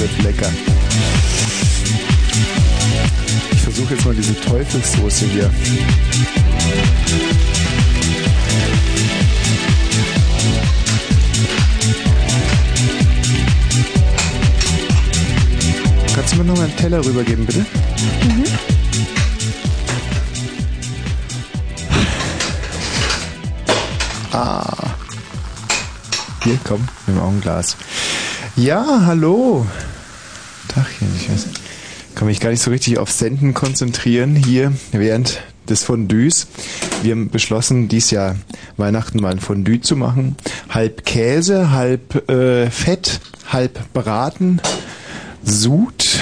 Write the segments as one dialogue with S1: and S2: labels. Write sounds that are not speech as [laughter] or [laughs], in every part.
S1: halt lecker. Ich versuche jetzt mal diese Teufelssoße hier. Kannst du mir nochmal einen Teller rübergeben, bitte?
S2: Mhm.
S1: Ah. Hier, komm, nimm auch ein Glas. Ja, hallo. Tachchen, ich weiß. Kann mich gar nicht so richtig auf Senden konzentrieren hier während des Fondues. Wir haben beschlossen, dies Jahr Weihnachten mal ein Fondue zu machen. Halb Käse, halb äh, Fett, halb Braten, Sud.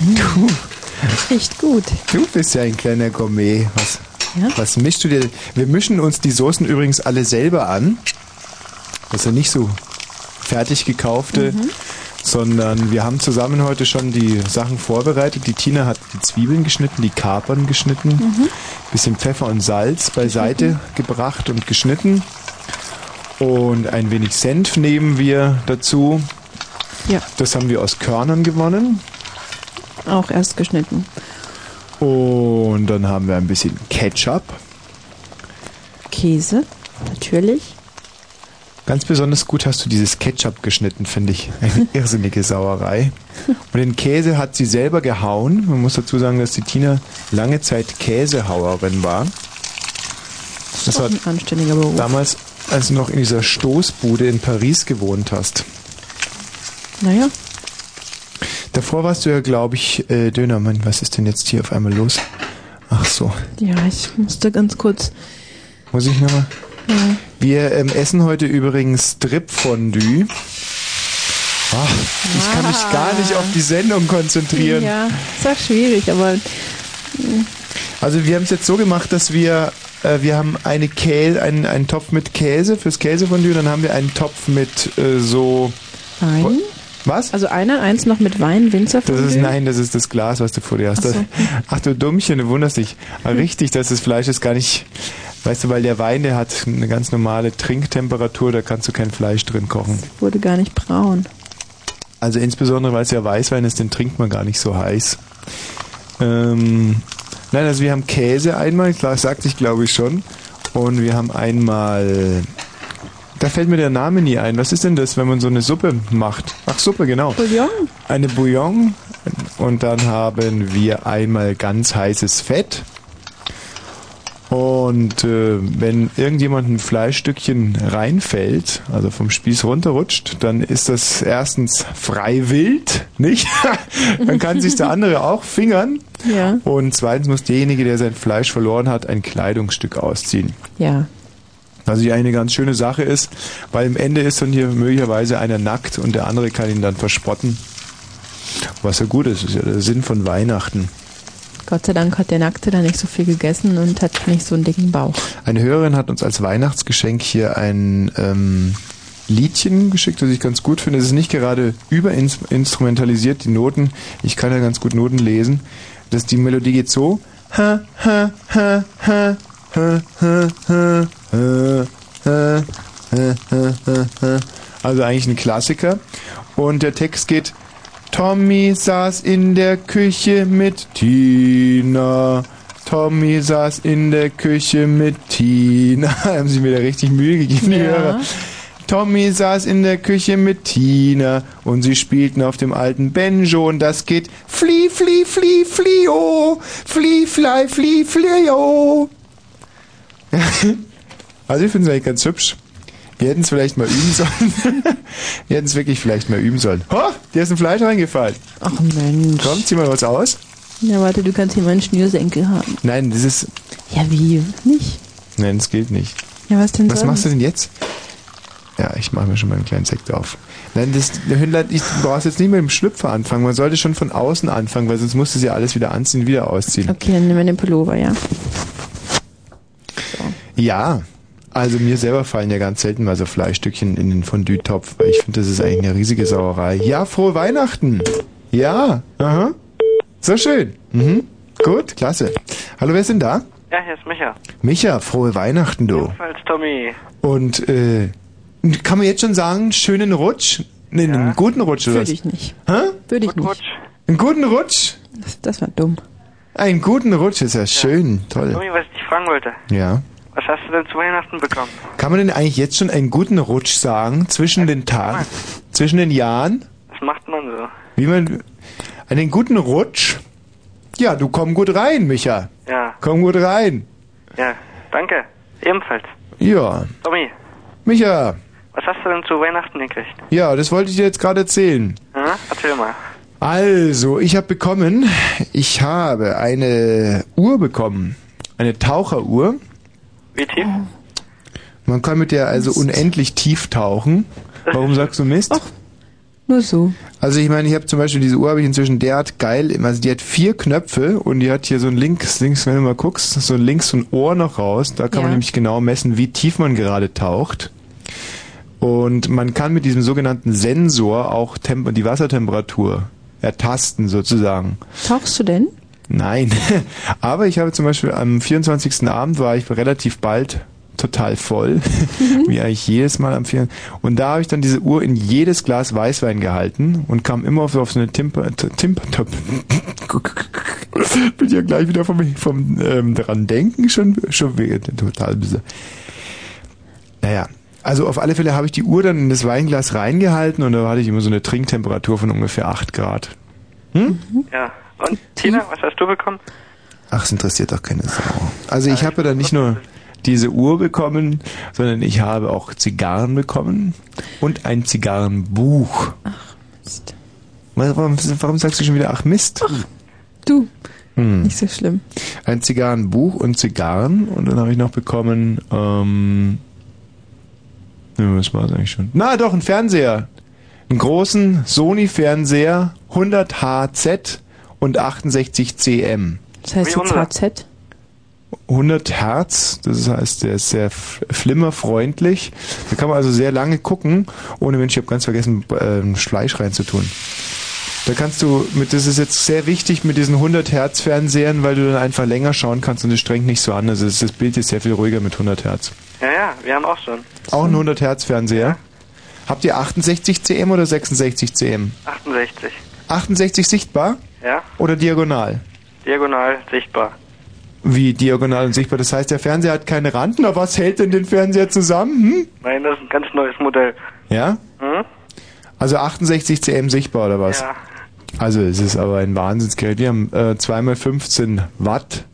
S1: Du,
S2: Riecht gut.
S1: du bist ja ein kleiner Gourmet. Was, was mischst du dir? Wir mischen uns die Soßen übrigens alle selber an. Das sind nicht so fertig gekaufte,
S3: Mhm.
S1: sondern wir haben zusammen heute schon die Sachen vorbereitet. Die Tina hat die Zwiebeln geschnitten, die Kapern geschnitten,
S3: Mhm.
S1: bisschen Pfeffer und Salz beiseite gebracht und geschnitten. Und ein wenig Senf nehmen wir dazu.
S2: Ja.
S1: Das haben wir aus Körnern gewonnen.
S2: Auch erst geschnitten.
S1: Und dann haben wir ein bisschen Ketchup.
S2: Käse, natürlich.
S1: Ganz besonders gut hast du dieses Ketchup geschnitten, finde ich. Eine
S2: [laughs]
S1: irrsinnige Sauerei. Und den Käse hat sie selber gehauen. Man muss dazu sagen, dass die Tina lange Zeit Käsehauerin war. Das war ein
S2: anständiger Beruf.
S1: Damals, als du noch in dieser Stoßbude in Paris gewohnt hast.
S2: Naja,
S1: Davor warst du ja, glaube ich, äh, Dönermann. Was ist denn jetzt hier auf einmal los? Ach so.
S2: ja, ich musste ganz kurz.
S1: Muss ich nochmal?
S2: Ja.
S1: Wir ähm, essen heute übrigens Strip-Fondue. Ah, ich kann mich gar nicht auf die Sendung konzentrieren.
S2: Ah. Ja, ist auch schwierig, aber mh,
S1: Also wir haben es jetzt so gemacht, dass wir äh, wir haben eine Käse, einen, einen Topf mit Käse fürs Käsefondue, dann haben wir einen Topf mit äh, so
S2: Wein.
S1: Was?
S2: Also einer, eins noch mit Wein, Winzer
S1: das ist nein, das ist das Glas, was du vor dir hast.
S2: Ach
S1: Das,
S2: so. Hm.
S1: ach du Dummchen, du wunderst dich. Ah, Richtig, dass das Fleisch ist gar nicht, weißt du, weil der Wein, der hat eine ganz normale Trinktemperatur, da kannst du kein Fleisch drin kochen.
S2: Wurde gar nicht braun.
S1: Also insbesondere, weil es ja Weißwein ist, den trinkt man gar nicht so heiß. Ähm, nein, also wir haben Käse einmal, klar, sagte ich glaube ich schon. Und wir haben einmal... Da fällt mir der Name nie ein. Was ist denn das, wenn man so eine Suppe macht? Ach, Suppe, genau.
S2: Bouillon?
S1: Eine Bouillon. Und dann haben wir einmal ganz heißes Fett. Und äh, wenn irgendjemand ein Fleischstückchen reinfällt, also vom Spieß runterrutscht, dann ist das erstens frei wild, nicht? [laughs] dann kann sich der andere auch fingern.
S2: Ja.
S1: Und zweitens muss derjenige, der sein Fleisch verloren hat, ein Kleidungsstück ausziehen.
S2: Ja.
S1: Was ja eine ganz schöne Sache ist, weil im Ende ist dann hier möglicherweise einer nackt und der andere kann ihn dann verspotten. Was ja gut ist, ist ja der Sinn von Weihnachten.
S2: Gott sei Dank hat der Nackte da nicht so viel gegessen und hat nicht so einen dicken Bauch.
S1: Eine Hörerin hat uns als Weihnachtsgeschenk hier ein ähm, Liedchen geschickt, das ich ganz gut finde. Es ist nicht gerade überinstrumentalisiert, die Noten. Ich kann ja ganz gut Noten lesen. Das, die Melodie geht so. Ha, ha, ha, ha, ha, ha, ha, ha, ha, ha, ha, ha, ha. Also eigentlich ein Klassiker. Und der Text geht. Tommy saß in der Küche mit Tina. Tommy saß in der Küche mit Tina. [laughs] Haben sie mir da richtig Mühe gegeben, die
S3: Ja.
S1: Hörer. Tommy saß in der Küche mit Tina und sie spielten auf dem alten Benjo und das geht Flie, flie, flie, flio, flie, fly, flie, flio. [laughs] Also ich finde es eigentlich ganz hübsch. Wir hätten es vielleicht mal üben sollen. [laughs] Wir hätten es wirklich vielleicht mal üben sollen. Ho, dir ist ein Fleisch reingefallen.
S2: Ach Mensch.
S1: Komm, zieh mal was aus.
S2: Ja, warte, du kannst hier mal einen Schnürsenkel haben.
S1: Nein, das ist...
S2: Ja, wie? Nicht?
S1: Nein, das gilt nicht.
S2: Ja, was denn
S1: Was
S2: sonst?
S1: machst du denn jetzt? Ja, ich mache mir schon mal einen kleinen Sekt auf. Nein, das Hündlein, ich du brauchst jetzt nicht mit dem Schlüpfer anfangen. Man sollte schon von außen anfangen, weil sonst musst du sie alles wieder anziehen, wieder ausziehen.
S2: Okay, dann nehmen wir den Pullover, ja.
S1: Ja, also mir selber fallen ja ganz selten mal so Fleischstückchen in den Fondue-Topf, weil ich finde, das ist eigentlich eine riesige Sauerei. Ja, frohe Weihnachten! Ja, aha. So schön. Mhm. Gut, klasse. Hallo, wer ist denn da?
S4: Ja, hier ist Micha.
S1: Micha, frohe Weihnachten, du.
S4: Falls Tommy.
S1: Und, äh, Kann man jetzt schon sagen, einen schönen Rutsch? Nee, einen guten Rutsch oder was?
S2: Würde ich nicht.
S1: Hä?
S2: Würde ich nicht.
S1: Einen guten Rutsch?
S2: Das, das war dumm.
S1: Einen guten Rutsch ist ja schön, toll.
S3: Tommy, was ich dich fragen wollte.
S1: Ja.
S3: Was hast du denn zu Weihnachten bekommen?
S1: Kann man denn eigentlich jetzt schon einen guten Rutsch sagen zwischen den Tagen, zwischen den Jahren?
S3: Das macht man so.
S1: Wie man einen guten Rutsch? Ja, du komm gut rein, Micha.
S3: Ja,
S1: Komm gut rein.
S3: ja. Danke. Ebenfalls.
S1: Ja,
S3: Tommy,
S1: Micha.
S3: was hast du denn zu Weihnachten gekriegt?
S1: Ja, das wollte ich dir jetzt gerade erzählen.
S3: Hm? Erzähl mal.
S1: Also, ich habe bekommen, ich habe eine Uhr bekommen, eine Taucheruhr.
S3: Wie tief?
S2: Oh,
S1: Man kann mit der also unendlich tief tauchen. Warum sagst du Mist? Ach,
S2: nur so.
S1: Also ich meine, ich habe zum Beispiel diese Uhr habe ich inzwischen derart geil. Also die hat vier Knöpfe und die hat hier so ein links, links, wenn du mal guckst, so ein links so ein Ohr noch raus. Da kann man
S2: Ja.
S1: nämlich genau messen, wie tief man gerade taucht. Und man kann mit diesem sogenannten Sensor auch Temp die Wassertemperatur ertasten sozusagen.
S2: Tauchst du denn?
S1: Nein. [laughs] Aber ich habe zum Beispiel am 24. Abend war ich relativ bald total voll, [laughs] wie eigentlich jedes Mal am 4. Und da habe ich dann diese Uhr in jedes Glas Weißwein gehalten und kam immer auf, so- auf so eine Timper, T- Timper, Top. Bin ja gleich wieder vom, vom ähm, dran denken schon, schon weh- total böse. Naja. Also auf alle Fälle habe ich die Uhr dann in das Weinglas reingehalten und da hatte ich immer so eine Trinktemperatur von ungefähr 8 Grad.
S3: Ja. Und Tina, was hast du bekommen?
S1: Ach, es interessiert doch keine Sau. Also ich habe dann nicht nur diese Uhr bekommen, sondern ich habe auch Zigarren bekommen und ein Zigarrenbuch. Ach,
S2: Mist.
S1: Warum, warum sagst du schon wieder, ach Mist?
S2: Du.
S1: Hm.
S2: Nicht so schlimm.
S1: Ein Zigarrenbuch und Zigarren und dann habe ich noch bekommen, ähm, ne, was war es eigentlich schon? Na doch, ein Fernseher. Einen großen Sony-Fernseher, 100 HZ und 68 CM.
S2: Das heißt jetzt HZ.
S1: 100 Hertz, das heißt, der ist sehr f- flimmerfreundlich. Da kann man also sehr lange gucken, ohne Mensch, ich habe ganz vergessen, ähm, Fleisch reinzutun. Da kannst du, mit, das ist jetzt sehr wichtig mit diesen 100 Hertz Fernsehern, weil du dann einfach länger schauen kannst und es strengt nicht so an. Also es- das Bild ist sehr viel ruhiger mit 100 Hertz.
S3: Ja, ja, wir haben auch so einen.
S1: Auch ein 100 Hertz Fernseher. Habt ihr 68 cm oder 66 cm?
S3: 68.
S1: 68 sichtbar
S3: Ja,
S1: oder diagonal?
S3: diagonal sichtbar.
S1: Wie diagonal und sichtbar? Das heißt, der Fernseher hat keine Randen, aber was hält denn den Fernseher zusammen? Hm?
S3: Nein, das ist ein ganz neues Modell.
S1: Ja?
S3: Hm?
S1: Also 68 cm sichtbar oder was?
S3: Ja.
S1: Also es ist aber ein Wahnsinnsgerät. Wir haben äh, 2x15 Watt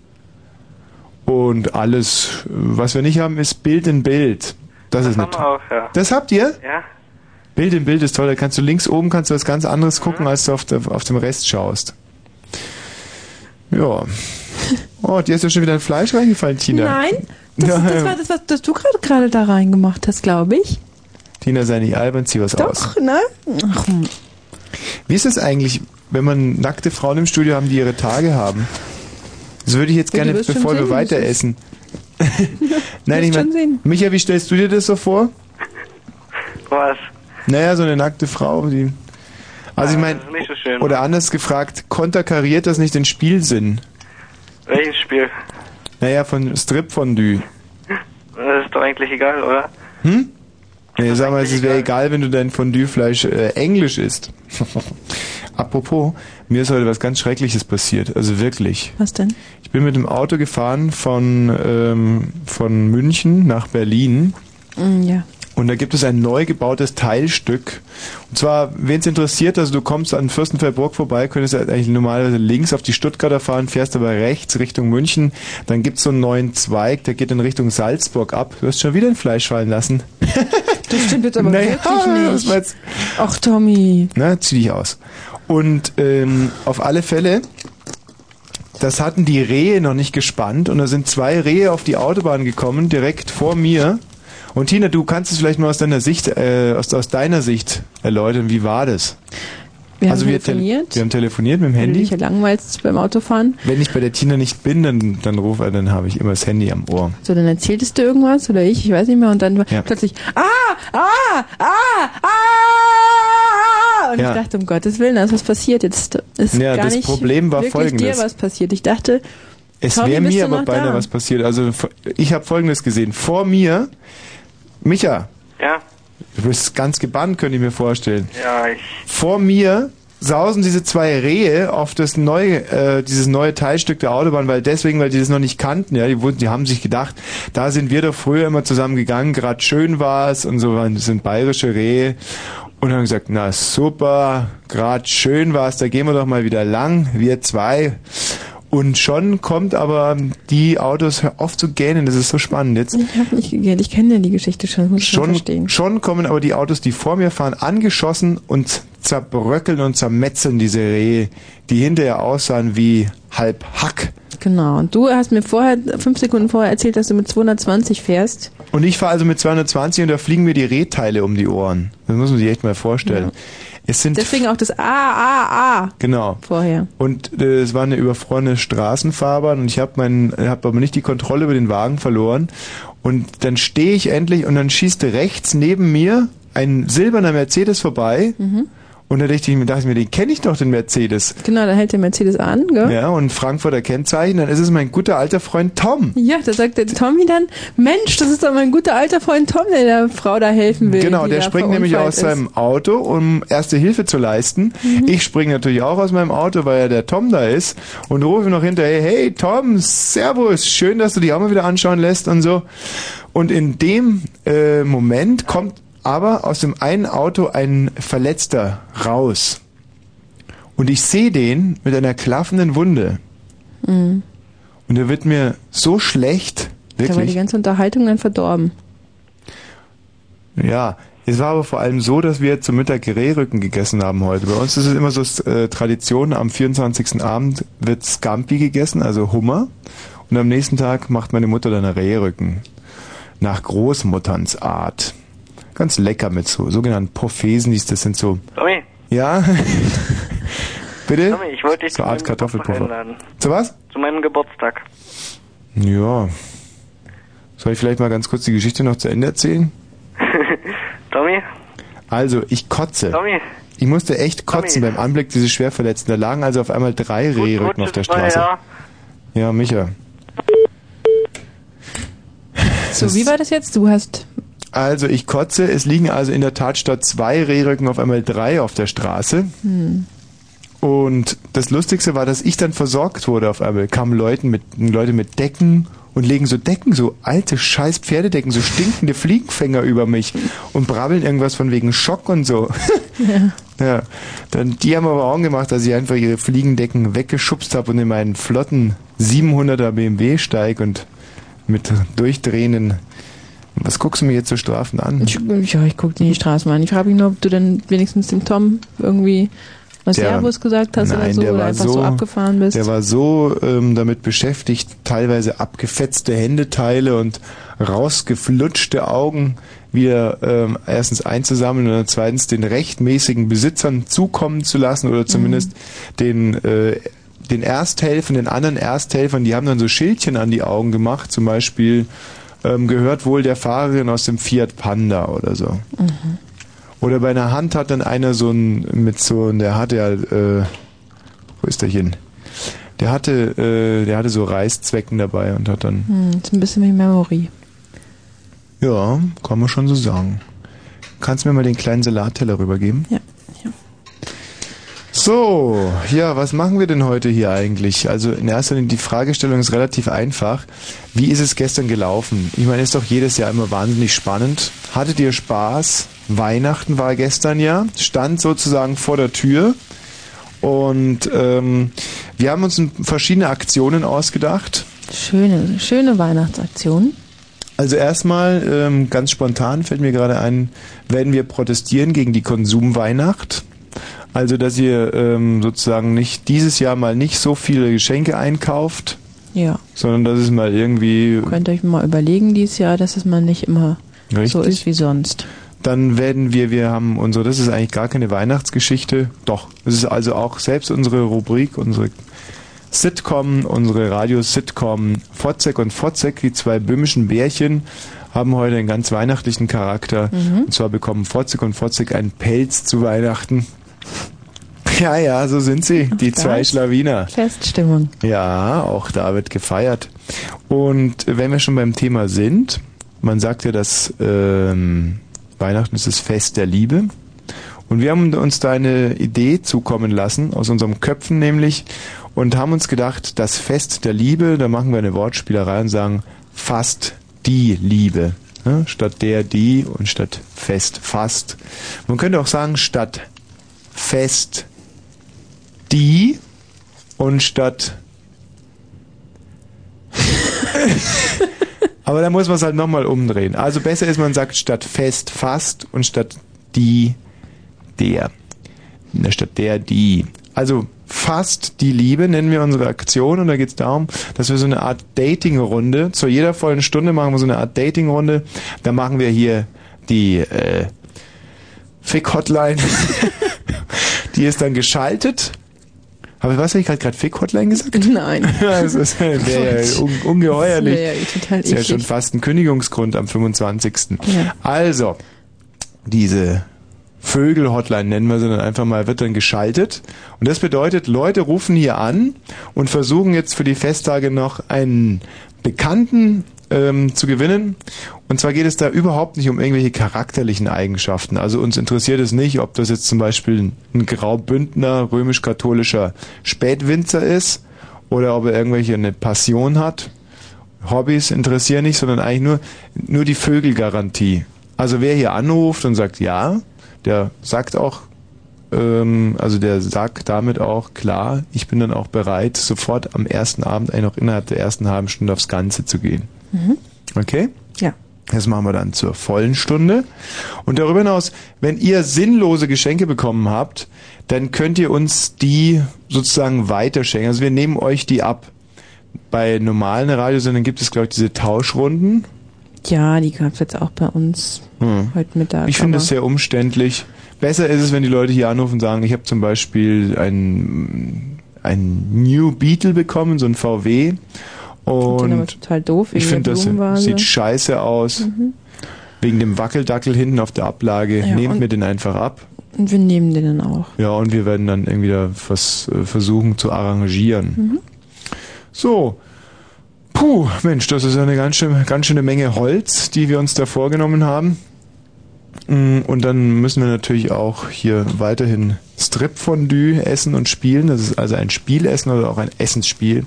S1: und alles, äh, was wir nicht haben, ist Bild in Bild. Das, ist eine
S3: Haben wir auch, ja.
S1: Das habt ihr?
S3: Ja,
S1: Bild in Bild ist toll. Da kannst du links oben kannst du was ganz anderes
S3: Mhm.
S1: gucken, als du auf, der, auf dem Rest schaust.
S2: [laughs]
S1: Ja. Oh, dir ist ja schon wieder ein Fleisch reingefallen, Tina.
S2: Nein, das,
S1: Ja,
S2: das
S1: ja.
S2: war das, was das du gerade gerade da reingemacht hast, glaube ich.
S1: Tina, sei nicht albern, zieh was aus.
S2: Doch, ne? Ach, hm.
S1: Wie ist es eigentlich, wenn man nackte Frauen im Studio haben, die ihre Tage haben? Das würde ich jetzt
S2: Ja, du
S1: gerne,
S2: wirst schon
S1: bevor wir
S2: sehen,
S1: weiter
S2: das ist- [laughs]
S1: essen. [laughs] Nein, ich
S2: wirst schon
S1: meine,
S2: sehen.
S1: Micha, wie stellst du dir das so vor?
S3: was?
S1: Naja, so eine nackte Frau, die. Also ich meine,
S3: Das ist Äh, nicht so schön.
S1: oder anders gefragt, konterkariert das nicht den Spielsinn?
S3: Welches Spiel?
S1: Naja, von Strip-Fondue.
S3: Das ist doch eigentlich egal, oder?
S1: Hm? Nee, sag mal, es wäre egal, wenn du dein Fondue-Fleisch äh, englisch isst. [laughs] Apropos, mir ist heute was ganz Schreckliches passiert. Also wirklich.
S2: Was denn?
S1: Ich bin mit dem Auto gefahren von, ähm, von München nach Berlin.
S2: Hm, ja.
S1: Und da gibt es ein neu gebautes Teilstück. Und zwar, wen es interessiert, also du kommst an Fürstenfeldbruck vorbei, könntest ja eigentlich normalerweise links auf die Stuttgarter fahren, fährst aber rechts Richtung München. Dann gibt's so einen neuen Zweig, der geht in Richtung Salzburg ab. Du hast schon wieder ein Fleisch fallen lassen.
S2: Das stimmt jetzt aber
S1: Naja, [laughs] was
S2: wirklich nicht.
S1: meinst-
S2: Ach, Tommy.
S1: Ne, zieh dich aus. Und ähm, auf alle Fälle, das hatten die Rehe noch nicht gespannt und da sind zwei Rehe auf die Autobahn gekommen, direkt vor mir. Und Tina, du kannst es vielleicht mal aus deiner Sicht, äh, aus, aus deiner Sicht erläutern, wie war das?
S2: Wir haben
S1: tele-
S2: telefoniert.
S1: wir haben telefoniert mit dem
S2: Wenn du dich
S1: Handy.
S2: ja langweilst beim Autofahren.
S1: Wenn ich bei der Tina nicht bin, dann, dann ruf er, dann habe ich immer das Handy am Ohr.
S2: So, dann erzähltest du irgendwas oder ich, ich weiß nicht mehr. Und dann war
S1: Ja.
S2: plötzlich, ah, ah, ah, ah. Und
S1: Ja.
S2: ich dachte, um Gottes Willen, da ist was passiert. Jetzt ist
S1: Ja,
S2: gar
S1: das
S2: nicht
S1: Problem war
S2: wirklich
S1: folgendes.
S2: dir was passiert. Ich dachte,
S1: Es
S2: Tommy,
S1: wäre
S2: bist
S1: mir
S2: du
S1: aber
S2: noch
S1: beinahe
S2: da?
S1: was passiert. Also ich habe Folgendes gesehen. Vor mir, Micha,
S3: Ja,
S1: Du bist ganz gebannt, könnt ihr mir vorstellen.
S3: Ja, ich.
S1: Vor mir sausen diese zwei Rehe auf das neue, äh, dieses neue Teilstück der Autobahn, weil deswegen, weil die das noch nicht kannten, ja, die, wussten, die haben sich gedacht, da sind wir doch früher immer zusammen gegangen, gerade schön war's und so, waren- das sind bayerische Rehe und haben gesagt, na super, gerade schön war's, da gehen wir doch mal wieder lang, wir zwei. Und schon kommt aber die Autos, hör auf zu gähnen, das ist so spannend jetzt.
S2: Ich habe nicht gegähnt. Ich kenne ja die Geschichte schon. Muss schon
S1: Schon,
S2: verstehen.
S1: schon kommen aber die Autos, die vor mir fahren, angeschossen und zerbröckeln und zermetzeln diese Rehe, die hinterher aussahen wie halb Hack.
S2: Genau. Und du hast mir vorher, fünf Sekunden vorher erzählt, dass du mit 220 fährst.
S1: Und ich fahre also mit 220 und da fliegen mir die Rehteile um die Ohren. Das muss man sich echt mal vorstellen. Es sind
S2: Deswegen auch das A, A, A
S1: genau.
S2: vorher.
S1: Und äh, es war eine überfrorene Straßenfahrbahn und ich habe hab aber nicht die Kontrolle über den Wagen verloren. Und dann stehe ich endlich und dann schießt rechts neben mir ein silberner Mercedes vorbei.
S2: Mhm.
S1: Und da dachte ich mir, dachte ich mir den kenne ich doch, den Mercedes.
S2: Genau, da hält der Mercedes an, gell?
S1: Ja, und Frankfurter Kennzeichen, dann ist es mein guter alter Freund Tom.
S2: Ja, da sagt der Tommy dann, Mensch, das ist doch mein guter alter Freund Tom, der der Frau da helfen will.
S1: Genau,
S2: die
S1: der
S2: da
S1: springt nämlich
S2: verunfallt
S1: aus
S2: ist.
S1: seinem Auto, um erste Hilfe zu leisten. Ich springe natürlich auch aus meinem Auto, weil ja der Tom da ist und rufe noch hinterher, hey Tom, Servus, schön, dass du dich auch mal wieder anschauen lässt und so. Und in dem äh, Moment kommt aber aus dem einen Auto ein Verletzter raus. Und ich sehe den mit einer klaffenden Wunde.
S2: Mhm.
S1: Und er wird mir so schlecht,
S2: Da war die
S1: wirklich.
S2: ganze Unterhaltung dann verdorben.
S1: Ja, es war aber vor allem so, dass wir zum Mittag Rehrücken gegessen haben heute. Bei uns ist es immer so äh, Tradition, am 24. Abend wird Scampi gegessen, also Hummer. Und am nächsten Tag macht meine Mutter dann Rehrücken. Nach Großmutterns Art. Ganz lecker mit so sogenannten Porphesen, die- das sind so...
S3: Tommy,
S1: Ja? [laughs] Bitte?
S3: Tommy, ich wollte dich
S1: so
S3: zu
S1: Art
S3: meinem Geburtstag
S1: Kartoffelpuffer.
S3: einladen.
S1: Zu was?
S3: Zu meinem Geburtstag. [laughs]
S1: Ja. Soll ich vielleicht mal ganz kurz die Geschichte noch zu Ende erzählen?
S3: Tommy,
S1: Also, ich kotze.
S3: Tommy,
S1: Ich musste echt kotzen beim Anblick dieses Schwerverletzten. Da lagen also auf einmal drei Rehrücken auf der Straße.
S3: ja.
S1: Ja, Micha.
S2: So, wie war das jetzt? Du hast.
S1: Also ich kotze, es liegen also in der Tat statt zwei Rehrücken auf einmal drei auf der Straße.
S2: Hm.
S1: Und das Lustigste war, dass ich dann versorgt wurde auf einmal. Kamen Leute mit, Leute mit Decken und legen so Decken, so alte scheiß Pferdedecken, so stinkende Fliegenfänger über mich und brabbeln irgendwas von wegen Schock und so. [laughs]
S2: Ja.
S1: Ja, dann die haben aber Augen gemacht, dass ich einfach ihre Fliegendecken weggeschubst habe und in meinen flotten 700er BMW steig und mit durchdrehenden. Was guckst du mir jetzt so strafend an?
S2: Ich, ja, ich guck dir die Straße mal an. Ich frage mich nur, ob du dann wenigstens dem Tom irgendwie was
S1: Der-
S2: Servus gesagt hast oder
S1: Nein,
S2: so,
S1: der
S2: oder
S1: war
S2: einfach so,
S1: so-
S2: abgefahren bist.
S1: Der war so ähm, damit beschäftigt, teilweise abgefetzte Händeteile und rausgeflutschte Augen wieder ähm, erstens einzusammeln und dann zweitens den rechtmäßigen Besitzern zukommen zu lassen
S2: Mhm.
S1: oder zumindest den äh, den Ersthelfern, den anderen Ersthelfern, die haben dann so Schildchen an die Augen gemacht, zum Beispiel ähm, gehört wohl der Fahrerin aus dem Fiat Panda oder so.
S2: Mhm.
S1: Oder bei einer Hand hat dann einer so ein, mit so, der hatte ja, äh, wo ist der hin? Der hatte, äh, der hatte so Reißzwecken dabei und hat dann,
S2: Hm, ist ein bisschen wie Memory.
S1: ja, kann man schon so sagen. Kannst du mir mal den kleinen Salatteller rübergeben?
S2: Ja,
S1: ja. So, ja, was machen wir denn heute hier eigentlich? Also in erster Linie, die Fragestellung ist relativ einfach. Wie ist es gestern gelaufen? Ich meine, ist doch jedes Jahr immer wahnsinnig spannend. Hattet ihr Spaß? Weihnachten war gestern ja, stand sozusagen vor der Tür. Und ähm, wir haben uns verschiedene Aktionen ausgedacht.
S2: Schöne, schöne Weihnachtsaktion.
S1: Also erstmal, ähm, ganz spontan fällt mir gerade ein, werden wir protestieren gegen die Konsumweihnacht. Also, dass ihr ähm, sozusagen nicht dieses Jahr mal nicht so viele Geschenke einkauft,
S2: Ja.
S1: sondern dass es mal irgendwie
S2: Könnt ihr euch mal überlegen dieses Jahr, dass es mal nicht immer so
S1: Richtig.
S2: ist wie sonst.
S1: Dann werden wir, wir haben unsere, das ist eigentlich gar keine Weihnachtsgeschichte. Doch, es ist also auch selbst unsere Rubrik, unsere Sitcom, unsere Radio-Sitcom Fotzek und Fotzek, die zwei böhmischen Bärchen, haben heute einen ganz weihnachtlichen Charakter.
S4: Mhm.
S1: Und zwar bekommen Fotzek und Fotzek einen Pelz zu Weihnachten. Ja, ja, so sind sie, die
S2: da
S1: zwei
S2: ist-
S1: Schlawiner.
S2: Feststimmung.
S1: Ja, auch da wird gefeiert. Und wenn wir schon beim Thema sind, man sagt ja, dass ähm, Weihnachten ist das Fest der Liebe. Und wir haben uns da eine Idee zukommen lassen, aus unserem Köpfen nämlich, und haben uns gedacht, das Fest der Liebe, da machen wir eine Wortspielerei und sagen fast die Liebe. Ne? Statt der, die und statt fest, fast. Man könnte auch sagen, statt fest die und statt. [laughs] Aber da muss man es halt nochmal umdrehen. Also besser ist, man sagt statt fest, fast und statt die, der. Na, statt der, die. Also fast die Liebe nennen wir unsere Aktion und da geht es darum, dass wir so eine Art Dating-Runde, zu jeder vollen Stunde machen wir so eine Art Dating-Runde. Da machen wir hier die äh,
S5: [laughs]
S1: Fick-Hotline. die ist dann geschaltet. Aber was habe ich gerade gerade Fick-Hotline gesagt? [laughs]
S5: Nein.
S1: das ist- wäre ja un ungeheuerlich.
S5: Das wäre ja total
S1: ist ja schon
S5: eklig.
S1: fast ein Kündigungsgrund am 25.
S5: Ja.
S1: Also, diese Vögel-Hotline nennen wir sie dann einfach mal, wird dann geschaltet. Und das bedeutet, Leute rufen hier an und versuchen jetzt für die Festtage noch einen Bekannten ähm, zu gewinnen. Und zwar geht es da überhaupt nicht um irgendwelche charakterlichen Eigenschaften. Also uns interessiert es nicht, ob das jetzt zum Beispiel ein Graubündner römisch-katholischer Spätwinzer ist oder ob er irgendwelche eine Passion hat. Hobbys interessieren nicht, sondern eigentlich nur, nur die Vögelgarantie. Also wer hier anruft und sagt ja, der sagt auch, ähm, also der sagt damit auch klar, ich bin dann auch bereit, sofort am ersten Abend, eigentlich noch innerhalb der ersten halben Stunde aufs Ganze zu gehen.
S5: Mhm.
S1: Okay?
S5: Ja.
S1: Das machen wir dann zur vollen Stunde. Und darüber hinaus, wenn ihr sinnlose Geschenke bekommen habt, dann könnt ihr uns die sozusagen weiterschenken. Also wir nehmen euch die ab. Bei normalen Radiosendern gibt es, glaube ich, diese Tauschrunden.
S5: Ja, die gab es jetzt auch bei uns
S1: Hm.
S5: heute Mittag.
S1: Ich finde
S5: aber-
S1: es sehr umständlich. Besser ist es, wenn die Leute hier anrufen und sagen, ich habe zum Beispiel einen, einen New Beetle bekommen, so ein VW.
S5: Den aber
S1: Und
S5: total doof,
S1: ich
S5: wegen
S1: finde,
S5: der
S1: das
S5: Blumenvase.
S2: ne?
S5: Mhm.
S1: sieht scheiße aus.
S2: Mhm.
S1: Wegen dem Wackeldackel hinten auf der Ablage.
S5: Ja,
S1: Nehmt
S5: und-
S1: mir den einfach ab.
S5: Und wir nehmen den dann auch.
S1: Ja, und wir werden dann irgendwie da was äh, versuchen zu arrangieren.
S2: Mhm.
S1: So. Puh, Mensch, das ist ja eine ganz schöne, ganz schöne Menge Holz, die wir uns da vorgenommen haben. Mm, Und dann müssen wir natürlich auch hier weiterhin Strip-Fondue essen und spielen. Das ist also ein Spielessen oder auch ein Essensspiel.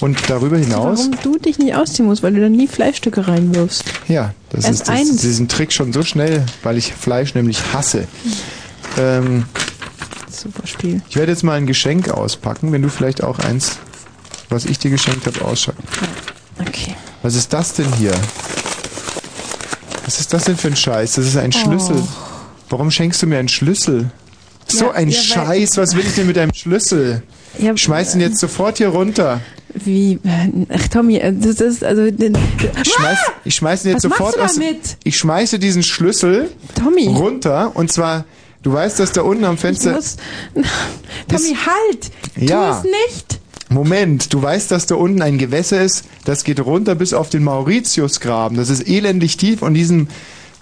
S1: Und darüber hinaus...
S5: Warum du dich nicht ausziehen musst, weil du dann nie Fleischstücke reinwirfst.
S1: Ja, das
S5: Erst
S1: ist das,
S5: eins.
S1: diesen Trick schon so schnell, weil ich Fleisch nämlich hasse. Ähm,
S5: Super Spiel.
S1: ich werde jetzt mal ein Geschenk auspacken, wenn du vielleicht auch eins, was ich dir geschenkt habe, ausschauen.
S5: Okay.
S1: Was ist das denn hier? Was ist das denn für ein Scheiß? Das ist
S5: Oh.
S1: ein Schlüssel.
S2: Oh.
S1: Warum schenkst du mir einen Schlüssel? So
S5: Ja,
S1: ein
S5: ja, weil-
S1: Scheiß, was will ich denn mit einem Schlüssel?
S5: Ja,
S1: Schmeiß ihn jetzt sofort hier runter.
S5: Wie? Ach, Tommy, äh, das ist also. Den,
S1: Ich schmeiß, ich schmeiß ihn jetzt
S5: Was machst
S1: sofort
S5: du
S1: aus.
S5: damit?
S1: Ich schmeiße diesen Schlüssel
S5: Tommy.
S1: runter und zwar, du weißt, dass da unten am
S5: ich
S1: Fenster.
S5: muss, [laughs] Tommy, halt!
S1: Ja.
S5: Tu es nicht!
S1: Moment, du weißt, dass da unten ein Gewässer ist, das geht runter bis auf den Mauritiusgraben. Das ist elendig tief und diesem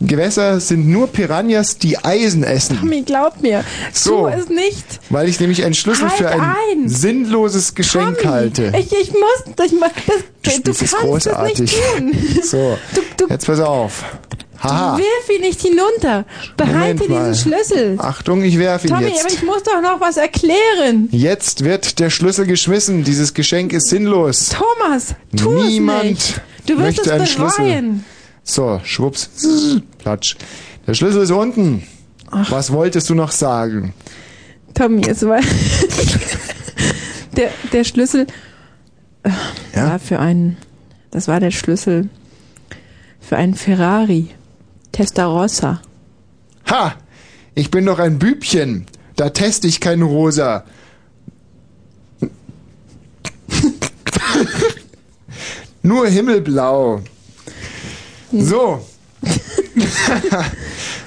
S1: Gewässer sind nur Piranhas, die Eisen essen.
S5: Tommy, glaub mir.
S1: So.
S5: Tu es nicht!
S1: Weil ich nämlich einen Schlüssel
S5: Halt
S1: für ein,
S5: ein!
S1: sinnloses Geschenk
S5: Tommy,
S1: halte.
S5: Ich, ich muss. Ich, mu-
S1: Du
S5: das, du,
S1: spielst es
S5: kannst
S1: großartig.
S5: das nicht tun.
S1: [laughs] So, jetzt pass auf. Haha.
S5: Wirf ihn nicht hinunter. Behalte
S1: Moment mal.
S5: diesen Schlüssel.
S1: Achtung, ich werfe ihn
S5: Tommy,
S1: jetzt.
S5: aber ich muss doch noch was erklären.
S1: Jetzt wird der Schlüssel geschmissen. Dieses Geschenk ist sinnlos.
S5: Thomas, tu
S1: Niemand
S5: es nicht. Du wirst
S1: möchte
S5: es
S1: einen
S5: bereuen.
S1: So, schwupps. Platsch. Der Schlüssel ist unten. Was wolltest du noch sagen?
S5: Tommy, es war der, der Schlüssel äh,
S1: Ja?
S5: war für einen, das war der Schlüssel für einen Ferrari Testarossa.
S1: Ha! Ich bin doch ein Bübchen. Da teste ich keinen Rosa. [laughs] Nur Himmelblau. So. [laughs]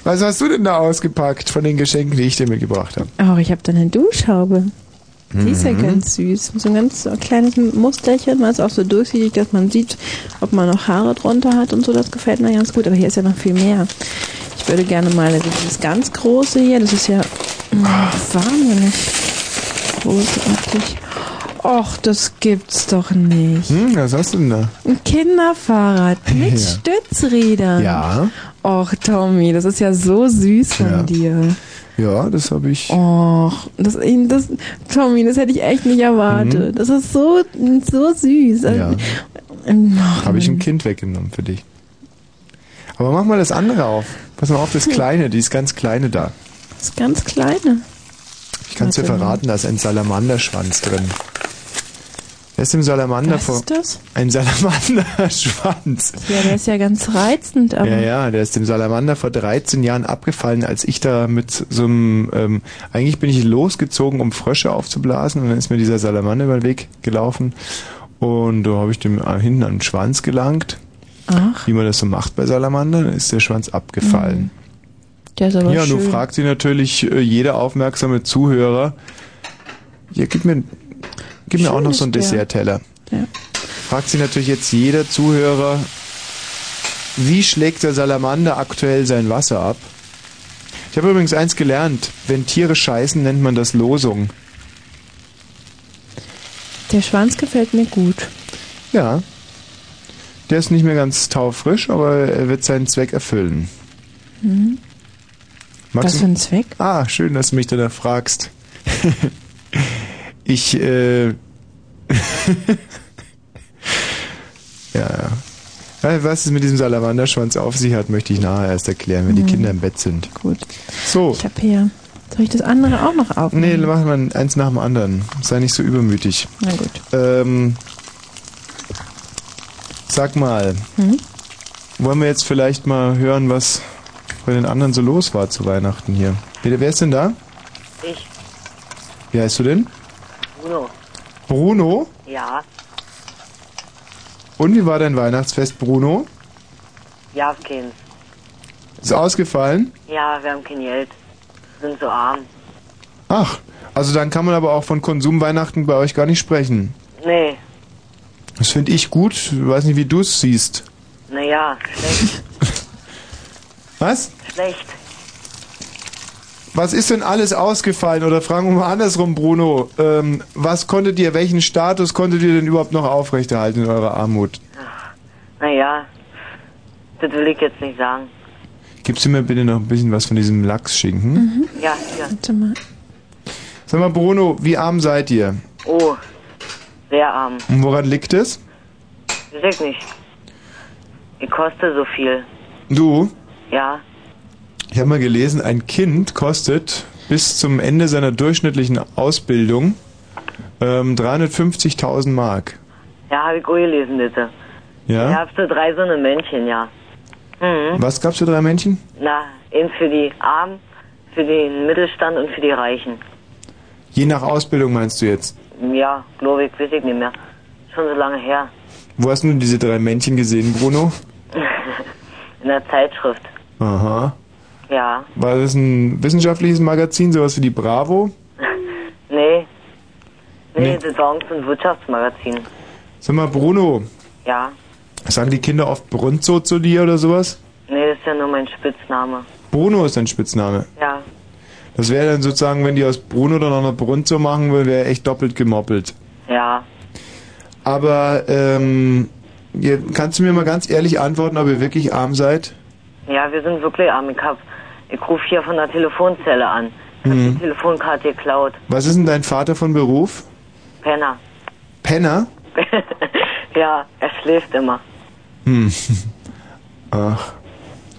S1: Was hast du denn da ausgepackt von den Geschenken, die ich dir mitgebracht habe?
S5: Oh, ich habe da eine Duschhaube. Die ist
S1: Mhm.
S5: ja ganz süß. So ein ganz so kleines Musterchen, was auch so durchsichtig, dass man sieht, ob man noch Haare drunter hat und so. Das gefällt mir ganz gut. Aber hier ist ja noch viel mehr. Ich würde gerne mal also dieses ganz große hier. Das ist ja mm, wahnsinnig großartig. Och, das gibt's doch nicht.
S1: Hm, was hast du denn da? [laughs]
S5: Ein Kinderfahrrad mit
S1: Ja.
S5: Stützrädern.
S2: Och, Tommy, das ist ja so süß von
S1: Ja.
S2: dir.
S1: Ja, das habe ich.
S2: Och, das, das, Tommy, das hätte ich echt nicht erwartet. Das ist so, so süß.
S1: Mhm.
S2: Also,
S1: Ja.
S2: Ähm, och,
S1: Habe ich ein Kind weggenommen für dich. Aber mach mal das andere auf. Pass mal auf, das Kleine, die ist ganz kleine da.
S2: Hm. Das ist ganz kleine.
S1: Ich kann es dir
S2: Warte mal.
S1: verraten, da ist ein Salamanderschwanz drin. Er ist im Salamander
S2: Was
S1: vor.
S2: ist das?
S1: Ein Salamanderschwanz.
S2: Ja, der ist ja ganz reizend, aber
S1: Ja, ja, der ist dem Salamander vor 13 Jahren abgefallen, als ich da mit so einem, ähm, eigentlich bin ich losgezogen, um Frösche aufzublasen und dann ist mir dieser Salamander über den Weg gelaufen und da habe ich dem äh, hinten an den Schwanz gelangt.
S2: Ach.
S1: Wie man das so macht bei Salamandern, dann ist der Schwanz abgefallen.
S2: der ist Mhm. aber
S1: ja,
S2: schön.
S1: nun fragt sie natürlich äh, jeder aufmerksame Zuhörer, ja, gib mir, gib mir
S2: Schön
S1: auch noch so
S2: ist
S1: einen
S2: der.
S1: Dessertteller.
S2: Ja.
S1: Fragt sie natürlich jetzt jeder Zuhörer, wie schlägt der Salamander aktuell sein Wasser ab? Ich habe übrigens eins gelernt, wenn Tiere scheißen, nennt man das Losung.
S2: Der Schwanz gefällt mir gut.
S1: Ja. Der ist nicht mehr ganz taufrisch, aber er wird seinen Zweck erfüllen.
S2: Mhm.
S1: Magst
S2: Was
S1: du-
S2: für ein Zweck?
S1: Ah, schön, dass du mich danach fragst. [laughs] ich, äh. [laughs] ja, ja. Ja, Was es mit diesem Salamanderschwanz auf sich hat, möchte ich nachher erst erklären, wenn
S2: Mhm.
S1: die Kinder im Bett sind.
S2: Gut.
S1: So.
S2: Ich habe hier. Soll ich das andere auch noch aufnehmen?
S1: Nee, mach mal eins nach dem anderen. Sei nicht so übermütig.
S2: Na gut.
S1: Ähm, sag mal,
S2: Hm?
S1: wollen wir jetzt vielleicht mal hören, was bei den anderen so los war zu Weihnachten hier? Wer, wer ist denn da?
S4: Ich,
S1: Wie heißt du denn?
S4: Bruno.
S1: Bruno?
S4: Ja,
S1: Und wie war dein Weihnachtsfest, Bruno?
S4: ja, auf Kind.
S1: Ist ausgefallen?
S4: Ja, wir haben kein Geld. Sind so arm.
S1: Ach, also dann kann man aber auch von Konsumweihnachten bei euch gar nicht sprechen.
S4: Nee,
S1: Das finde ich gut. Ich weiß nicht, wie du es siehst.
S4: naja, schlecht,
S2: [laughs]
S1: Was?
S4: schlecht.
S1: Was ist denn alles ausgefallen? Oder fragen wir mal andersrum, Bruno. Ähm, was konntet ihr, welchen Status konntet ihr denn überhaupt noch aufrechterhalten in eurer Armut?
S4: Naja, das will ich jetzt nicht sagen.
S1: Gibst du mir bitte noch ein bisschen was von diesem Lachsschinken?
S4: Ja, ja.
S2: Mhm. Warte mal.
S1: Sag mal, Bruno, wie arm seid ihr?
S4: Oh, sehr arm.
S1: Und woran liegt es?
S4: Weiß ich nicht. Ich koste so viel.
S1: Du,
S4: Ja,
S1: Ich habe mal gelesen, ein Kind kostet bis zum Ende seiner durchschnittlichen Ausbildung ähm, 350.000 Mark.
S4: ja, habe ich auch gelesen, bitte. Ich
S1: Ja?
S4: habe so drei so eine Männchen, ja. Mhm.
S1: Was gab's für drei Männchen?
S4: Na, eben für die Armen, für den Mittelstand und für die Reichen.
S1: Je nach Ausbildung meinst du jetzt?
S4: Ja, glaube ich, weiß ich nicht mehr. Schon so lange her. [laughs]
S1: Wo hast du diese drei Männchen gesehen, Bruno?
S4: In der Zeitschrift.
S1: Aha.
S4: Ja. [laughs]
S1: War das ein wissenschaftliches Magazin, sowas wie die Bravo?
S4: Nee. Nee,
S1: Nee.
S4: das war uns ein Wirtschaftsmagazin.
S1: Sag mal, Bruno,
S4: Ja.
S1: sagen die Kinder oft Brunzo zu dir oder sowas?
S4: Nee, das ist ja nur mein Spitzname.
S1: Bruno ist dein Spitzname.
S4: Ja.
S1: Das wäre dann sozusagen, wenn die aus Bruno dann auch noch Brunzo machen würden, wäre echt doppelt gemoppelt.
S4: Ja.
S1: Aber ähm, ihr, kannst du mir mal ganz ehrlich antworten, ob ihr wirklich arm seid?
S4: Ja, wir sind wirklich arm. Ich hab, ich rufe hier von der Telefonzelle an. Die
S1: Mhm.
S4: Telefonkarte geklaut.
S1: Was ist denn dein Vater von Beruf?
S4: Penner.
S1: Penner?
S4: ja, er schläft immer. [laughs]
S1: Hm. [laughs] Ach,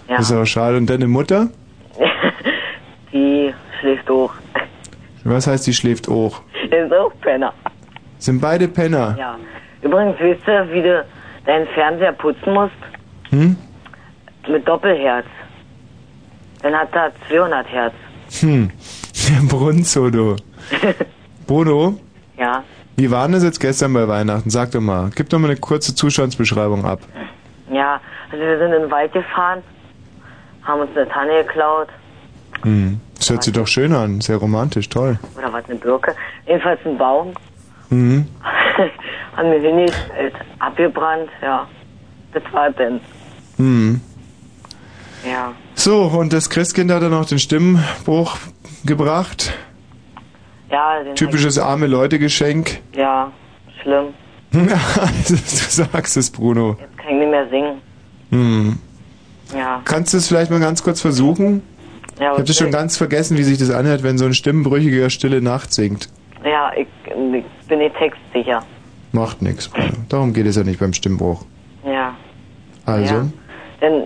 S4: Ja.
S1: das ist aber schade. Und deine Mutter?
S4: Die schläft auch.
S1: Was heißt, die schläft auch?
S4: Ist auch Penner.
S1: Sind beide Penner?
S4: Ja. Übrigens, weißt du, wie du deinen Fernseher putzen musst?
S1: Hm?
S4: Mit Doppelherz. Dann hat er 200 Hertz.
S1: Hm. [laughs] Der Brunzo,
S4: [laughs]
S1: du. Bruno,
S4: Ja.
S1: wie war denn das jetzt gestern bei Weihnachten? Sag doch mal. Gib doch mal eine kurze Zustandsbeschreibung ab.
S4: Ja, also wir sind in den Wald gefahren, haben uns eine Tanne geklaut
S1: Hm. Das hört sich doch schön an. Sehr romantisch, toll.
S4: oder was, eine Birke. Jedenfalls einen Baum, [laughs]
S1: Mhm.
S4: haben wir hingestellt, abgebrannt, ja. Das war denn,
S1: Mhm.
S4: ja.
S1: So, und das Christkind hat dann auch den Stimmbruch gebracht.
S4: Ja, den
S1: Typisches arme Leute-Geschenk. [laughs]
S4: ja, schlimm.
S1: du sagst es, Bruno.
S4: Kann ich nicht mehr singen.
S1: Hm.
S4: Ja.
S1: Kannst du es vielleicht mal ganz kurz versuchen?
S4: Ja,
S1: ich habe das schon ganz vergessen, wie sich das anhört, wenn so ein stimmenbrüchiger Stille Nacht singt.
S4: Ja, ich, ich bin nicht textsicher.
S1: Macht nichts. Darum geht es ja nicht beim Stimmbruch.
S4: Ja.
S1: Also,
S4: Ja. Denn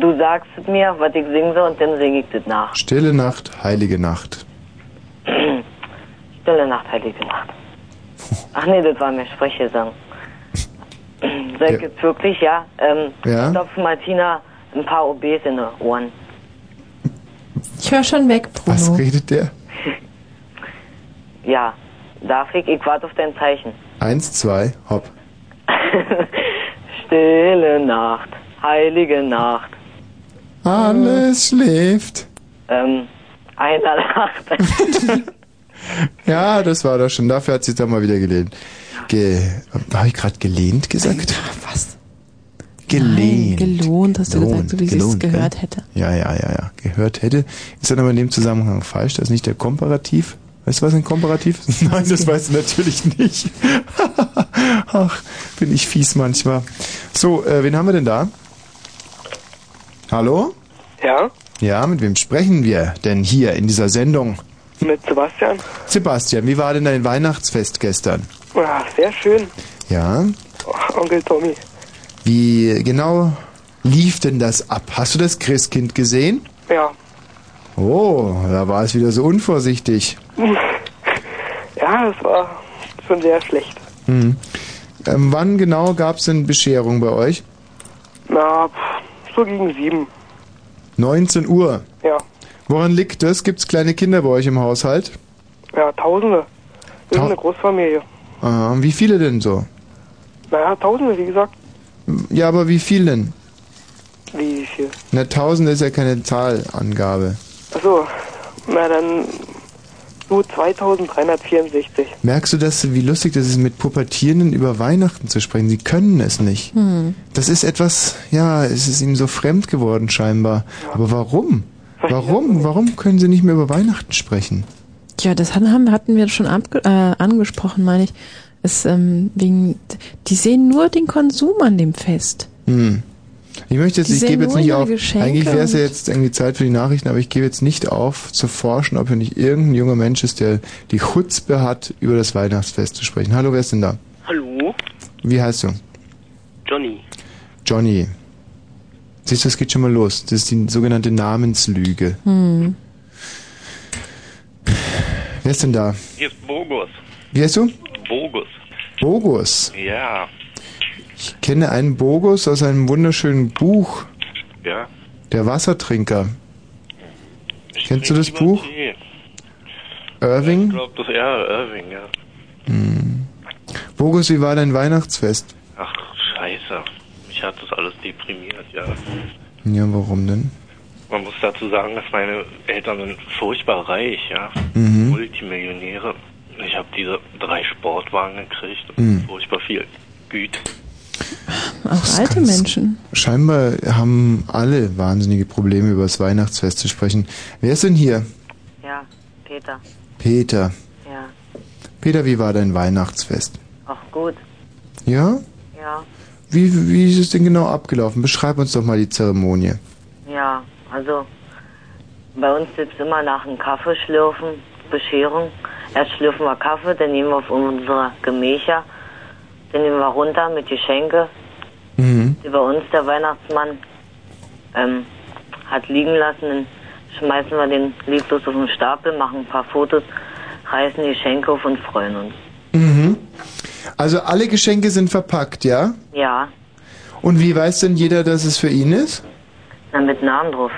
S4: du sagst es mir, was ich singen soll, und dann singe ich das nach. [clears throat]
S1: Stille Nacht, heilige Nacht.
S4: Stille Nacht, heilige Nacht. Ach nee, das war mir Sprechgesang. [clears throat] Soll ich
S1: Ja.
S4: jetzt wirklich, ja? Ähm,
S1: Ja?
S4: Stopf Martina ein paar OBs in die Ohren. [laughs]
S5: Ich höre schon weg, Bruno.
S1: Was redet der?
S4: Ja, darf ich? Ich warte auf dein Zeichen. [laughs]
S1: Eins, zwei, hopp.
S4: Stille Nacht, heilige Nacht.
S1: Alles schläft.
S4: Ähm, einer lacht.
S1: Ja, das war doch schon. Dafür hat sie da mal wieder gelehnt. Ge Habe ich gerade gelehnt gesagt?
S5: Was?
S1: Gelehnt.
S5: Nein, gelohnt, hast du gesagt, so wie sie es
S1: gelohnt,
S5: gehört
S1: gell?
S5: hätte.
S1: Ja, ja, ja, ja. Gehört hätte. Ist dann aber in dem Zusammenhang falsch. Das ist nicht der Komparativ. Weißt du, was ein Komparativ ist? [laughs] Nein, das weißt du natürlich nicht. [laughs] Ach, bin ich fies manchmal. So, äh, wen haben wir denn da? Hallo?
S6: Ja?
S1: Ja, mit wem sprechen wir denn hier in dieser Sendung?
S6: Mit Sebastian?
S1: Sebastian, wie war denn dein Weihnachtsfest gestern?
S6: Ah, sehr schön.
S1: Ja,
S6: Oh, Onkel Tommy. [laughs]
S1: wie genau lief denn das ab? Hast du das Christkind gesehen?
S6: Ja.
S1: Oh, da war es wieder so unvorsichtig.
S6: Ja, das war schon sehr schlecht.
S1: Hm. Ähm, wann genau gab es denn Bescherung bei euch?
S6: Na, pff, so gegen sieben.
S1: 19 Uhr.
S6: Ja.
S1: Woran liegt das? Gibt es kleine Kinder bei euch im Haushalt?
S6: Ja, Tausende. Wir
S1: Tau-
S6: sind eine Großfamilie.
S1: Ah, wie viele denn so?
S6: Naja, Tausende, wie gesagt.
S1: Ja, aber wie viele denn?
S6: Wie viel?
S1: Na, Tausende ist ja keine Zahlangabe.
S6: Achso, na dann nur 2364.
S1: Merkst du das, wie lustig das ist, mit Pubertierenden über Weihnachten zu sprechen? Sie können es nicht.
S6: Hm.
S1: Das ist etwas, ja, es ist ihm so fremd geworden scheinbar. Aber warum? Warum? Warum können sie nicht mehr über Weihnachten sprechen?
S5: Ja, das hatten- haben, hatten wir schon abge äh, angesprochen, meine ich. Es, ähm, wegen, die sehen nur den Konsum an dem Fest.
S1: Hm. Ich möchte jetzt,
S5: Die
S1: ich
S5: sehen
S1: gebe jetzt
S5: nur
S1: nicht
S5: ihre
S1: auf.
S5: Geschenke
S1: Eigentlich wäre es ja
S5: und-
S1: jetzt irgendwie Zeit für die Nachrichten, aber ich gebe jetzt nicht auf, zu forschen, ob hier nicht irgendein junger Mensch ist, der die Chutzpe hat, über das Weihnachtsfest zu sprechen. Hallo, wer ist denn da?
S7: Hallo,
S1: Wie heißt du?
S7: Johnny.
S1: Johnny. Siehst du, es geht schon mal los. Das ist die sogenannte Namenslüge.
S5: Hm.
S1: Wer ist denn da?
S8: Hier ist Bogus.
S1: Wie heißt du?
S8: Bogus.
S1: Bogus.
S8: Ja,
S1: Ich kenne einen Bogus aus einem wunderschönen Buch,
S8: ja.
S1: Der Wassertrinker. Kennst du das
S8: Lieber
S1: Buch?
S8: Tee. Ich
S1: Irving?
S8: glaube, das ist ja Irving, ja.
S1: Hm. Bogus, wie war dein Weihnachtsfest?
S8: Ach, scheiße. Mich hat das alles deprimiert, ja.
S1: Ja, warum denn?
S8: Man muss dazu sagen, dass meine Eltern sind furchtbar reich, ja.
S1: Mhm.
S8: Multimillionäre. Ich habe diese drei Sportwagen gekriegt und
S1: Mhm.
S8: furchtbar viel Güte.
S5: Auch alte Menschen.
S1: Scheinbar haben alle wahnsinnige Probleme, über das Weihnachtsfest zu sprechen. Wer ist denn hier?
S4: [laughs] ja, Peter.
S1: Peter.
S4: Ja.
S1: Peter, wie war dein Weihnachtsfest?
S4: Ach gut.
S1: Ja?
S4: Ja.
S1: Wie, wie ist es denn genau abgelaufen? Beschreib uns doch mal die Zeremonie.
S4: Ja, also bei uns gibt's immer nach dem Kaffee schlürfen, Bescherung. Erst schlürfen wir Kaffee, dann nehmen wir auf unsere Gemächer, dann nehmen wir runter mit Geschenke,
S1: Mhm.
S4: die bei uns der Weihnachtsmann ähm, hat liegen lassen. Dann schmeißen wir den lieblos auf den Stapel, machen ein paar Fotos, reißen die Geschenke auf und freuen uns.
S1: Mhm. Also alle Geschenke sind verpackt, ja?
S4: Ja,
S1: Und wie weiß denn jeder, dass es für ihn ist?
S4: dann mit Namen drauf.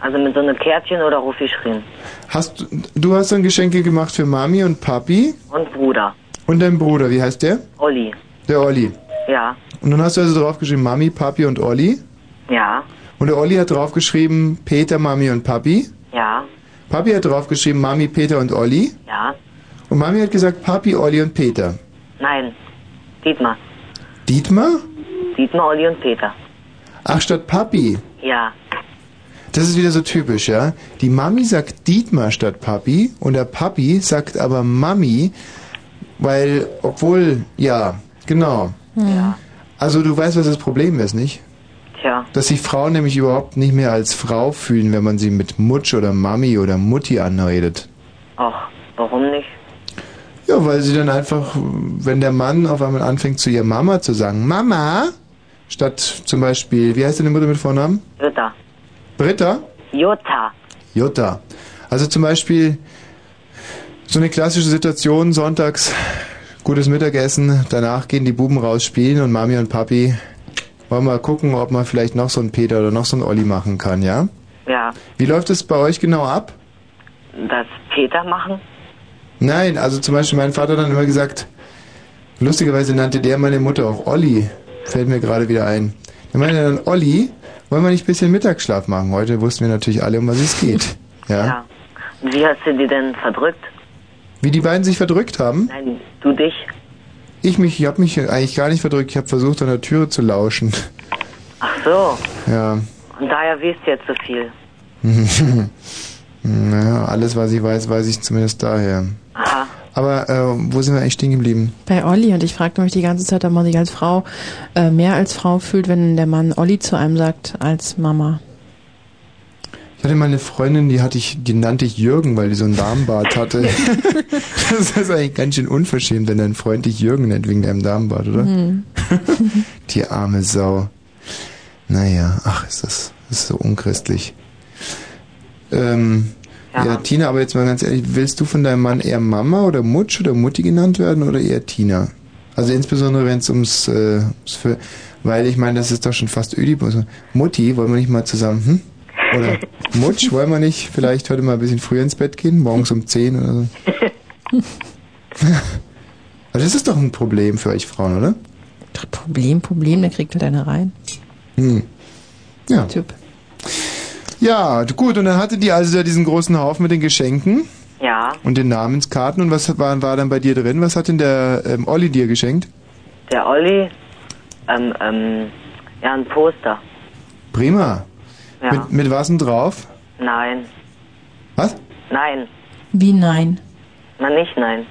S4: Also mit so einem Kärtchen oder Rufi schrien.
S1: Hast du hast dann Geschenke gemacht für Mami und Papi
S4: Und Bruder,
S1: und dein Bruder, wie heißt der?
S4: Olli.
S1: Der Olli.
S4: Ja,
S1: Und dann hast du also draufgeschrieben Mami, Papi und Olli
S4: ja,
S1: und der Olli hat draufgeschrieben Peter, Mami und Papi.
S4: ja,
S1: Papi hat draufgeschrieben Mami, Peter und Olli
S4: ja.
S1: und Mami hat gesagt Papi, Olli und Peter.
S4: Nein, Dietmar.
S1: Dietmar?
S4: Dietmar, Olli und Peter.
S1: Ach statt Papi.
S4: Ja,
S1: Das ist wieder so typisch, ja? Die Mami sagt Dietmar statt Papi und der Papi sagt aber Mami, weil obwohl ja, genau.
S5: Ja.
S1: Also du weißt, was das Problem ist, nicht?
S4: Tja.
S1: Dass sich Frauen nämlich überhaupt nicht mehr als Frau fühlen, wenn man sie mit Mutsch oder Mami oder Mutti anredet.
S4: Ach, warum nicht?
S1: Ja, weil sie dann einfach, wenn der Mann auf einmal anfängt zu ihr Mama zu sagen, Mama, statt zum Beispiel, wie heißt deine Mutter mit Vornamen?
S4: Jutta.
S1: Britta?
S4: Jutta.
S1: Jutta. Also zum Beispiel so eine klassische Situation, sonntags gutes Mittagessen, danach gehen die Buben raus spielen und Mami und Papi wollen mal gucken, ob man vielleicht noch so einen Peter oder noch so einen Olli machen kann, ja?
S4: Ja.
S1: Wie läuft es bei euch genau ab?
S4: Das Peter machen?
S1: Nein, also zum Beispiel mein Vater hat dann immer gesagt, lustigerweise nannte der meine Mutter auch Olli, fällt mir gerade wieder ein. Der meinte dann, Olli, wollen wir nicht ein bisschen Mittagsschlaf machen? Heute wussten wir natürlich alle, um was es geht. Ja.
S4: Ja. Wie hast du die denn verdrückt?
S1: Wie die beiden sich verdrückt haben?
S4: Nein, du dich?
S1: Ich mich, ich habe mich eigentlich gar nicht verdrückt. Ich habe versucht, an der Türe zu lauschen. [laughs]
S4: Ach so.
S1: Ja. [laughs]
S4: Und daher weißt du jetzt so viel.
S1: naja, alles, was ich weiß, weiß ich zumindest daher.
S4: Aha.
S1: Aber äh, wo sind wir eigentlich stehen geblieben?
S5: Bei Olli und ich fragte mich die ganze Zeit, ob man sich als Frau äh, mehr als Frau fühlt, wenn der Mann Olli zu einem sagt als Mama.
S1: Ich hatte mal eine Freundin, die hatte ich, die nannte ich Jürgen, weil die so einen Damenbart hatte. [laughs] das ist eigentlich ganz schön unverschämt, wenn dein Freund dich Jürgen nennt wegen deinem Damenbart,
S2: Mhm.
S1: oder?
S9: Mhm.
S5: Hm.
S1: Die arme Sau. Naja, ach, ist das, ist so unchristlich. Ähm, ja. Tina, aber jetzt mal ganz ehrlich, willst du von deinem Mann eher Mama oder Mutsch oder Mutti genannt werden oder eher Tina? Also insbesondere wenn es ums, äh, ums Für weil ich meine, das ist doch schon fast Ödipus. Mutti, wollen wir nicht mal zusammen, hm? Oder Mutsch, wollen wir nicht vielleicht heute mal ein bisschen früher ins Bett gehen, morgens um 10 oder so? Also das ist doch ein Problem für euch Frauen, oder?
S5: Problem, Problem, der kriegt halt eine rein.
S1: Hm. Ja.
S5: Typ.
S1: Ja, gut, und dann hatte die also da diesen großen Haufen mit den Geschenken
S4: Ja,
S1: und den Namenskarten. Und was war, war dann bei dir drin? Was hat denn der ähm, Olli dir geschenkt?
S4: der Olli, ähm, ähm, ja, ein Poster.
S1: Prima.
S4: Ja.
S1: Mit, mit was denn drauf?
S4: Nein.
S1: Was?
S4: Nein.
S5: Wie nein?
S4: Na, nicht nein.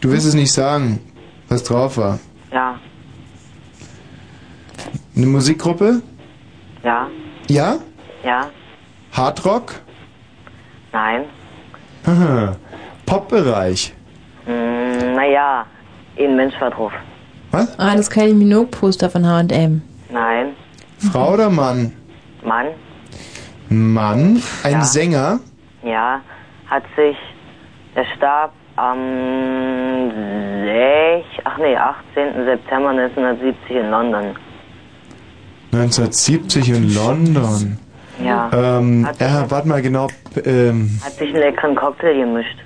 S1: Du wirst es nicht sagen, was drauf war.
S4: Ja,
S1: Eine Musikgruppe?
S4: ja,
S1: Ja?
S4: ja,
S1: Hardrock? [laughs]
S4: nein.
S1: Haha. Popbereich.
S4: Hm, naja, ein Mensch war drauf.
S1: Was?
S5: Ah, das Kylie Minogue Poster von H&M.
S4: Nein,
S1: Frau oder Mann?
S4: Mann,
S1: Mann, ein
S4: Ja.
S1: Sänger.
S4: ja, hat sich, er starb am 6, ach nee, 18. September 1970 in London.
S1: 1970 in London.
S4: Ja,
S1: Ähm, ja, warte mal genau. p- Ähm,
S4: hat sich einen leckeren Cocktail gemischt.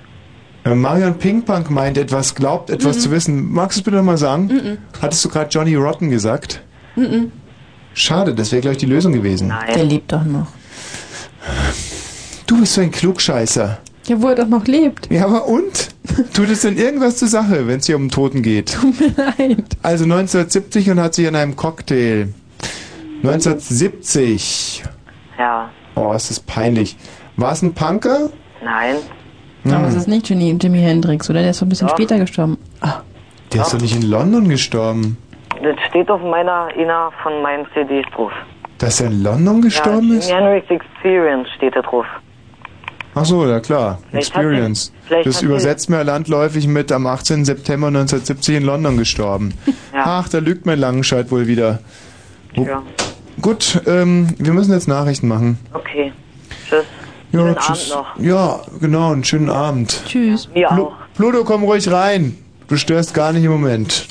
S1: Äh, Marion Pinkpunk meint etwas, glaubt etwas
S5: Mhm.
S1: zu wissen. Magst du es bitte nochmal sagen? Hattest du gerade Johnny Rotten gesagt?
S2: Mhm.
S1: Schade, das wäre gleich die Lösung gewesen.
S5: Der lebt doch noch.
S1: Du bist so ein Klugscheißer.
S5: Ja, wo er doch noch lebt. [laughs]
S1: Ja, aber und? Tut es denn irgendwas zur Sache, wenn es hier um den Toten geht? Tut mir leid. Also 1970 und hat sich an einem Cocktail. 1970.
S4: Ja,
S1: Oh, ist das peinlich. War es ein Punker?
S4: nein,
S1: Hm.
S5: Aber es ist nicht Jimi, Jimi Hendrix, oder? Der ist doch ein bisschen später gestorben. Ah.
S1: Der ist doch nicht in London gestorben.
S4: das steht auf meiner, einer von meinen CDs drauf.
S1: Dass er in London gestorben
S4: ja,
S1: ist?
S4: Jimi Hendrix Experience steht da drauf.
S1: Ach so, ja klar.
S4: Vielleicht hat
S1: Experience.
S4: sie- vielleicht
S1: das
S4: hat sie-
S1: übersetzt mir landläufig mit am 18. September 1970 in London
S4: [laughs]
S1: gestorben. Ach, da lügt mein Langenscheid wohl wieder. Wo-
S4: Ja.
S1: Gut, ähm, wir müssen jetzt Nachrichten machen.
S4: Okay, tschüss.
S1: Ja,
S4: Schönen
S1: tschüss.
S4: Abend
S1: Ja, genau, einen schönen Abend.
S5: Tschüss.
S4: Mir
S1: Plu-
S4: auch.
S1: Pluto, komm ruhig rein. Du störst gar nicht im Moment.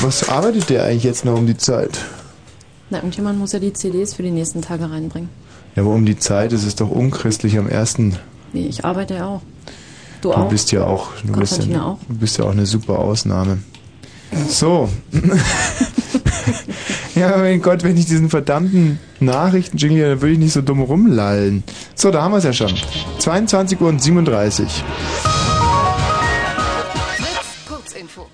S1: Was arbeitet der eigentlich jetzt noch um die Zeit?
S10: Na, irgendjemand muss ja die CDs für die nächsten Tage reinbringen.
S1: Ja, aber um die Zeit, es ist doch unchristlich am ersten.
S10: Nee, ich arbeite ja auch. Du
S1: Du
S10: auch?
S1: bist ja auch, du bist
S10: Konstantin
S1: ja,
S10: auch?
S1: du bist ja auch eine super Ausnahme. So. [laughs] ja, mein Gott, wenn ich diesen verdammten Nachrichten-Jingle, dann würde ich nicht so dumm rumlallen. So, da haben wir es ja schon. 22 Uhr und 37.
S10: Kurzinfo.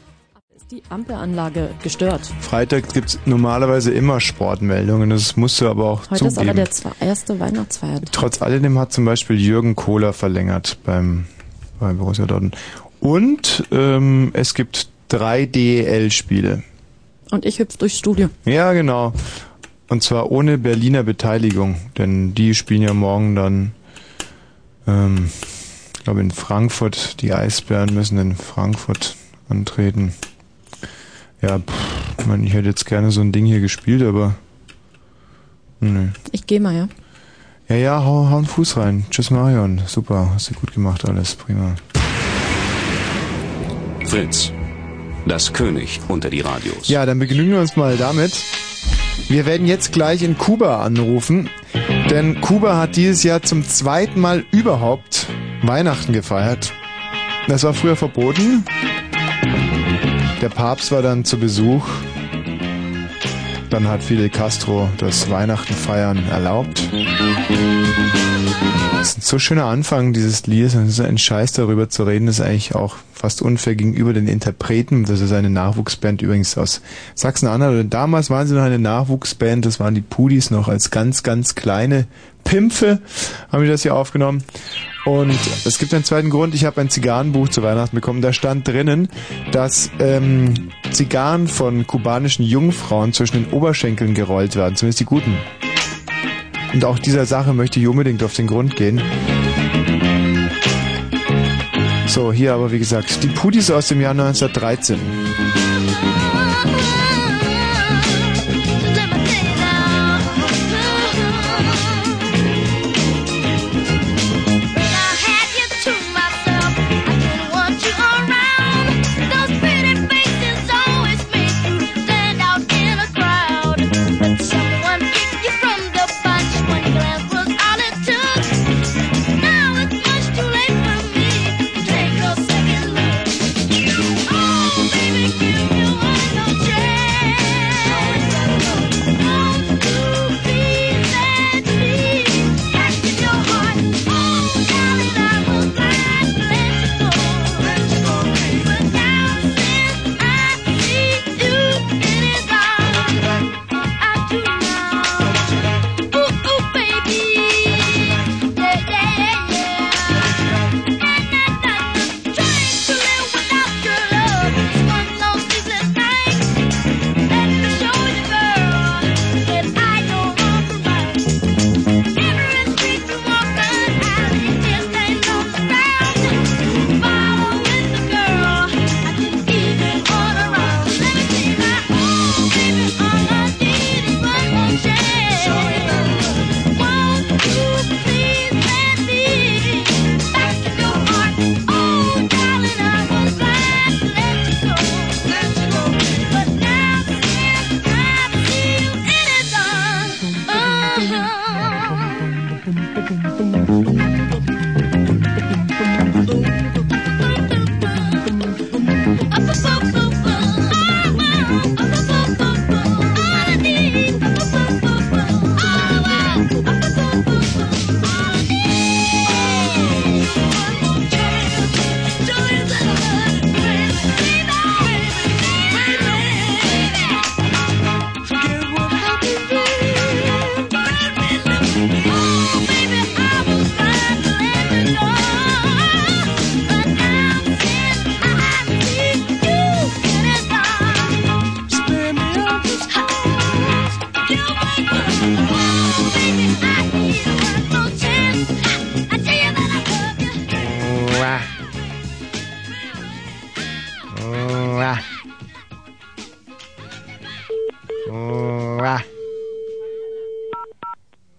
S10: Ist die Ampelanlage gestört?
S1: Freitags gibt es normalerweise immer Sportmeldungen, das musst du aber auch
S10: Heute ist aber
S1: zugeben.
S10: der zwe- erste Weihnachtsfeiertag.
S1: Trotz alledem hat zum Beispiel Jürgen Kohler verlängert beim, beim Borussia Dortmund. Und ähm, es gibt drei DEL-Spiele.
S10: Und ich hüpf durchs Studio.
S1: Ja, genau. Und zwar ohne Berliner Beteiligung, denn die spielen ja morgen dann, ähm, ich glaube in Frankfurt, die Eisbären müssen in Frankfurt antreten. Ja, pff, ich, meine, ich hätte jetzt gerne so ein Ding hier gespielt, aber nö.
S5: Ich gehe mal, ja.
S1: Ja, ja, hau, hau einen Fuß rein. Tschüss Marion, super, hast du gut gemacht alles, prima.
S3: Fritz. Das König unter die Radios.
S1: Ja, dann begnügen wir uns mal damit. Wir werden jetzt gleich in Kuba anrufen, denn Kuba hat dieses Jahr zum zweiten Mal überhaupt Weihnachten gefeiert. Das war früher verboten. Der Papst war dann zu Besuch. Dann hat Fidel Castro das Weihnachten feiern erlaubt. Das ist ein so schöner Anfang dieses Liedes und es ist ein Scheiß darüber zu reden, das ist eigentlich auch fast unfair gegenüber den Interpreten. Das ist eine Nachwuchsband übrigens aus Sachsen-Anhalt. Damals waren sie noch eine Nachwuchsband, das waren die Pudis noch als ganz, ganz kleine Pimpfe, haben wir das hier aufgenommen. Und es gibt einen zweiten Grund, ich habe ein Zigarrenbuch zu Weihnachten bekommen, da stand drinnen, dass ähm, Zigarren von kubanischen Jungfrauen zwischen den Oberschenkeln gerollt werden, zumindest die guten. Und auch dieser Sache möchte ich unbedingt auf den Grund gehen. So, hier aber wie gesagt, die Pudis aus dem Jahr 1913.
S9: Oh,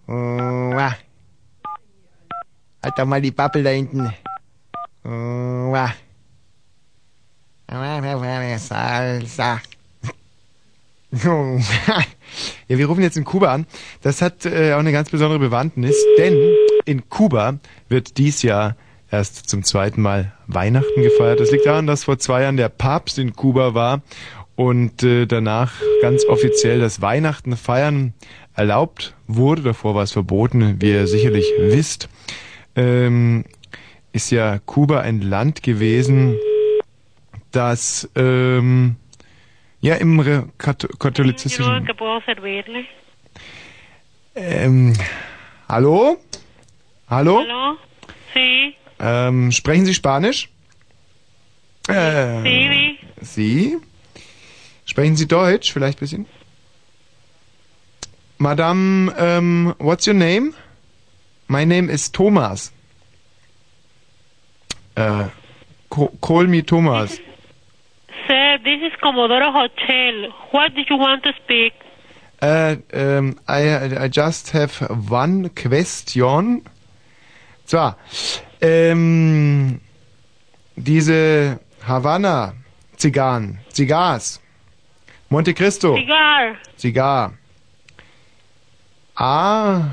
S9: Uh-huh. Halt doch mal die Pappel da hinten. Uah. Salsa.
S1: [laughs] Ja, Oh. wir rufen jetzt in Kuba an. Das hat äh, auch eine ganz besondere Bewandtnis, denn in Kuba wird dies Jahr erst zum zweiten Mal Weihnachten gefeiert. Das liegt daran, dass vor zwei Jahren der Papst in Kuba war und äh, danach ganz offiziell das Weihnachten feiern erlaubt wurde. Davor war es verboten, wie ihr sicherlich wisst. Ähm, ist ja Kuba ein Land gewesen, das ähm, ja im Re Kat katholizistischen... Ähm, hallo? Hallo?
S11: Oh,
S12: Hallo? Sí.
S1: Ähm, sprechen Sie Spanisch? Äh,
S12: Sí.
S1: Sie? Sprechen Sie Deutsch vielleicht ein bisschen? Madame, ähm, what's your name? My name is Thomas. Äh, ca- call me Thomas.
S11: Sir, this is Commodore Hotel. What do you want to speak?
S1: Äh, ähm, I, I just have one question. Zwar, ähm, diese Havanna, Zigarren, Zigars, Monte Cristo,
S11: Cigar.
S1: Zigar. Are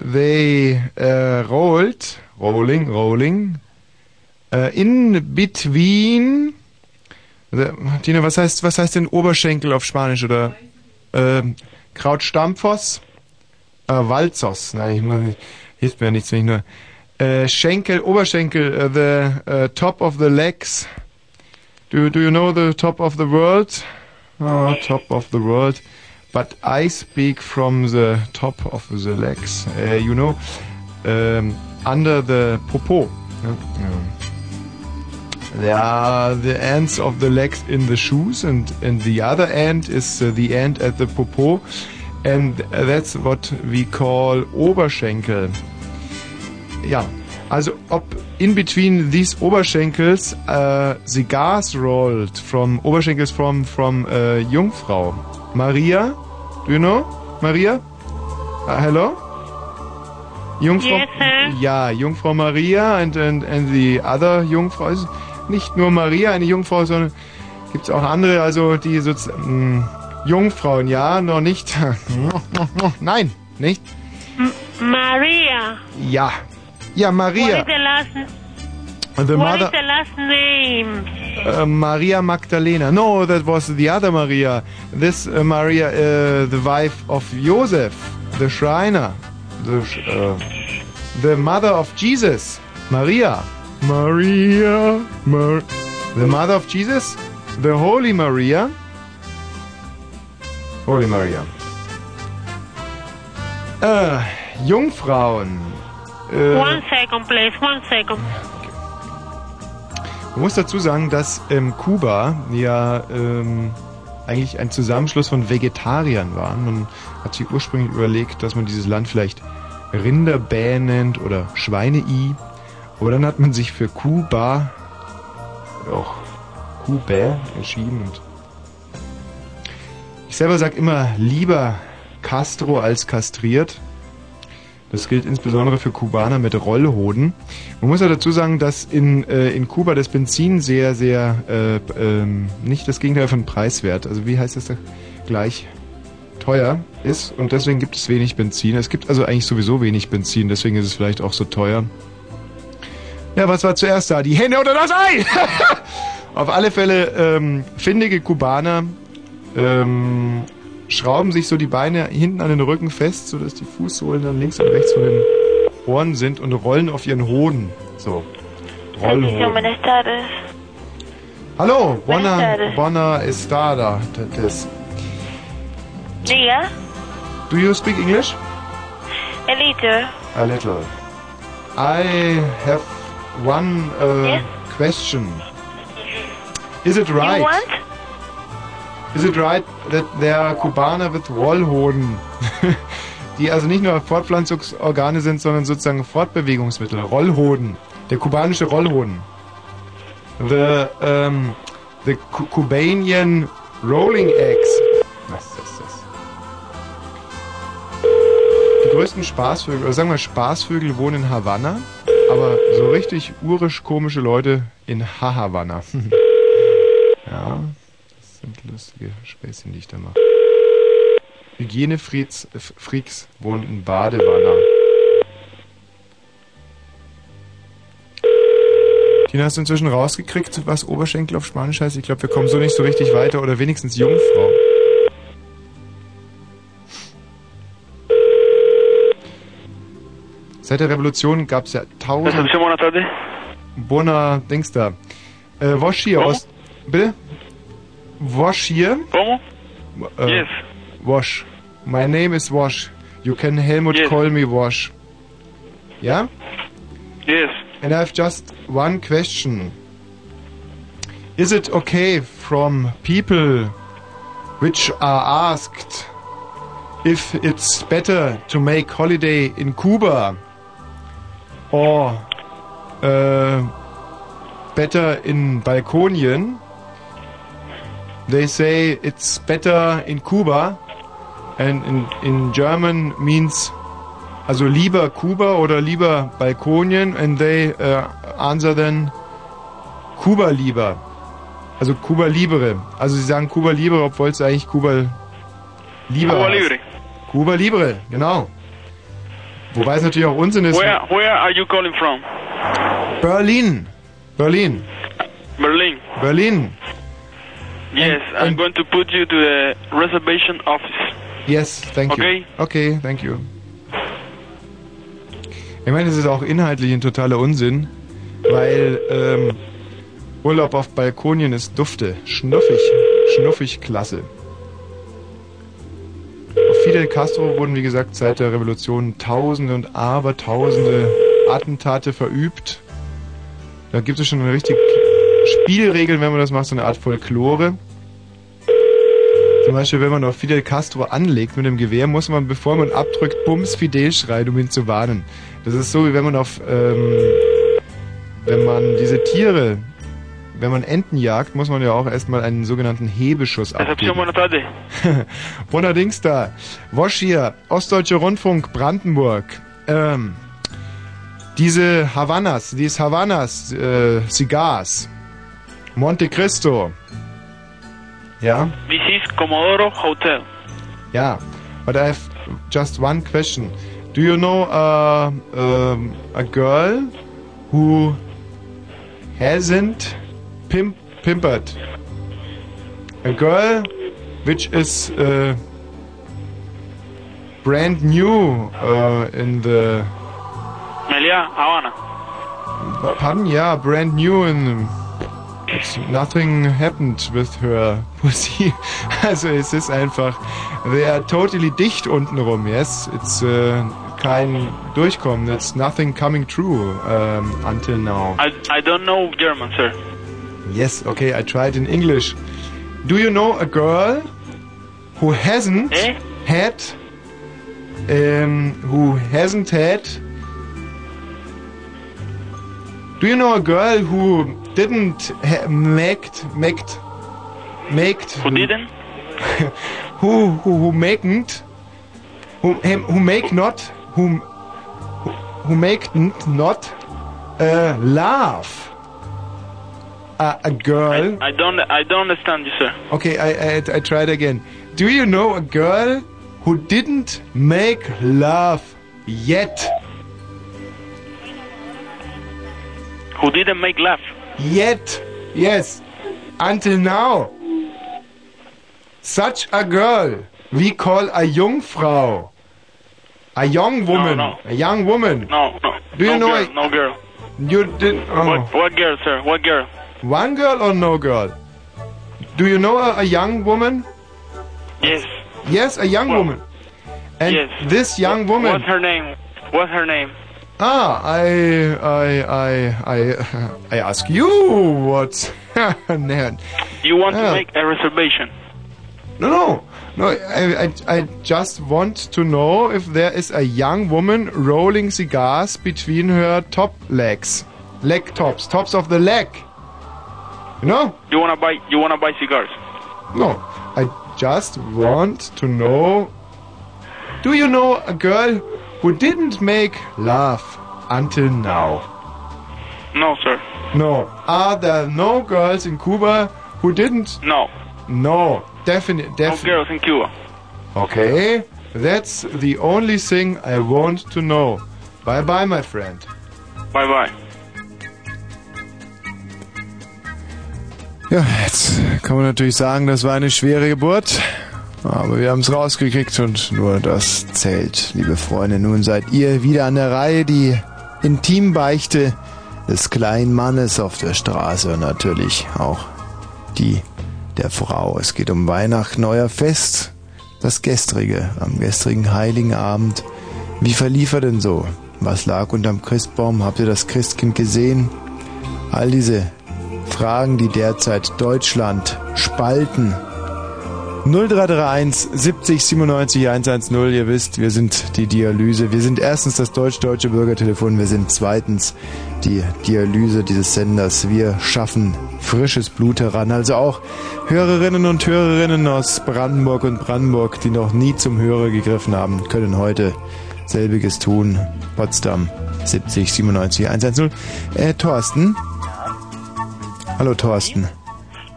S1: they äh, rolled, rolling, rolling, äh, in between, the, Martina, was heißt, was heißt denn Oberschenkel auf Spanisch oder ähm, Krautstampfos? Äh, Walzos, nein, ich muss, hilft mir ja nichts, wenn ich nur äh, Schenkel, Oberschenkel, äh, the äh, top of the legs. Do, do you know the top of the world? Oh, top of the world. But I speak from the top of the legs. Äh, you know, ähm, under the popo. Uh, um, Ja, ja. There are the ends of the legs in the shoes, and, and the other end is uh, the end at the popo. And that's what we call Oberschenkel. Ja, also ob in between these Oberschenkels äh, the gas rolled from Oberschenkels from from äh, Jungfrau Maria, do you know Maria? Uh, hello. Jungfrau.
S11: Yes, sir.
S1: Ja, Jungfrau Maria and, and and the other Jungfrau ist nicht nur Maria eine Jungfrau, sondern gibt's auch andere, also die sozusagen mh, Jungfrauen, ja, noch nicht. [laughs] Nein, nicht.
S11: Hm. Maria.
S1: Ja. Ja,
S11: What
S1: Maria.
S11: is the last,
S1: The
S11: what is
S1: mother
S11: the last name?
S1: uh, Maria Magdalena. No, that was the other Maria. This uh, Maria, uh, the wife of Joseph, the Shriner, the sh- uh, the mother of Jesus, Maria. Maria, Mar- the mother of Jesus, the Holy Maria. Holy Maria. Äh, Jungfrauen. Äh,
S11: One second, please. One second.
S1: Man muss dazu sagen, dass ähm, Kuba ja ähm, eigentlich ein Zusammenschluss von Vegetariern war. Man hat sich ursprünglich überlegt, dass man dieses Land vielleicht Rinderbäh nennt oder Schweine-I. Aber dann hat man sich für Kuba, auch Kuba, entschieden. Und ich selber sage immer lieber Castro als kastriert. Das gilt insbesondere für Kubaner mit Rollhoden. Man muss ja dazu sagen, dass in, äh, in Kuba das Benzin sehr, sehr, äh, p- ähm, nicht das Gegenteil von preiswert, also wie heißt das da gleich, teuer ist und deswegen gibt es wenig Benzin. Es gibt also eigentlich sowieso wenig Benzin, deswegen ist es vielleicht auch so teuer. Ja, was war zuerst da? Die Henne oder das Ei? [laughs] Auf alle Fälle, ähm, findige Kubaner ähm, schrauben sich so die Beine hinten an den Rücken fest, sodass die Fußsohlen dann links und rechts von den Ohren sind und rollen auf ihren Hoden. So. Rollhoden.
S13: buenas tardes.
S1: Hallo,
S13: Buenas
S1: Bonner,
S13: tardes.
S1: Bonner Estada. Das ist-
S13: Diga,
S1: Do you speak English?
S13: a little.
S1: A little. I have one uh,
S13: Yes?
S1: question. Is it right?
S13: You want?
S1: Is it right that there are Kubaner with [laughs] Rollhoden, die also nicht nur Fortpflanzungsorgane sind, sondern sozusagen Fortbewegungsmittel? Rollhoden. Der kubanische Rollhoden. The, um, the Cu- Cubanian Rolling Eggs. Was ist das? Die größten Spaßvögel, oder sagen wir Spaßvögel wohnen in Havanna, aber so richtig urisch komische Leute in Ha-Havanna. [laughs] ja, das sind lustige Späßchen, die ich da mache. Hygienefreaks F- Freaks wohnen in Badewanna. Tina, hast du inzwischen rausgekriegt, was Oberschenkel auf Spanisch heißt? Ich glaube, wir kommen so nicht so richtig weiter oder wenigstens Jungfrau. Seit der Revolution gab es ja tausend...
S14: Recepción, buenas tardes.
S1: Buona Dings da. Äh, wash hier aus. Bitte? Wash hier?
S14: Como?
S1: Äh,
S14: Yes.
S1: Wash. My name is Wash. You can Helmut call me Wash. Ja?
S14: Yes.
S1: And I have just one question. Is it okay from people which are asked if it's better to make holiday in Cuba or uh, better in Balkonien. They say it's better in Cuba and in, in German means also lieber Kuba oder lieber Balkonien and they uh, answer then Kuba lieber. Also Kuba libere. Also sie sagen Kuba libere, obwohl es eigentlich Kuba lieber
S8: Cuba
S1: heißt.
S8: Libre.
S1: Kuba Libre, genau. Wobei es natürlich auch Unsinn ist.
S8: Where Where are you calling from?
S1: Berlin. Berlin.
S8: Berlin.
S1: Berlin.
S8: Yes, I'm going to put you to the reservation office.
S1: Yes, thank you.
S8: Okay.
S1: Okay, thank you. Ich meine, es ist auch inhaltlich ein totaler Unsinn, weil ähm, Urlaub auf Balkonien ist dufte, schnuffig, schnuffig klasse. Auf Fidel Castro wurden, wie gesagt, seit der Revolution Tausende und Abertausende Attentate verübt. Da gibt es schon eine richtige Spielregeln, wenn man das macht, so eine Art Folklore. Zum Beispiel, wenn man auf Fidel Castro anlegt mit dem Gewehr, muss man, bevor man abdrückt, Bums Fidel schreien, um ihn zu warnen. Das ist so, wie wenn man auf, ähm, wenn man diese Tiere, wenn man Enten jagt, muss man ja auch erstmal einen sogenannten Hebeschuss
S8: Recepción,
S1: [laughs] abgeben.
S8: buenas tardes.
S1: Wunderdings da. Wosch hier, Ostdeutsche Rundfunk, Brandenburg. Ähm, diese Havanas, dieses Havanas, äh, Cigars, Monte Cristo. Ja?
S8: This is Comodoro Hotel.
S1: Yeah, but I have just one question. Do you know uh, um, a girl who hasn't pimp pimpered? A girl which is uh, brand new uh, in the
S8: Melia, Havana.
S1: pardon, yeah, brand new and it's, nothing happened with her [laughs] pussy. Also es ist einfach, they are totally dicht unten rum, yes. It's äh, kein Durchkommen, it's nothing coming true ähm, until now.
S8: I, I don't know German, sir.
S1: Yes, okay, I tried in English. Do you know a girl who hasn't had um, who hasn't had Do you know a girl who didn't ha- maked maked maked who
S8: didn't
S1: [laughs] who who who makedn't who hem- who make not whom who, who makedn't not uh, laugh a, a girl
S8: I don't I don't understand you, sir.
S1: Okay, I, I, I tried again. Do you know a girl who didn't make love yet?
S8: Who didn't make laugh?
S1: Yet? Yes. Until now. Such a girl we call a Jungfrau. A young woman.
S8: no.
S1: A young woman.
S8: No, no.
S1: Do you
S8: no
S1: know
S8: girl,
S1: I-
S8: no girl?
S1: You didn't. Oh.
S8: What what girl, sir? What girl?
S1: One girl or no girl? Do you know a, a young woman?
S8: Yes.
S1: Yes, a young woman. And
S8: yes.
S1: this young woman.
S8: What's her name? What's her name?
S1: Ah, I, I, I, I, I ask you what? [laughs] no,
S8: You want
S1: Yeah.
S8: to make a reservation?
S1: no, no. I, I, I just want to know if there is a young woman rolling cigars between her top legs, leg tops, tops of the leg. You know?
S8: You wanna buy you wanna buy cigars?
S1: No, I just want to know. Do you know a girl who didn't make love until now?
S8: No, sir.
S1: No. Are there no girls in Cuba who didn't?
S8: No.
S1: No. Definite.
S8: No
S1: Definite.
S8: girls in Cuba.
S1: Okay. That's the only thing I want to know. Bye bye, my friend.
S8: Bye bye.
S15: Ja, jetzt kann man natürlich sagen, das war eine schwere Geburt. Aber wir haben es rausgekriegt und nur das zählt, liebe Freunde. Nun seid ihr wieder an der Reihe, die Intimbeichte des kleinen Mannes auf der Straße und natürlich auch die der Frau. Es geht um Weihnachten, euer Fest, das gestrige, am gestrigen Heiligen Abend. Wie verlief er denn so? Was lag unterm Christbaum? Habt ihr das Christkind gesehen? All diese Fragen, die derzeit Deutschland spalten.
S1: 0331 70 97 110. Ihr wisst, wir sind die Dialyse. Wir sind erstens das deutsch-deutsche Bürgertelefon. Wir sind zweitens die Dialyse dieses Senders. Wir schaffen frisches Blut heran. Also auch Hörerinnen und Hörerinnen aus Brandenburg und Brandenburg, die noch nie zum Hörer gegriffen haben, können heute selbiges tun. Potsdam 70 97 110. Äh, Thorsten? Hallo, Thorsten.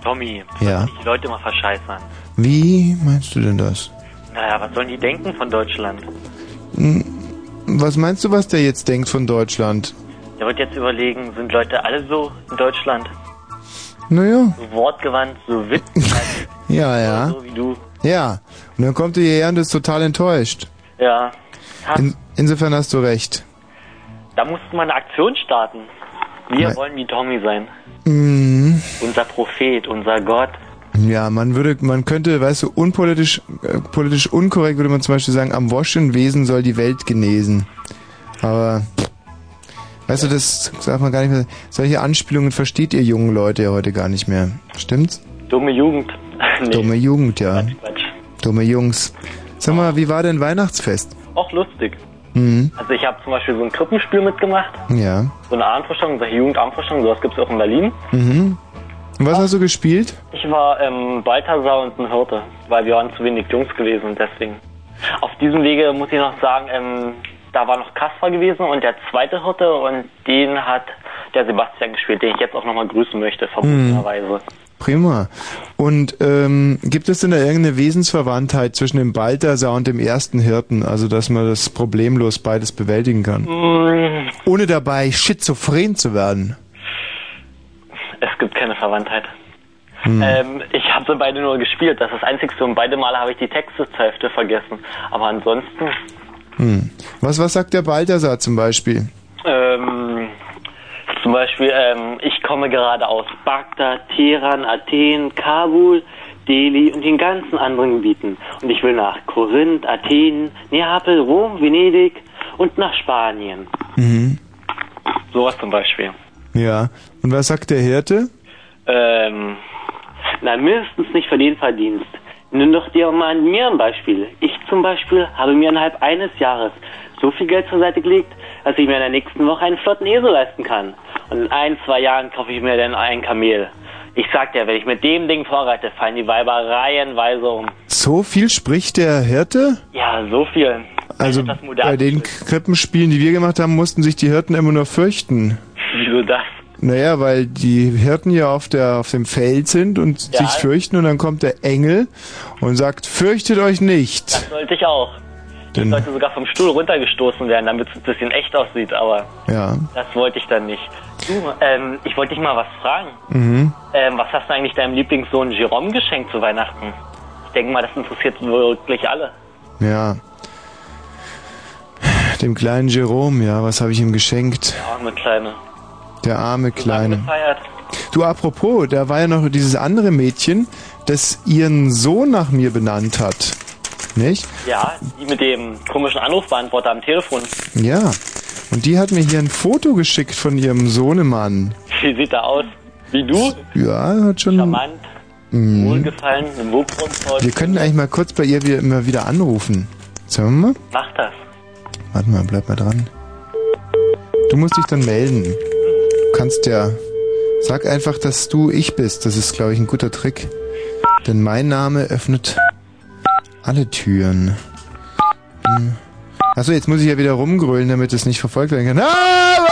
S15: Tommy,
S1: Ja.
S15: die Leute mal verscheißern.
S1: Wie meinst du denn das?
S15: Naja, was sollen die denken von Deutschland?
S1: Hm, Was meinst du, was der jetzt denkt von Deutschland?
S15: Der wird jetzt überlegen, sind Leute alle so in Deutschland?
S1: Naja.
S15: So wortgewandt, so
S1: [laughs]
S15: witzig,
S1: Ja, ja.
S15: so wie du.
S1: Ja. Und dann kommt er hierher und ist total enttäuscht.
S15: Ja. Ha,
S1: In, insofern hast du recht.
S15: da mussten wir eine Aktion starten. Wir
S1: Nein.
S15: wollen wie Tommy sein.
S1: Mhm.
S15: Unser Prophet, unser Gott.
S1: Ja, man würde, man könnte, weißt du, unpolitisch, äh, politisch unkorrekt würde man zum Beispiel sagen, am Waschenwesen soll die Welt genesen. Aber, weißt du, das darf man gar nicht mehr. Solche Anspielungen versteht ihr jungen Leute ja heute gar nicht mehr. Stimmt's?
S15: Dumme Jugend. [laughs] nee.
S1: Dumme Jugend, ja.
S15: Quatsch.
S1: Dumme Jungs. Sag mal, wie war denn Weihnachtsfest?
S15: Auch lustig.
S1: Mhm.
S15: Also ich habe zum Beispiel so ein Krippenspiel mitgemacht.
S1: Ja.
S15: So eine Armforschung, solche Jugendarmforschung, sowas gibt's auch in Berlin.
S1: Mhm. Und was hast du gespielt?
S15: Ich war ähm, Balthasar und ein Hirte, weil wir waren zu wenig Jungs gewesen und deswegen. Auf diesem Wege muss ich noch sagen, ähm, da war noch Kaspar gewesen und der zweite Hirte und den hat der Sebastian gespielt, den ich jetzt auch nochmal grüßen möchte, verbotenerweise.
S1: Hm. Prima. Und ähm, gibt es denn da irgendeine Wesensverwandtheit zwischen dem Balthasar und dem ersten Hirten, also dass man das problemlos beides bewältigen kann?
S15: Mm,
S1: Ohne dabei schizophren zu werden.
S15: es gibt keine Verwandtheit.
S1: Hm. Mhm.
S15: Ähm, ich habe sie beide nur gespielt, das ist das Einzige und beide Male habe ich die Texte zur Hälfte vergessen. Aber ansonsten,
S1: Hm. Was, was sagt der Balthasar zum Beispiel?
S15: ähm, zum Beispiel, ähm, ich komme gerade aus Bagdad, Teheran, Athen, Kabul, Delhi und den ganzen anderen Gebieten. Und ich will nach Korinth, Athen, Neapel, Rom, Venedig und nach Spanien.
S1: Mhm.
S15: Sowas zum Beispiel.
S1: Ja. Und was sagt der Hirte?
S15: Ähm, na, mindestens nicht für den Verdienst. Nimm doch dir mal an mir ein Beispiel. Ich zum Beispiel habe mir innerhalb eines Jahres so viel Geld zur Seite gelegt, dass ich mir in der nächsten Woche einen flotten Esel leisten kann. Und in ein, zwei Jahren kaufe ich mir dann ein Kamel. Ich sag dir, wenn ich mit dem Ding vorreite, fallen die Weiber reihenweise um.
S1: So viel spricht der Hirte?
S15: Ja, so viel.
S1: Also
S15: Das modern-
S1: bei den Krippenspielen, die wir gemacht haben, mussten sich die Hirten immer nur fürchten.
S15: Wieso das?
S1: Naja, weil die Hirten ja auf, der, auf dem Feld sind und
S15: Ja.
S1: sich fürchten und dann kommt der Engel und sagt, fürchtet euch nicht.
S15: Das sollte ich auch. Ich
S1: Denn,
S15: sollte sogar vom Stuhl runtergestoßen werden, damit es ein bisschen echt aussieht, aber
S1: ja.
S15: das wollte ich dann nicht. Du, ähm, ich wollte dich mal was fragen.
S13: [laughs]
S1: Mhm.
S15: Ähm, was hast du eigentlich deinem Lieblingssohn Jerome geschenkt zu Weihnachten? Ich denke mal, das interessiert wirklich alle.
S1: Ja. Dem kleinen Jerome, ja, was habe ich ihm geschenkt?
S15: Arme Kleine.
S1: Der arme Kleine.
S15: Gefeiert.
S1: Du, apropos, da war ja noch dieses andere Mädchen, das ihren Sohn nach mir benannt hat. Nicht?
S15: Ja, die mit dem komischen Anrufbeantworter am Telefon.
S1: Ja. Und die hat mir hier ein Foto geschickt von ihrem Sohnemann.
S15: Wie sieht er aus? Wie du?
S1: Ja, hat schon...
S15: Charmant,
S1: Mhm.
S15: wohlgefallen, im Wurbrunfort.
S1: Wir könnten eigentlich mal kurz bei ihr wieder, immer wieder anrufen. Sollen wir mal?
S15: Mach das.
S1: Warte mal, bleib mal dran. Du musst dich dann melden. Du kannst ja. Sag einfach, dass du ich bist. Das ist, glaube ich, ein guter Trick. Denn mein Name öffnet alle Türen. Hm. Achso, jetzt muss ich ja wieder rumgrölen, damit es nicht verfolgt werden kann. Ah!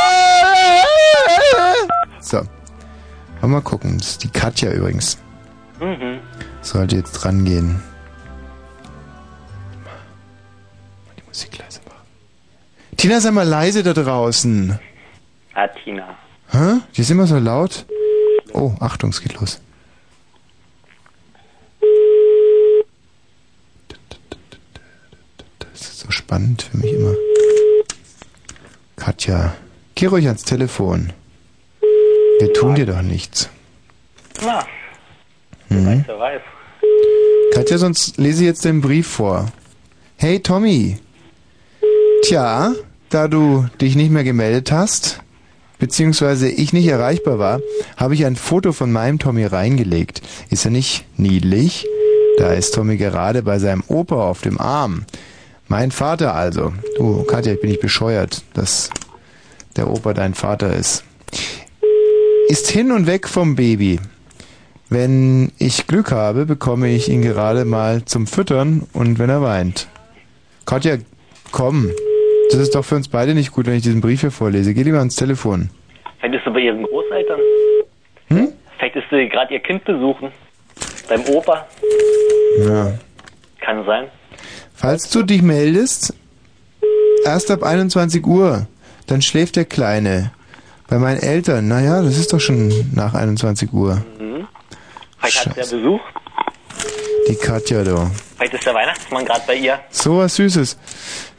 S1: So. Wollen wir Mal gucken. Das ist die Katja übrigens.
S15: Mhm.
S1: Sollte jetzt rangehen. Die Musik leise machen. Tina, sei mal leise da draußen.
S15: Ah, Tina.
S1: Hä? Die ist immer so laut. Oh, Achtung, es geht los. Das ist so spannend für mich immer. Katja, geh ruhig ans Telefon. Wir tun dir doch nichts.
S15: Na,
S1: Mhm.
S15: wer weiß.
S1: Katja, sonst lese ich jetzt den Brief vor. Hey Tommy. Tja, da du dich nicht mehr gemeldet hast, beziehungsweise ich nicht erreichbar war, habe ich ein Foto von meinem Tommy reingelegt. Ist er nicht niedlich? Da ist Tommy gerade bei seinem Opa auf dem Arm. Mein Vater also. Du, Katja, ich bin nicht bescheuert, dass der Opa dein Vater ist. Ist hin und weg vom Baby. Wenn ich Glück habe, bekomme ich ihn gerade mal zum Füttern und wenn er weint. Katja, komm. Das ist doch für uns beide nicht gut, wenn ich diesen Brief hier vorlese. Geh lieber ans Telefon.
S15: Vielleicht ist du bei ihren Großeltern.
S1: Hm?
S15: Vielleicht ist sie gerade ihr Kind besuchen. Beim Opa.
S1: Ja.
S15: Kann sein.
S1: Falls du dich meldest, erst ab 21 Uhr, dann schläft der Kleine. Bei meinen Eltern, naja, das ist doch schon nach 21 Uhr.
S15: Mhm. Vielleicht hat sie ja Besuch.
S1: Die Katja da.
S15: Vielleicht ist der Weihnachtsmann gerade bei ihr.
S1: So was Süßes.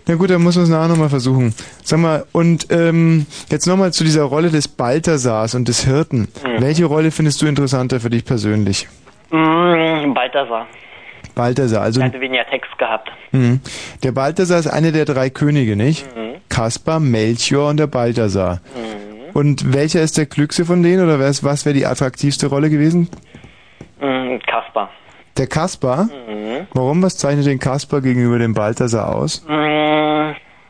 S1: Na gut, dann muss man es nachher nochmal versuchen. Sag mal, und ähm, jetzt nochmal zu dieser Rolle des Balthasars und des Hirten.
S15: Mhm.
S1: Welche Rolle findest du interessanter für dich persönlich?
S15: Mhm, Balthasar.
S1: Balthasar, also
S15: Er hatte weniger Text gehabt.
S1: Mhm. Der Balthasar ist einer der drei Könige, nicht?
S15: Mhm.
S1: Kaspar, Melchior und der Balthasar.
S15: Mhm.
S1: Und welcher ist der klügste von denen oder wär's, was wäre die attraktivste Rolle gewesen?
S15: Mhm, Kaspar.
S1: Der Kaspar?
S15: Mhm.
S1: Warum? Was zeichnet den Kaspar gegenüber dem Balthasar aus?
S15: Mhm.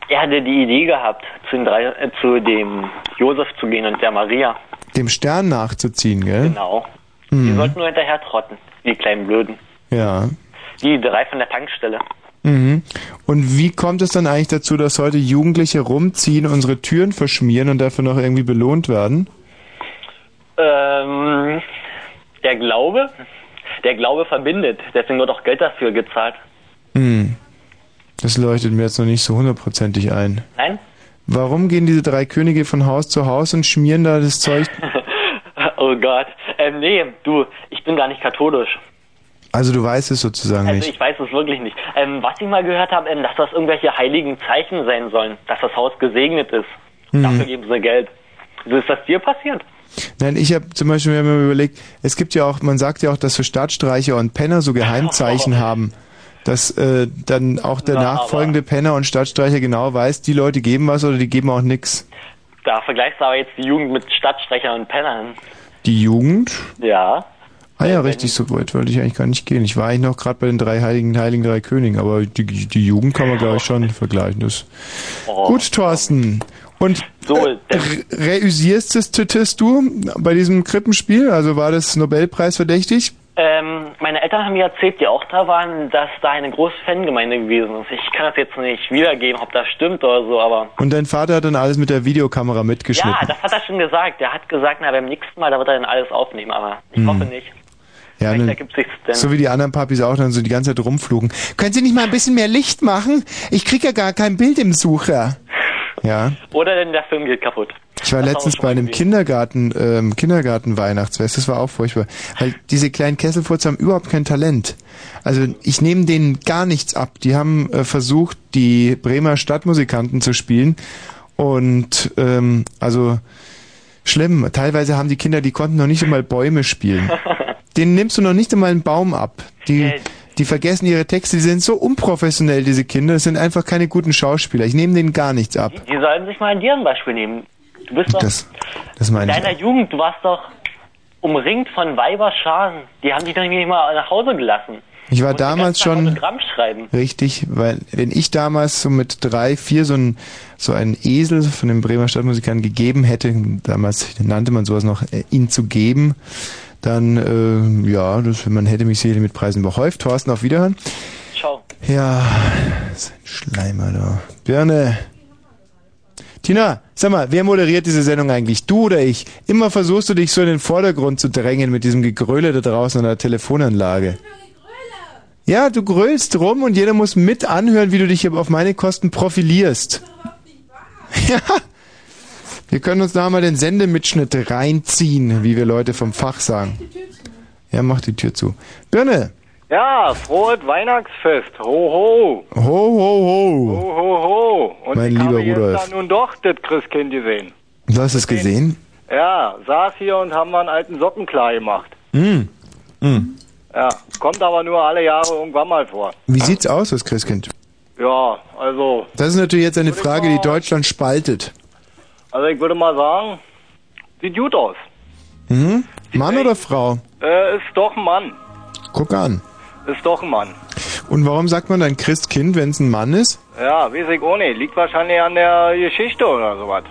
S15: Er hatte die Idee gehabt, zu, den drei, äh, zu dem Josef zu gehen und der Maria.
S1: Dem Stern nachzuziehen, gell?
S15: Genau. Die
S1: Mhm.
S15: sollten nur hinterher trotten, die kleinen Blöden.
S1: Ja.
S15: Die drei von der Tankstelle.
S1: Mhm. Und wie kommt es dann eigentlich dazu, dass heute Jugendliche rumziehen, unsere Türen verschmieren und dafür noch irgendwie belohnt werden?
S15: Ähm, der Glaube, der Glaube verbindet. Deswegen wird auch Geld dafür gezahlt.
S1: Hm. Das leuchtet mir jetzt noch nicht so hundertprozentig ein.
S15: Nein? [laughs]
S1: Warum gehen diese drei Könige von Haus zu Haus und schmieren da das Zeug?
S15: oh Gott. Ähm, nee, du, ich bin gar nicht katholisch.
S1: Also du weißt es sozusagen
S15: Also
S1: nicht.
S15: ich weiß es wirklich nicht. Ähm, was ich mal gehört habe, ähm, dass das irgendwelche heiligen Zeichen sein sollen, dass das Haus gesegnet ist.
S1: Mhm.
S15: Dafür geben sie Geld. So ist das dir passiert?
S1: Nein, ich habe zum Beispiel mir immer überlegt, es gibt ja auch, man sagt ja auch, dass für Stadtstreicher und Penner so
S15: [laughs]
S1: Geheimzeichen haben, dass äh, dann auch der
S15: Na,
S1: nachfolgende Penner und Stadtstreicher genau weiß, die Leute geben was oder die geben auch nix.
S15: Da vergleichst du aber jetzt die Jugend mit Stadtstrechern und Pennern.
S1: Die Jugend?
S15: Ja.
S1: Ah ja, richtig, so weit wollte ich eigentlich gar nicht gehen. Ich war eigentlich noch gerade bei den drei Heiligen, Heiligen drei Königen, aber die, die Jugend kann man glaube ich schon vergleichen. Das. Gut, Thorsten. Und
S15: Oh. So,
S1: äh, reüsierst es, tittest du bei diesem Krippenspiel? Also war das Nobelpreis verdächtig?
S15: Ähm, meine Eltern haben mir erzählt, die auch da waren, dass da eine große Fangemeinde gewesen ist. Ich kann das jetzt nicht wiedergeben, ob das stimmt oder so, aber
S1: Und dein Vater hat dann alles mit der Videokamera mitgeschnitten.
S15: ja, das hat er schon gesagt. Er hat gesagt, na, beim nächsten Mal, da wird er dann alles aufnehmen, aber ich
S1: Hm.
S15: hoffe nicht.
S1: Ja,
S15: Vielleicht
S1: ne-
S15: ergibt sich's denn.
S1: so wie die anderen Papis auch dann so die ganze Zeit rumflogen. Können Sie nicht mal ein bisschen mehr Licht machen? Ich krieg ja gar kein Bild im Sucher. Ja.
S15: Oder denn der Film geht kaputt.
S1: Ich war letztens bei einem Kindergarten, ähm, Kindergarten-Weihnachtsfest, das war auch furchtbar. Weil diese kleinen Kesselfurz haben überhaupt kein Talent. Also ich nehme denen gar nichts ab. Die haben äh, versucht, die Bremer Stadtmusikanten zu spielen. Und ähm, also schlimm. Teilweise haben die Kinder, die konnten noch nicht einmal Bäume spielen. Den nimmst du noch nicht einmal einen Baum ab. Die, die vergessen ihre Texte, die sind so unprofessionell, diese Kinder. Das sind einfach keine guten Schauspieler. Ich nehme denen gar nichts ab.
S15: Die sollen sich mal an dir ein Beispiel nehmen. Du bist doch
S1: Das, das
S15: in
S1: meine ich.
S15: deiner Jugend, du warst doch umringt von Weiberscharen. Die haben dich doch nicht mal nach Hause gelassen.
S1: Ich war damals schon
S15: Gramm schreiben.
S1: richtig, weil wenn ich damals so mit drei, vier so einen so einen Esel von den Bremer Stadtmusikern gegeben hätte, damals nannte man sowas noch, äh, ihn zu geben, dann äh, ja, das, man hätte mich sicherlich mit Preisen behäuft. Thorsten, auf Wiederhören.
S15: Ciao.
S1: Ja, ist ein Schleimer da. Birne. Tina, sag mal, wer moderiert diese Sendung eigentlich? Du oder ich? Immer versuchst du dich so in den Vordergrund zu drängen mit diesem Gegröle da draußen an der Telefonanlage. Ja, du grölst rum und jeder muss mit anhören, wie du dich hier auf meine Kosten profilierst. Ja. Wir können uns da mal den Sendemitschnitt reinziehen, wie wir Leute vom Fach sagen. Ja, mach die Tür zu. Birne.
S16: Ja, frohes Weihnachtsfest. Ho, ho.
S1: Ho, ho, ho.
S16: Ho, ho, ho.
S1: Oh.
S16: Und
S1: Mein
S16: ich habe
S1: lieber Rudolf.
S16: jetzt da nun doch das Christkind gesehen.
S1: Du hast es gesehen?
S16: Ja, saß hier und haben mal einen alten Socken klar gemacht.
S1: Hm. Hm.
S16: Ja, kommt aber nur alle Jahre irgendwann mal vor.
S1: Wie sieht's aus, das Christkind?
S16: Ja, also,
S1: Das ist natürlich jetzt eine Frage, die Deutschland spaltet.
S16: also ich würde mal sagen, sieht gut aus.
S1: Mhm. Hm? Mann oder Frau?
S16: Äh, ist doch ein Mann.
S1: Guck an.
S16: Ist doch ein Mann.
S1: Und warum sagt man dann Christkind, wenn es ein Mann ist?
S16: Ja, weiß ich auch nicht. Liegt wahrscheinlich an der Geschichte oder sowas.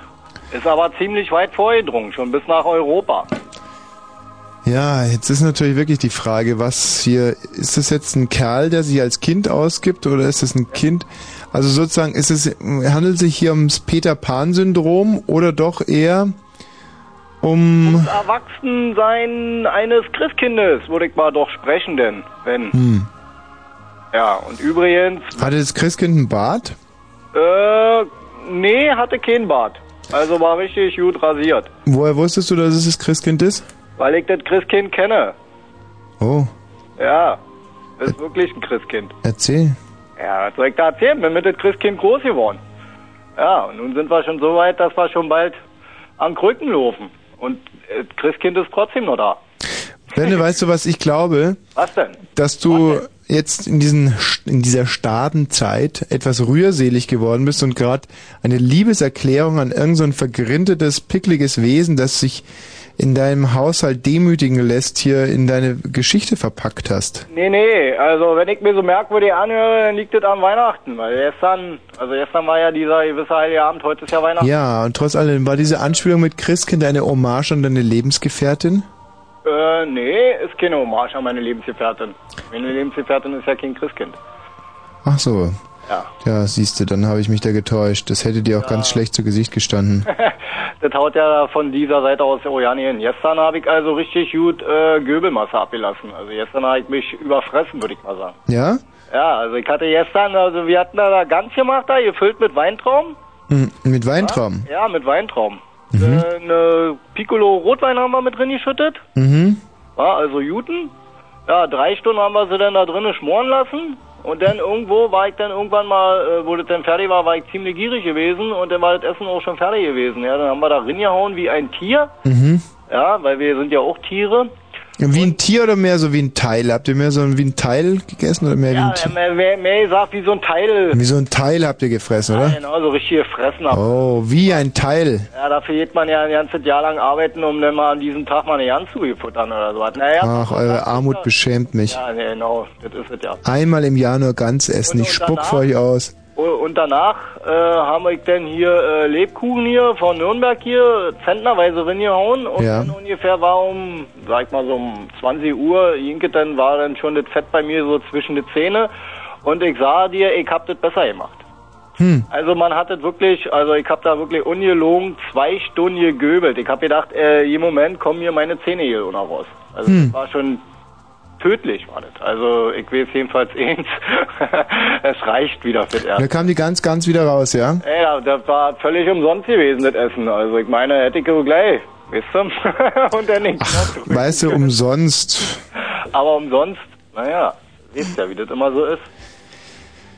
S16: Ist aber ziemlich weit vorgedrungen, schon bis nach Europa.
S1: Ja, jetzt ist natürlich wirklich die Frage, was hier, ist das jetzt ein Kerl, der sich als Kind ausgibt oder ist das ein Kind? Also sozusagen, ist es, handelt es sich hier ums Peter Pan-Syndrom oder doch eher um,
S16: Das Erwachsensein eines Christkindes, würde ich mal doch sprechen, denn, wenn.
S1: hm,
S16: Ja, und übrigens,
S1: hatte das Christkind einen Bart?
S16: äh, nee, hatte kein Bart. Also war richtig gut rasiert.
S1: Woher wusstest du, dass es das Christkind ist?
S16: Weil ich das Christkind kenne.
S1: Oh,
S16: Ja, ist wirklich ein Christkind.
S1: erzähl.
S16: Ja, was soll ich da erzählen? Bin mit dem Christkind groß geworden. Ja, und nun sind wir schon so weit, dass wir schon bald an Krücken laufen. Und äh, das Christkind ist trotzdem noch da.
S1: Benne, weißt du, was ich glaube?
S16: Was denn?
S1: dass du jetzt in, diesen, in dieser Stadenzeit etwas rührselig geworden bist und gerade eine Liebeserklärung an irgendein so ein vergrindetes, pickliges Wesen, das sich in deinem Haushalt demütigen lässt, hier in deine Geschichte verpackt hast.
S16: Nee, nee, also wenn ich mir so merkwürdig anhöre, dann liegt das an Weihnachten. Weil gestern, also gestern war ja dieser gewisse Heilige Abend, heute ist ja Weihnachten.
S1: Ja, und trotz allem war diese Anspielung mit Christkind eine Hommage an deine Lebensgefährtin?
S16: Äh, nee, ist keine Hommage an meine Lebensgefährtin. Meine Lebensgefährtin ist ja kein Christkind.
S1: Ach so.
S16: Ja. [laughs]
S1: Ja, siehst du, dann habe ich mich da getäuscht. Das hätte dir auch ganz schlecht zu Gesicht gestanden.
S16: Das haut ja von dieser Seite aus Orianien. Gestern habe ich also richtig gut äh, Göbelmasse abgelassen. Also gestern habe ich mich überfressen, würde ich mal sagen.
S1: Ja?
S16: Ja, also ich hatte gestern, also wir hatten da ganz gemacht, da gefüllt mit Weintrauben.
S1: Hm, Mit Weintraum.
S16: Ja, mit Weintrauben. Äh, eine Piccolo Rotwein haben wir mit drin geschüttet.
S1: Mhm.
S16: Ja, also Juten. Ja, drei Stunden haben wir sie dann da drinnen schmoren lassen. Und dann irgendwo war ich dann irgendwann mal, äh, wo das dann fertig war, war ich ziemlich gierig gewesen und dann war das Essen auch schon fertig gewesen. Ja, dann haben wir da reingehauen wie ein Tier.
S1: Mhm.
S16: Ja, weil wir sind ja auch Tiere.
S1: Wie ein Tier oder mehr so wie ein Teil? Habt ihr mehr so ein- wie ein Teil gegessen oder mehr wie ein
S16: Ja,
S1: Tier?
S16: mehr, mehr, mehr gesagt, wie so ein Teil.
S1: Wie so ein Teil habt ihr gefressen, oder?
S16: Genau, so richtig gefressen haben.
S1: Oh, wie ein Teil.
S16: Ja, dafür geht man ja ein ganzes Jahr lang arbeiten, um dann mal an diesem Tag mal eine Jans zu futtern oder sowas. Naja.
S1: Ach, eure Armut beschämt mich.
S16: Ja, nee, genau, das ist es ja.
S1: Einmal im Jahr nur ganz essen. Ich spuck
S16: danach?
S1: für euch aus.
S16: Oh, Und danach äh, haben wir denn hier äh, Lebkuchen hier von Nürnberg hier zentnerweise reingehauen und
S1: Ja.
S16: dann ungefähr war um, sag ich mal so um 20 Uhr, Jinke, dann war dann schon das Fett bei mir so zwischen die Zähne und ich sah dir, ich hab das besser gemacht.
S1: Hm.
S16: Also man hat das wirklich, also ich hab da wirklich ungelogen zwei Stunden gegöbelt. Ich hab gedacht, äh, im Moment kommen hier meine Zähne hier noch raus. Also
S1: Hm.
S16: das war schon tödlich, war das. Also ich weiß jedenfalls [laughs] eins, es reicht wieder für das Erste.
S1: Da kam die ganz, ganz wieder raus, ja?
S16: Ey, da- das war völlig umsonst gewesen, das Essen. Also ich meine, hätte ich so gleich, weißt du? [laughs] Und dann nicht.
S1: Weißt du, umsonst.
S16: Aber umsonst, naja, wisst ja, wie das immer so ist.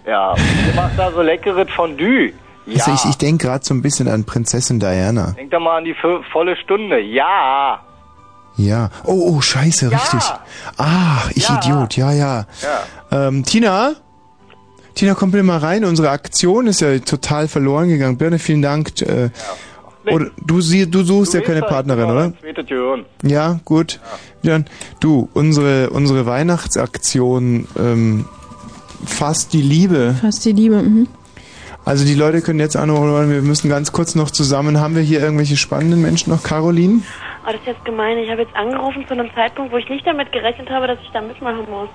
S16: Ja, und du machst da so leckeres Fondue. Ja,
S1: Also ich, ich denke gerade so ein bisschen an Prinzessin Diana.
S16: denk da mal an die vo- volle Stunde. Ja,
S1: Ja. Oh, oh, scheiße, richtig. Ach, ich Idiot, ja, ja. Ähm, Tina? Tina, komm bitte mal rein. Unsere Aktion ist ja total verloren gegangen. Birne, vielen Dank. Äh, Oder du, sie, du halt suchst ja keine Partnerin, oder?
S16: zweite Türen.
S1: Ja, gut. Dann, du, unsere, unsere Weihnachtsaktion ähm, fast die Liebe.
S5: Fast die Liebe, mhm.
S1: Also die Leute können jetzt anrufen, wir müssen ganz kurz noch zusammen. Haben wir hier irgendwelche spannenden Menschen noch, Caroline?
S13: Oh, das ist jetzt gemein. Ich habe jetzt angerufen zu einem Zeitpunkt, wo ich nicht damit gerechnet habe, dass ich da mitmachen muss.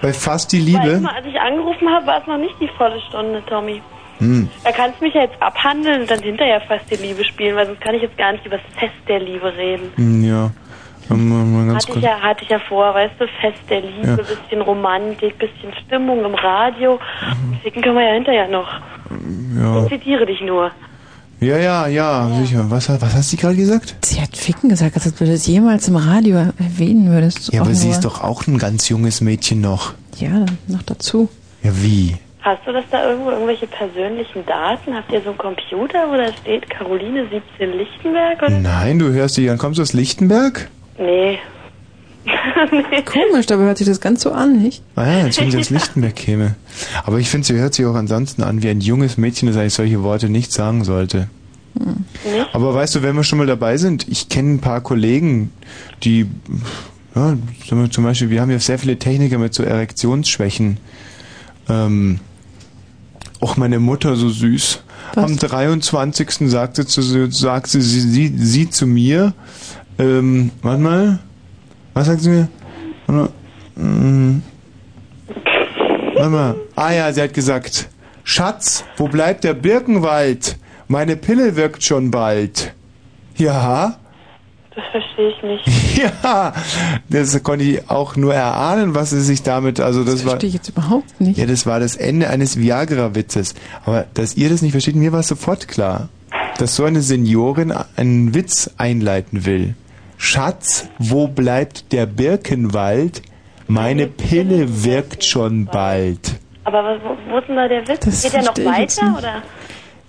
S1: Bei fast die
S13: Weil
S1: Liebe.
S13: immer, als ich angerufen habe, war es noch nicht die volle Stunde, Tommy.
S1: Hm.
S13: Da kannst du mich ja jetzt abhandeln und dann hinterher fast die Liebe spielen, weil sonst kann ich jetzt gar nicht über das Fest der Liebe reden.
S1: Hm, Ja. Ähm, mal- mal ganz
S13: Hatte ich,
S1: kurz.
S13: ja, hatte ich ja vor, weißt du, Fest der Liebe,
S1: Ja.
S13: bisschen Romantik, bisschen Stimmung im Radio. Mhm. Ficken können wir ja hinterher noch.
S1: Ja.
S13: Ich zitiere dich nur.
S1: ja, ja, ja, sicher. Was, hat- was hast du gerade gesagt?
S5: Sie hat Ficken gesagt, als ob du das jemals im Radio erwähnen würdest.
S1: Ja,
S5: Auch
S1: aber sie
S5: nur-
S1: ist doch auch ein ganz junges Mädchen noch.
S5: Ja, noch dazu.
S1: Ja, wie?
S13: Hast du das da irgendwo, irgendwelche persönlichen Daten? Habt ihr so einen Computer, wo da steht Caroline 17 Lichtenberg?
S5: Hm.
S13: Oder?
S1: Nein, du hörst dich an. Kommst du aus Lichtenberg?
S5: [laughs]
S13: Nee.
S5: Komisch, dabei hört sich das ganz so an, nicht?
S1: Ah ja, als wenn sie aus Lichtenberg käme. Aber ich finde, sie hört sich auch ansonsten an wie ein junges Mädchen, das eigentlich solche Worte nicht sagen sollte. Aber weißt du, wenn wir schon mal dabei sind, ich kenne ein paar Kollegen, die Ja, sagen wir zum Beispiel, wir haben ja sehr viele Techniker mit so Erektionsschwächen. Ähm, auch meine Mutter so süß.
S17: Was?
S1: Am 23. sagte, zu, sagte sie, sie, sie zu mir, ähm, warte mal, was sagt sie mir? Warte mal, ähm, warte mal. Ah ja, sie hat gesagt, Schatz, wo bleibt der Birkenwald? Meine Pille wirkt schon bald. Ja,
S13: Das verstehe ich nicht.
S1: [laughs] ja, das konnte ich auch nur erahnen, was sie sich damit, also das, war.
S5: Verstehe ich jetzt überhaupt nicht.
S1: Ja, das war das Ende eines Viagra-Witzes. Aber dass ihr das nicht versteht, mir war es sofort klar, dass so eine Seniorin einen Witz einleiten will. Schatz, wo bleibt der Birkenwald? Meine Pille wirkt schon bald.
S13: Aber was, wo, wo ist denn da der Witz?
S5: Das
S13: Geht der noch
S5: verstehe ich jetzt
S13: weiter
S5: nicht.
S13: oder?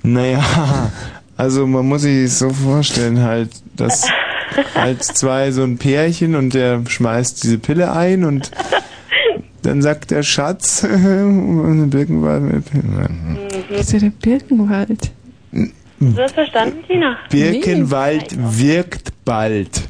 S1: Naja, [laughs] also man muss sich so vorstellen, halt, dass halt zwei so ein Pärchen und der schmeißt diese Pille ein und dann sagt der Schatz, [laughs] Birkenwald mit
S13: Mhm.
S1: Pille.
S5: Das ist ja der Birkenwald.
S13: Du hast verstanden, Tina?
S1: Birkenwald wirkt bald.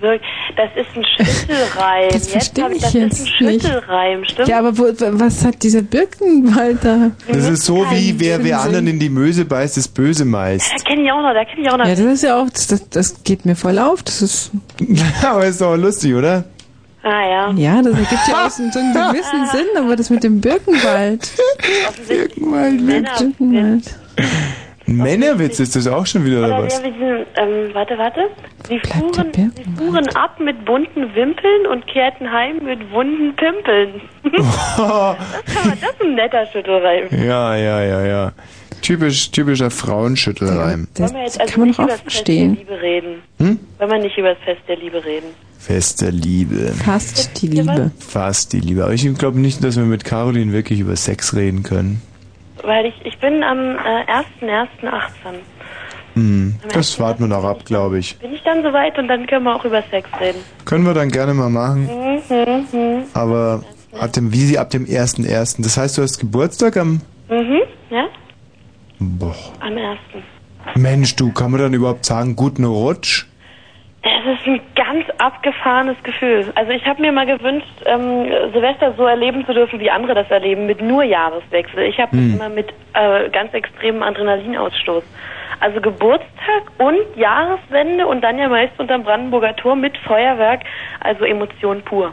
S13: Wirklich, Das ist ein Schüttelreim.
S5: [laughs] Das verstehe
S13: hab
S5: ich
S13: das
S5: jetzt
S13: ist ein
S5: nicht.
S13: Schüttelreim, stimmt?
S5: Ja, aber wo, was hat dieser Birkenwald da?
S1: Das ist so wie wer wer
S5: Sinn.
S1: anderen in die Möse beißt, ist böse meist.
S13: Da kenne Äh, ich auch noch, da kenne ich auch noch.
S5: Ja, das ist ja auch, das, das, das geht mir voll auf. Das ist,
S1: [laughs] Aber ist doch lustig, oder?
S13: ah ja.
S5: ja, das ergibt ja auch so
S13: [laughs]
S5: einen gewissen Sinn, aber das mit dem Birkenwald.
S1: Birkenwald,
S5: Birkenwald.
S1: Ein Männerwitz ist das auch schon
S5: Äh,
S1: wieder, oder
S13: Oder
S1: was?
S13: der mit diesen, ähm, warte, warte. Sie fuhren, sie fuhren ab mit bunten Wimpeln und kehrten heim mit wunden
S5: [laughs]
S13: Pimpeln. das, kann man, das ist ein netter Schüttelreim.
S1: Ja, ja, ja, ja. Typisch, typischer Frauenschüttelreim.
S13: Wollen wir jetzt also
S5: kann man
S13: nicht
S5: doch
S13: über das Fest der
S5: aufstehen.
S13: Liebe reden?
S1: Hm?
S13: Wollen wir nicht über das Fest der Liebe reden?
S1: Feste Liebe.
S5: Fast die Liebe.
S1: Fast die Liebe. Aber ich glaube nicht, dass wir mit Caroline wirklich über Sex reden können.
S13: Weil ich, ich bin am äh, 1.1.18.
S1: Hm. Das warten wir noch ab, glaube ich.
S13: Bin ich dann soweit und dann können wir auch über Sex reden.
S1: Können wir dann gerne mal machen.
S13: Mhm, mhm,
S1: Aber ab dem, wie sie ab dem 1.1. Das heißt, du hast Geburtstag am...
S13: mhm, ja,
S1: Boah.
S13: am 1.
S1: Mensch, du, kann man dann überhaupt sagen, guten Rutsch?
S13: Das ist ein ganz abgefahrenes Gefühl. Also ich habe mir mal gewünscht, ähm, Silvester so erleben zu dürfen, wie andere das erleben, mit nur Jahreswechsel. Ich habe
S8: Hm.
S13: das immer mit äh, ganz extremem Adrenalinausstoß. Also Geburtstag und Jahreswende und dann ja meist unterm Brandenburger Tor mit Feuerwerk, also Emotion pur.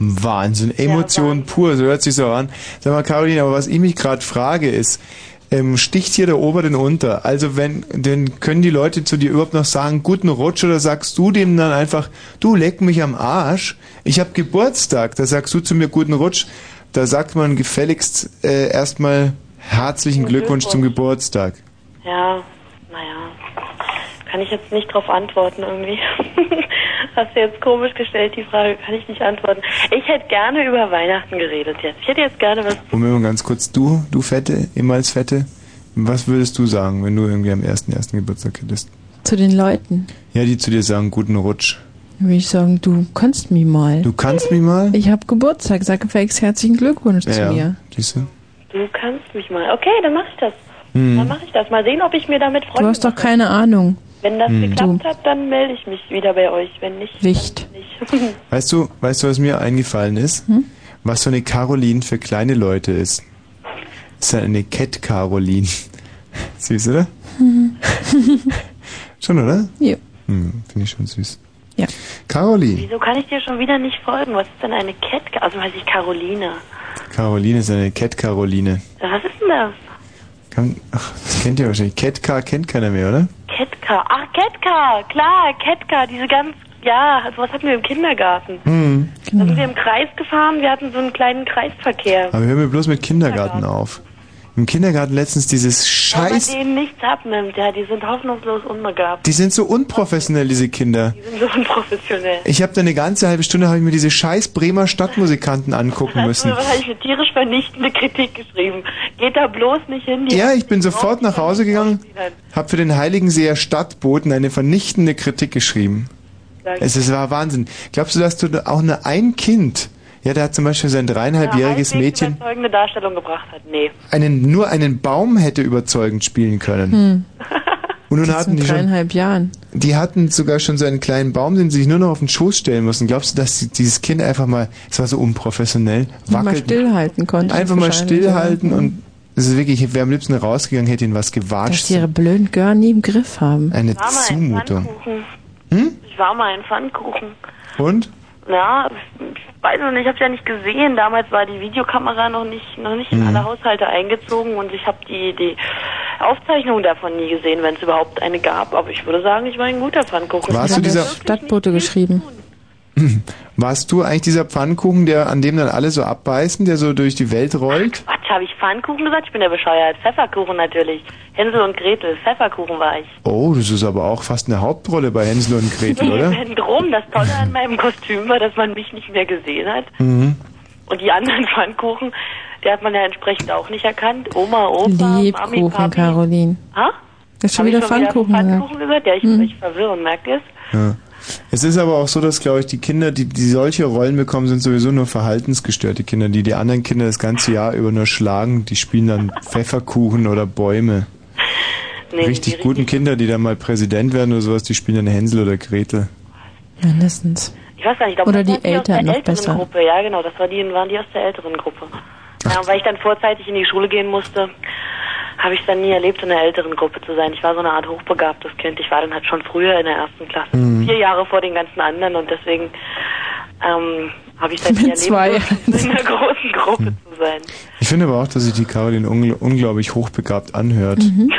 S1: Wahnsinn, Emotion pur, so hört sich so an. Sag mal, Caroline, aber was ich mich gerade frage ist, ähm, sticht hier der Ober den Unter? Also wenn, denn können die Leute zu dir überhaupt noch sagen, guten Rutsch oder sagst du dem dann einfach, du leck mich am Arsch, ich habe Geburtstag, da sagst du zu mir guten Rutsch, da sagt man gefälligst äh, erstmal herzlichen Glückwunsch zum Geburtstag.
S13: Ja, naja, kann ich jetzt nicht drauf antworten irgendwie. [laughs] Hast du jetzt komisch gestellt, die Frage, kann ich nicht antworten. Ich hätte gerne über Weihnachten geredet jetzt. Ich hätte jetzt gerne was
S1: Moment mal ganz kurz, du, du Fette, immer als Fette, was würdest du sagen, wenn du irgendwie am ersten ersten Geburtstag hättest?
S5: Zu den Leuten
S1: Ja, die zu dir sagen, guten Rutsch.
S5: würde ich sagen, du kannst mich mal.
S1: Du kannst mich mal?
S5: Ich habe Geburtstag, sag Felix herzlichen Glückwunsch
S1: ja,
S5: zu mir.
S1: Siehst du?
S13: Du kannst mich mal. Okay, dann mache ich das.
S1: Hm.
S13: Dann mache ich das. Mal sehen, ob ich mir damit freue.
S5: Du hast doch keine Ahnung.
S13: Wenn das
S1: Hm.
S13: geklappt hat, dann melde ich mich wieder bei euch. Wenn nicht,
S5: Nicht.
S13: dann nicht.
S1: Weißt du, weißt du, was mir eingefallen ist?
S5: Hm?
S1: Was so eine Caroline für kleine Leute ist. Ist halt eine Cat Caroline. [laughs] süß, oder? Schon, oder?
S5: Ja.
S1: Hm, Finde ich schon süß.
S5: Ja.
S1: Caroline.
S13: [laughs] Wieso kann ich dir schon wieder nicht folgen? Was ist denn eine Cat? Also heißt ich Caroline.
S1: Caroline ist eine Cat Caroline.
S13: Was ist denn das?
S1: Kann, ach, das kennt ihr wahrscheinlich. Cat Car kennt keiner mehr, oder?
S13: Ketka. Ach, Ketka. Klar, Ketka. Diese ganz... Ja, also was hatten wir im Kindergarten?
S1: Hm.
S13: Da sind wir im Kreis gefahren. Wir hatten so einen kleinen Kreisverkehr.
S1: Aber hör mir bloß mit Kindergarten auf. Im Kindergarten letztens dieses
S13: Wenn man
S1: Scheiß.
S13: denen nichts abnimmt. Ja, die sind hoffnungslos unbegabt.
S1: Die sind so unprofessionell, diese Kinder.
S13: Die sind so [laughs] unprofessionell.
S1: Ich habe da eine ganze halbe Stunde habe ich mir diese scheiß Bremer Stadtmusikanten angucken
S13: Hast du
S1: müssen.
S13: wahrscheinlich eine tierisch vernichtende Kritik geschrieben. Geht da bloß nicht hin. die
S1: Ja,
S13: haben
S1: ich bin
S13: sich
S1: sofort nach Hause gegangen, habe für den Heiligenseer Stadtboten eine vernichtende Kritik geschrieben.
S13: Danke.
S1: Es es war Wahnsinn. Glaubst du, dass du da auch nur ein Kind, ja, der hat zum Beispiel sein
S13: eine
S1: dreieinhalbjähriges
S13: halbwegs
S1: Mädchen,
S13: überzeugende Darstellung gebracht hat. Nee.
S5: Hm.
S1: einen, nur einen Baum hätte überzeugend spielen können? Und nun hatten die schon,
S5: dreieinhalb Jahren.
S1: die hatten sogar schon so einen kleinen Baum, den sie sich nur noch auf den Schoß stellen mussten. Glaubst du, dass die- dieses Kind einfach mal, es war so unprofessionell,
S5: Nicht Mal
S1: wackelt
S5: stillhalten konnte.
S1: Einfach mal
S5: wahrscheinlich,
S1: stillhalten
S5: ja.
S1: und es ist wirklich, ich wäre am liebsten rausgegangen, hätte ihn was
S5: Dass
S1: gewatscht.
S5: die ihre blöden Görn nie im Griff haben.
S1: Eine
S13: war mal ein
S1: Zumutung.
S13: Pfannkuchen.
S1: Hm?
S13: Ich war mal ein Pfannkuchen.
S1: Und?
S13: Ja, ich weiß es nicht, ich habe ja nicht gesehen. Damals war die Videokamera noch nicht noch nicht in
S1: Mhm.
S13: alle Haushalte eingezogen und ich habe die die Aufzeichnung davon nie gesehen, wenn es überhaupt eine gab. Aber ich würde sagen, ich war ein guter Pfannkuchen.
S1: Warst
S13: Ich
S1: du
S13: hatte
S1: dieser-
S13: wirklich
S5: Stadtbote geschrieben.
S1: Warst du eigentlich dieser Pfannkuchen, der an dem dann alle so abbeißen, der so durch die Welt rollt?
S13: Quatsch, habe ich Pfannkuchen gesagt? Ich bin ja bescheuert. Pfefferkuchen natürlich. Hänsel und Gretel, Pfefferkuchen war ich.
S1: Oh, das ist aber auch fast eine Hauptrolle bei Hänsel und Gretel, oder?
S13: [laughs] Wenn drum, halt das Tolle an meinem Kostüm war, dass man mich nicht mehr gesehen hat.
S1: Mhm.
S13: Und die anderen [laughs] Pfannkuchen, die hat man ja entsprechend auch nicht erkannt. Oma, Opa, Mami,
S5: Lebkuchen,
S13: Papi.
S5: Caroline.
S13: Ha?
S5: Das ist schon
S13: Hab ich
S5: wieder Pfannkuchen.
S13: Pfannkuchen gesagt? Ja, ich
S11: Hm.
S13: will mich verwirren, merkt ihr es?
S1: Ja. Es ist aber auch so, dass, glaube ich, die Kinder, die, die solche Rollen bekommen, sind sowieso nur verhaltensgestörte Kinder, die die anderen Kinder das ganze Jahr über nur schlagen. Die spielen dann Pfefferkuchen oder Bäume.
S13: Nee,
S1: richtig guten Kinder, die dann mal Präsident werden oder sowas, die spielen dann Hänsel oder Gretel.
S5: Mindestens.
S13: Ich weiß gar nicht, ich glaube,
S5: Oder
S13: das
S5: die
S13: waren aus der
S5: Eltern noch
S13: älteren
S5: besser.
S13: Gruppe. Ja, genau, das war die, waren die aus der älteren Gruppe. Ja, weil ich dann vorzeitig in die Schule gehen musste, habe ich es dann nie erlebt, in der älteren Gruppe zu sein. Ich war so eine Art hochbegabtes Kind. Ich war dann halt schon früher in der ersten Klasse,
S5: Mhm.
S13: vier Jahre vor den ganzen anderen und deswegen ähm, habe ich dann nie
S5: Mit
S13: erlebt,
S5: zwei
S13: in der großen Gruppe zu sein.
S1: Ich finde aber auch, dass sich die Caroline ungl unglaublich hochbegabt anhört.
S13: Mhm.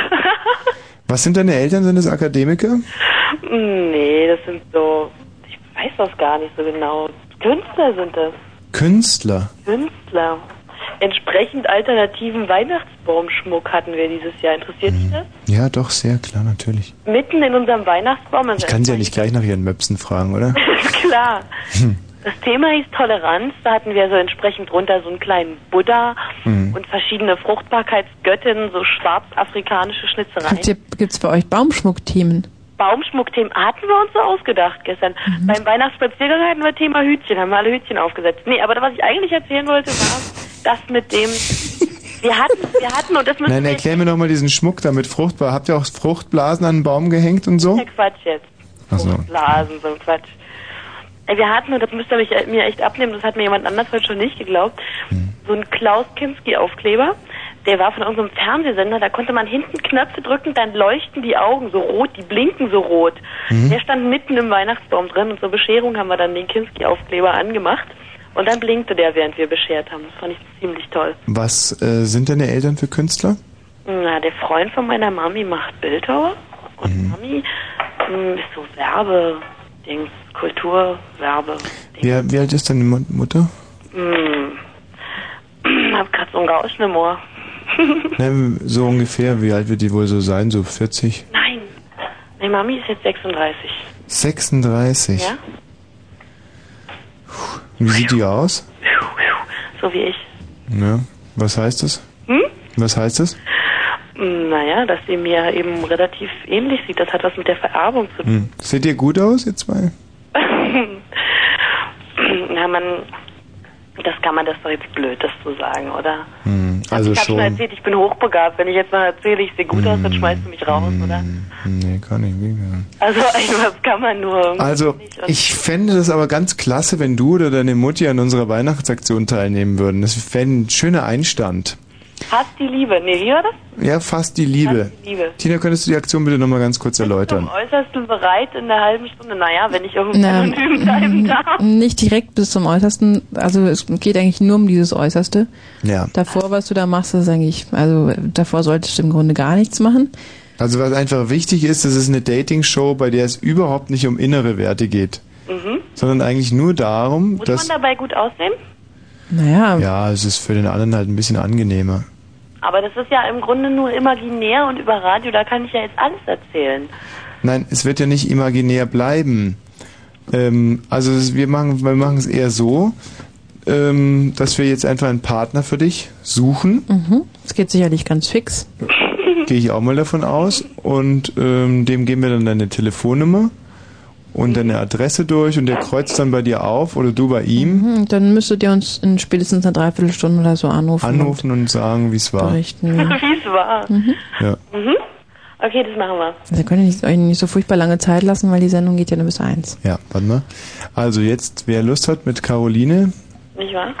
S1: Was sind deine Eltern? Sind das Akademiker?
S5: Mhm.
S13: nee, das sind so, ich weiß das gar nicht so genau. Künstler sind das.
S1: Künstler?
S13: Künstler. Entsprechend alternativen Weihnachtsbaumschmuck hatten wir dieses Jahr. Interessiert
S1: Mhm.
S13: dich das?
S1: Ja, doch, sehr klar, natürlich.
S13: Mitten in unserem Weihnachtsbaum. Also
S1: Ich
S13: [laughs]
S1: kann sie ja nicht gleich nach ihren Möpsen fragen, oder?
S13: Klar.
S1: Hm.
S13: Das Thema hieß Toleranz. Da hatten wir so entsprechend drunter so einen kleinen Buddha
S1: Mhm.
S13: und verschiedene Fruchtbarkeitsgöttinnen, so schwarz-afrikanische Schnitzereien.
S5: Habt ihr, gibt's bei euch Baumschmuckthemen?
S13: Baumschmuckthemen hatten wir uns so ausgedacht gestern.
S1: Mhm.
S13: Beim Weihnachtsspaziergang hatten wir Thema Hütchen, haben wir alle Hütchen aufgesetzt. Nee, aber was ich eigentlich erzählen wollte, war das mit
S1: [laughs]
S13: dem... Wir hatten, wir hatten, und das müssen
S1: Nein,
S13: wir
S1: erklär mir nochmal diesen Schmuck damit fruchtbar. Habt ihr auch Fruchtblasen an den Baum gehängt und so? Also,
S13: Der Quatsch jetzt.
S1: Achso.
S13: Blasen, so ein Quatsch. Ey, Wir hatten, und das müsst ihr mich, äh, mir echt abnehmen, das hat mir jemand anders heute schon nicht geglaubt, so einen Klaus Kinski-Aufkleber. Der war von irgendeinem Fernsehsender, da konnte man hinten Knöpfe drücken, dann leuchten die Augen so rot, die blinken so rot.
S8: Mhm.
S13: Der stand mitten im Weihnachtsbaum drin und zur Bescherung haben wir dann den Kinski-Aufkleber angemacht und dann blinkte der, während wir beschert haben. Das fand ich ziemlich toll.
S1: Was äh, sind deine Eltern für Künstler?
S13: Na, der Freund von meiner Mami macht Bildhauer und Mami ähm, ist so Werbe, Dings, Kultur, Werbe.
S1: Wie, wie alt ist deine Mu- Mutter?
S13: Hm. [clears throat] Hab grad so einen Gauschen im Ohr. [laughs]
S1: Nein, so ungefähr. Wie alt wird die wohl so sein? So 40?
S13: Nein. Nee, Mami ist jetzt 36.
S1: 36.
S13: Ja?
S1: Wie sieht die aus?
S13: So wie ich.
S1: Ja. Was heißt das?
S13: Hm?
S1: Was heißt das?
S13: Hm, Naja, dass sie mir eben relativ ähnlich sieht. Das hat was mit der Vererbung zu
S1: Hm. Seht ihr gut aus, ihr zwei?
S13: tun. [laughs] Na, man. Das kann man, das ist doch jetzt blöd, das zu sagen, oder?
S1: Hm. Also
S13: ich hab schon
S1: schon. Mm.
S13: erzählt, ich bin hochbegabt. Wenn ich jetzt mal erzähle, ich sehe gut aus, dann schmeißt du mich raus, oder?
S1: Nee, gar nicht. Wie, ja.
S13: Also, [laughs] was kann man nur.
S1: Also, ich fände das aber ganz klasse, wenn du oder deine Mutti an unserer Weihnachtsaktion teilnehmen würden. Das wäre ein schöner Einstand.
S13: Hast die Liebe. Nee, wie war das?
S1: Ja, fast die Liebe.
S13: Fast die Liebe.
S1: Tina, könntest du die Aktion bitte nochmal ganz kurz erläutern?
S13: Am äußersten bereit in der halben Stunde. Naja, wenn ich irgendwie
S5: Na,
S13: anonym bleiben darf.
S5: Ähm, nicht direkt bis zum Äußersten. Also es geht eigentlich nur um dieses Äußerste.
S1: Ja.
S5: Davor, was du da machst, ist eigentlich, also äh, davor solltest du im Grunde gar nichts machen.
S1: Also was einfach wichtig ist, das ist eine Dating-Show, bei der es überhaupt nicht um innere Werte geht,
S13: [laughs] Mhm.
S1: sondern eigentlich nur darum,
S13: Muss
S1: dass...
S13: man dabei gut aussehen?
S5: Naja.
S1: Ja, es ist für den anderen halt ein bisschen angenehmer.
S13: Aber das ist ja im Grunde nur imaginär und über Radio, da kann ich ja jetzt alles erzählen.
S1: Nein, es wird ja nicht imaginär bleiben. Ähm, also es- wir machen, wir machen es eher so, ähm, dass wir jetzt einfach einen Partner für dich suchen.
S5: Mhm. Es geht sicherlich ganz fix.
S1: Gehe ich auch mal davon aus. Und ähm, dem geben wir dann deine Telefonnummer und deine Adresse durch und der kreuzt dann bei dir auf oder du bei ihm.
S5: Mhm. Dann müsstet ihr uns in spätestens einer Dreiviertelstunde oder so anrufen. Mhm.
S1: Anrufen und sagen, wie es war.
S5: Berichten.
S13: Wie es war.
S1: Ja.
S13: Mhm. Okay, das machen wir.
S5: Sie können nicht, euch nicht so furchtbar lange Zeit lassen, weil die Sendung geht ja nur bis eins.
S1: Ja, warte mal. Also jetzt, wer Lust hat mit Caroline,
S13: Nicht wahr?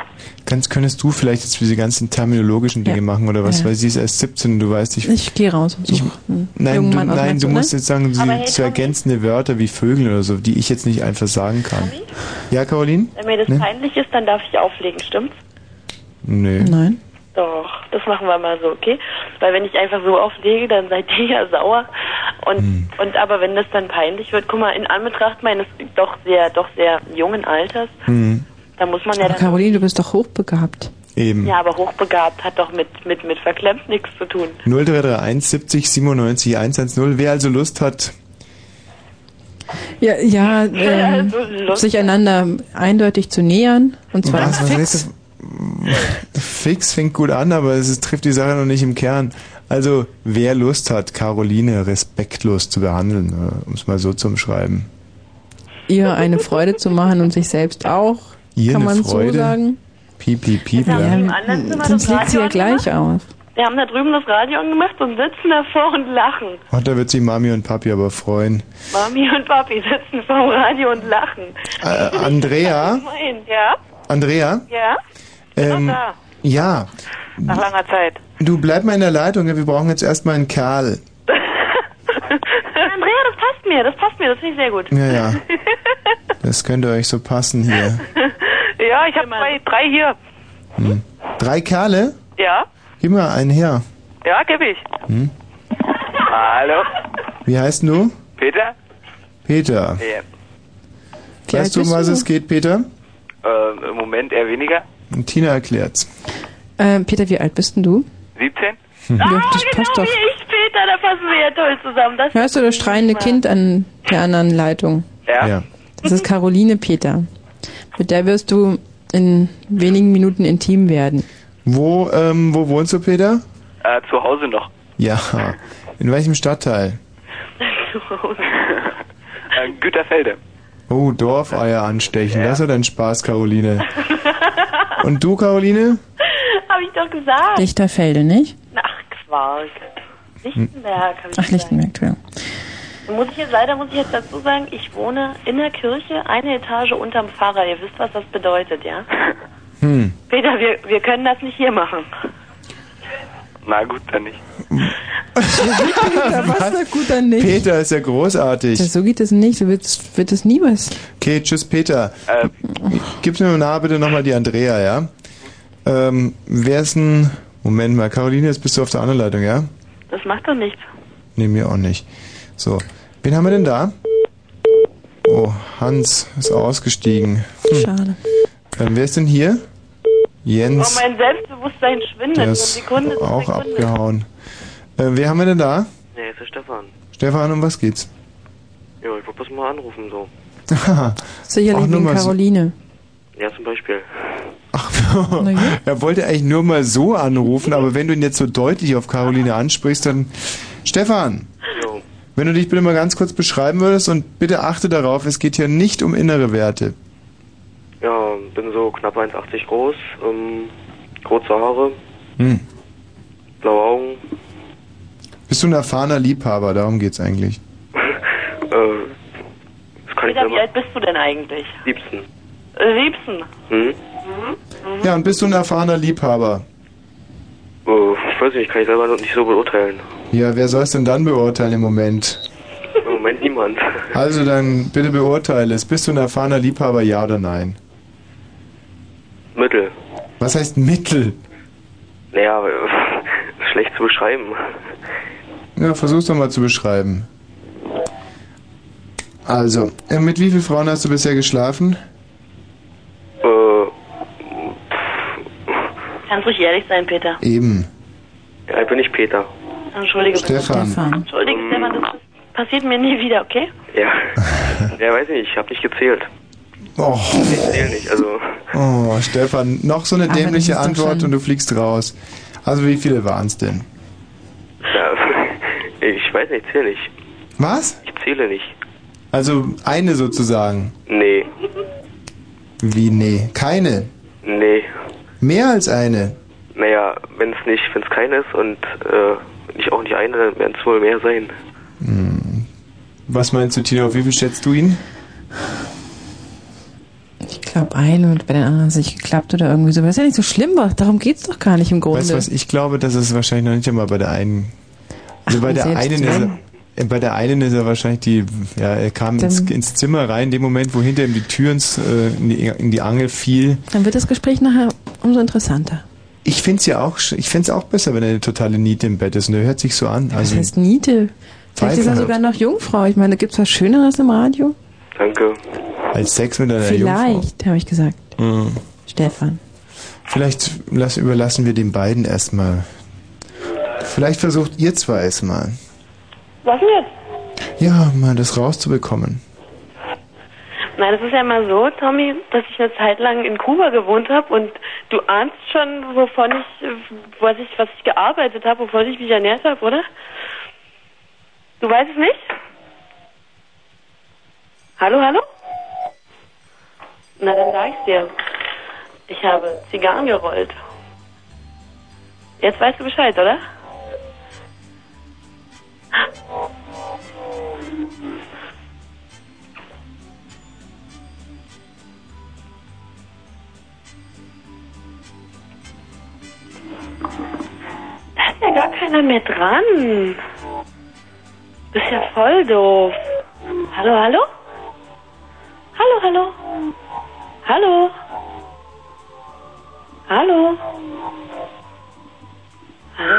S1: kannst, könntest du vielleicht jetzt diese ganzen terminologischen Dinge machen oder was,
S5: Ja.
S1: weil sie ist erst 17 und du weißt, ich...
S5: Ich gehe raus und suche. einen
S1: nein,
S5: jungen
S1: du,
S5: Mann aus
S1: nein, du
S5: Mexiko,
S1: musst
S5: ne?
S1: jetzt sagen,
S13: Aber
S1: sie
S13: hey,
S1: zu ergänzende Wörter wie Vögel oder so, die ich jetzt nicht einfach sagen kann. Ja, Caroline?
S13: Wenn mir das
S1: Ne?
S13: peinlich ist, dann darf ich auflegen, stimmt's?
S1: Nö.
S5: Nein.
S13: Doch, das machen wir mal so, okay? Weil wenn ich einfach so auflege, dann seid ihr ja sauer. Und,
S1: Hm.
S13: und aber wenn das dann peinlich wird, guck mal, in Anbetracht meines doch sehr, doch sehr jungen Alters,
S1: hm.
S5: Mhm.
S13: da muss man ja
S5: Aber
S13: dann
S5: Caroline, du bist doch hochbegabt.
S14: Hm.
S1: Eben.
S13: Ja, aber hochbegabt hat doch mit, mit, mit verklemmt nichts zu tun.
S1: 0331 70 97 110. Wer also Lust hat,
S13: [laughs]
S5: Ja, ja ähm, sich einander eindeutig zu nähern. Und zwar
S1: was, was
S5: fix.
S1: heißt das? Fix fängt gut an, aber es ist, trifft die Sache noch nicht im Kern. Also, wer Lust hat, Caroline respektlos zu behandeln, äh, um es mal so zu umschreiben.
S5: ihr eine Freude zu machen und sich selbst auch,
S1: Ihr
S5: kann
S1: eine
S5: man
S1: Freude?
S5: so sagen.
S1: Piep, piep, piep.
S13: Jetzt haben wir
S1: ja.
S13: im
S5: ähm,
S13: anderen Zimmer
S5: Sonst
S13: das
S5: legt sie
S13: Radio
S5: ja gleich auf.
S13: Wir haben da drüben das Radio angemacht und sitzen davor und lachen.
S1: Und da wird sich Mami und Papi aber freuen.
S13: Mami und Papi sitzen vorm Radio und lachen.
S1: Äh,
S5: Ah?
S1: Andrea?
S13: Moin, ja?
S1: Andrea?
S8: Ja?
S1: Ähm,
S8: Ja,
S1: ja,
S8: nach langer Zeit.
S1: du bleib mal in der Leitung, ja, wir brauchen jetzt erstmal einen Kerl.
S13: [laughs] Andrea, das passt mir, das passt mir, das finde ich sehr gut.
S1: Ja,
S13: [laughs]
S1: ja. Das könnte euch so passen hier.
S8: ja, ich habe zwei, drei hier.
S1: Hm. Drei Kerle?
S8: Ja?
S1: Gib mal einen her.
S8: Ja, gebe ich.
S1: Hm.
S8: Hallo?
S1: Wie heißt du?
S8: Peter? Äh,
S1: Peter.
S8: Ja.
S5: Wie alt
S1: Weißt du, um
S5: bist
S1: was
S5: du?
S1: es geht, Peter?
S8: Äh, Im Moment eher weniger.
S1: Und Tina erklärt's.
S5: Äh, Peter, wie alt bist denn du?
S8: 17?
S5: Hm. Ja, das passt
S13: Ah, genau
S5: doch.
S13: Wie ich, Peter, da passen wir ja toll zusammen. Das
S5: Hörst du das schreiende
S13: [laughs]
S5: Kind an der anderen Leitung?
S8: Ja.
S5: Das
S13: Mhm.
S5: ist Caroline Peter. Mit der wirst du in wenigen Minuten intim werden.
S1: Wo, ähm, wo wohnst du, Peter?
S8: Äh, zu Hause noch.
S14: [laughs]
S1: Ja. In welchem Stadtteil?
S8: [laughs] äh, Güterfelde.
S1: Oh, Dorfeier anstechen. Das hat ein Spaß, Caroline. Und du, Caroline?
S13: habe ich doch gesagt.
S5: Lichterfelde, nicht?
S13: Ach, Quark.
S14: Hm.
S13: Lichtenberg habe ich
S5: Ach,
S13: gesagt.
S5: Lichtenberg, Entschuldigung.
S13: Muss ich jetzt, leider muss ich jetzt dazu sagen, ich wohne in der Kirche, eine Etage unterm Pfarrer. Ihr wisst, was das bedeutet,
S14: [laughs]
S13: ja?
S1: Hm.
S13: Peter, wir, wir können das nicht hier machen.
S8: Na gut, dann nicht.
S1: [laughs]
S5: Peter, was? Na gut, dann nicht.
S1: Peter ist ja großartig.
S5: Ja, so geht es nicht. So wird, wird es nie was.
S1: Okay, tschüss, Peter.
S13: Ähm.
S1: Gib mir nah bitte nochmal die Andrea, ja? Ähm, wer ist denn... Moment mal, Caroline, jetzt bist du auf der anderen Leitung, ja?
S13: Das macht doch nichts.
S1: Nee, mir auch nicht. So, wen haben wir denn da? Oh, Hans ist ausgestiegen. Hm.
S5: Schade.
S1: Ähm, wer ist denn hier?
S13: Oh,
S1: Jens,
S13: mein Selbstbewusstsein schwindet.
S1: der
S13: Nur
S1: ist
S13: Sekunde, nur
S1: auch
S13: Sekunde.
S1: abgehauen. Äh, wer haben wir denn da?
S14: Nee, ist der Stefan.
S1: Stefan, um was geht's?
S14: Ja, ich wollte bloß mal anrufen, so.
S5: Sicherlich
S1: Auch nur
S5: wegen
S1: mal so-
S5: Caroline.
S14: Ja, zum Beispiel.
S1: er wollte eigentlich nur mal so anrufen, aber wenn du ihn jetzt so deutlich auf Caroline ansprichst, dann... Stefan,
S14: Jo.
S1: wenn du dich bitte mal ganz kurz beschreiben würdest und bitte achte darauf, es geht hier nicht um innere Werte.
S14: Ja, bin so knapp 1,80 groß, ähm, kurze Haare,
S1: Hm.
S14: blaue Augen,
S1: Bist du ein erfahrener Liebhaber, darum geht's eigentlich.
S14: äh, das kann ich
S13: Peter, wie
S14: selber.
S13: alt bist du denn eigentlich?
S14: Liebsten.
S13: Äh, Liebsten.
S14: Hm?
S1: Ja, und bist du ein erfahrener Liebhaber?
S14: Äh, ich weiß nicht, kann ich selber noch nicht so beurteilen.
S1: Ja, wer soll es denn dann beurteilen im Moment?
S14: Im Moment niemand. [laughs]
S1: Also dann bitte beurteile es. Bist du ein erfahrener Liebhaber, ja oder nein?
S14: Mittel.
S1: Was heißt Mittel?
S14: Naja, [laughs] äh, schlecht zu beschreiben.
S1: Ja, versuch's doch mal zu beschreiben. Also, äh, mit wie vielen Frauen hast du bisher geschlafen?
S14: Äh,
S13: Kannst ruhig ehrlich sein, Peter.
S1: Eben.
S14: ja, ich bin nicht Peter.
S13: Entschuldige bitte.
S1: Stefan. Stefan.
S13: Entschuldige,
S14: Ähm.
S13: Stefan, das ist- passiert mir nie wieder, okay?
S14: Ja. ja, weiß nicht, ich hab nicht gezählt.
S1: Oh,
S14: Ich zähl nicht, also.
S1: oh Stefan, noch so eine
S14: Aber das
S1: dämliche
S14: ist doch
S1: Antwort
S14: schon-
S1: und du fliegst raus. Also, wie viele waren's denn?
S14: Ja, ich weiß nicht, ich zähl nicht.
S1: Was?
S14: Ich zähle nicht.
S1: Also, eine sozusagen.
S14: Nee,
S1: Wie, nee? Keine.
S14: nee.
S1: Mehr als eine.
S14: Naja, wenn es nicht, wenn es kein ist und äh, bin ich auch nicht einer, dann werden es wohl mehr sein.
S1: Hm. Was meinst du, Tina? Auf wie viel schätzt du ihn?
S5: Ich glaube, ein und bei den anderen hat es nicht geklappt oder irgendwie so. Aber das ist ja nicht so schlimm, war. darum geht es doch gar nicht im Grunde.
S1: Weißt du was? Ich glaube, das ist wahrscheinlich noch nicht einmal bei der einen. Also
S5: Ach,
S1: bei,
S5: und
S1: der
S5: selbst
S1: einen ist er,
S5: wenn?
S1: äh, bei der einen ist er wahrscheinlich die. Ja, er kam ins,
S5: Dann-
S1: ins Zimmer rein, in dem Moment, wo hinter ihm die Tür ins, äh, in, die, in die Angel fiel.
S5: Dann wird das Gespräch nachher umso interessanter.
S1: Ich finde es ja auch, sch- ich find's auch besser, wenn er eine totale Niete im Bett ist und er hört sich so an.
S5: Das
S1: Also,
S5: heißt Niete. Vielleicht ist er
S1: Zweifelhaft.
S5: sogar noch Jungfrau. Ich meine, gibt es was Schöneres im Radio?
S1: Danke. Als Sex mit einer Jungfrau.
S5: Vielleicht, habe ich gesagt.
S1: Mhm.
S5: Stefan.
S1: Vielleicht lass, überlassen wir den beiden erstmal. Vielleicht versucht ihr zwei es mal.
S13: Was denn jetzt?
S1: Ja, mal das rauszubekommen.
S13: Nein, das ist ja mal so, Tommy, dass ich eine Zeit lang in Kuba gewohnt habe und du ahnst schon, wovon ich, äh, was ich, was ich gearbeitet habe, wovon ich mich ernährt habe, oder? Du weißt es nicht? Hallo, hallo? Na, dann sag ich's dir. Ich habe Zigarren gerollt. Jetzt weißt du Bescheid, oder? Da ist ja gar keiner mehr dran. Hm. Bist ja voll doof. Hallo, hallo? Hallo, hallo? Hallo? Hallo? Hallo, hallo?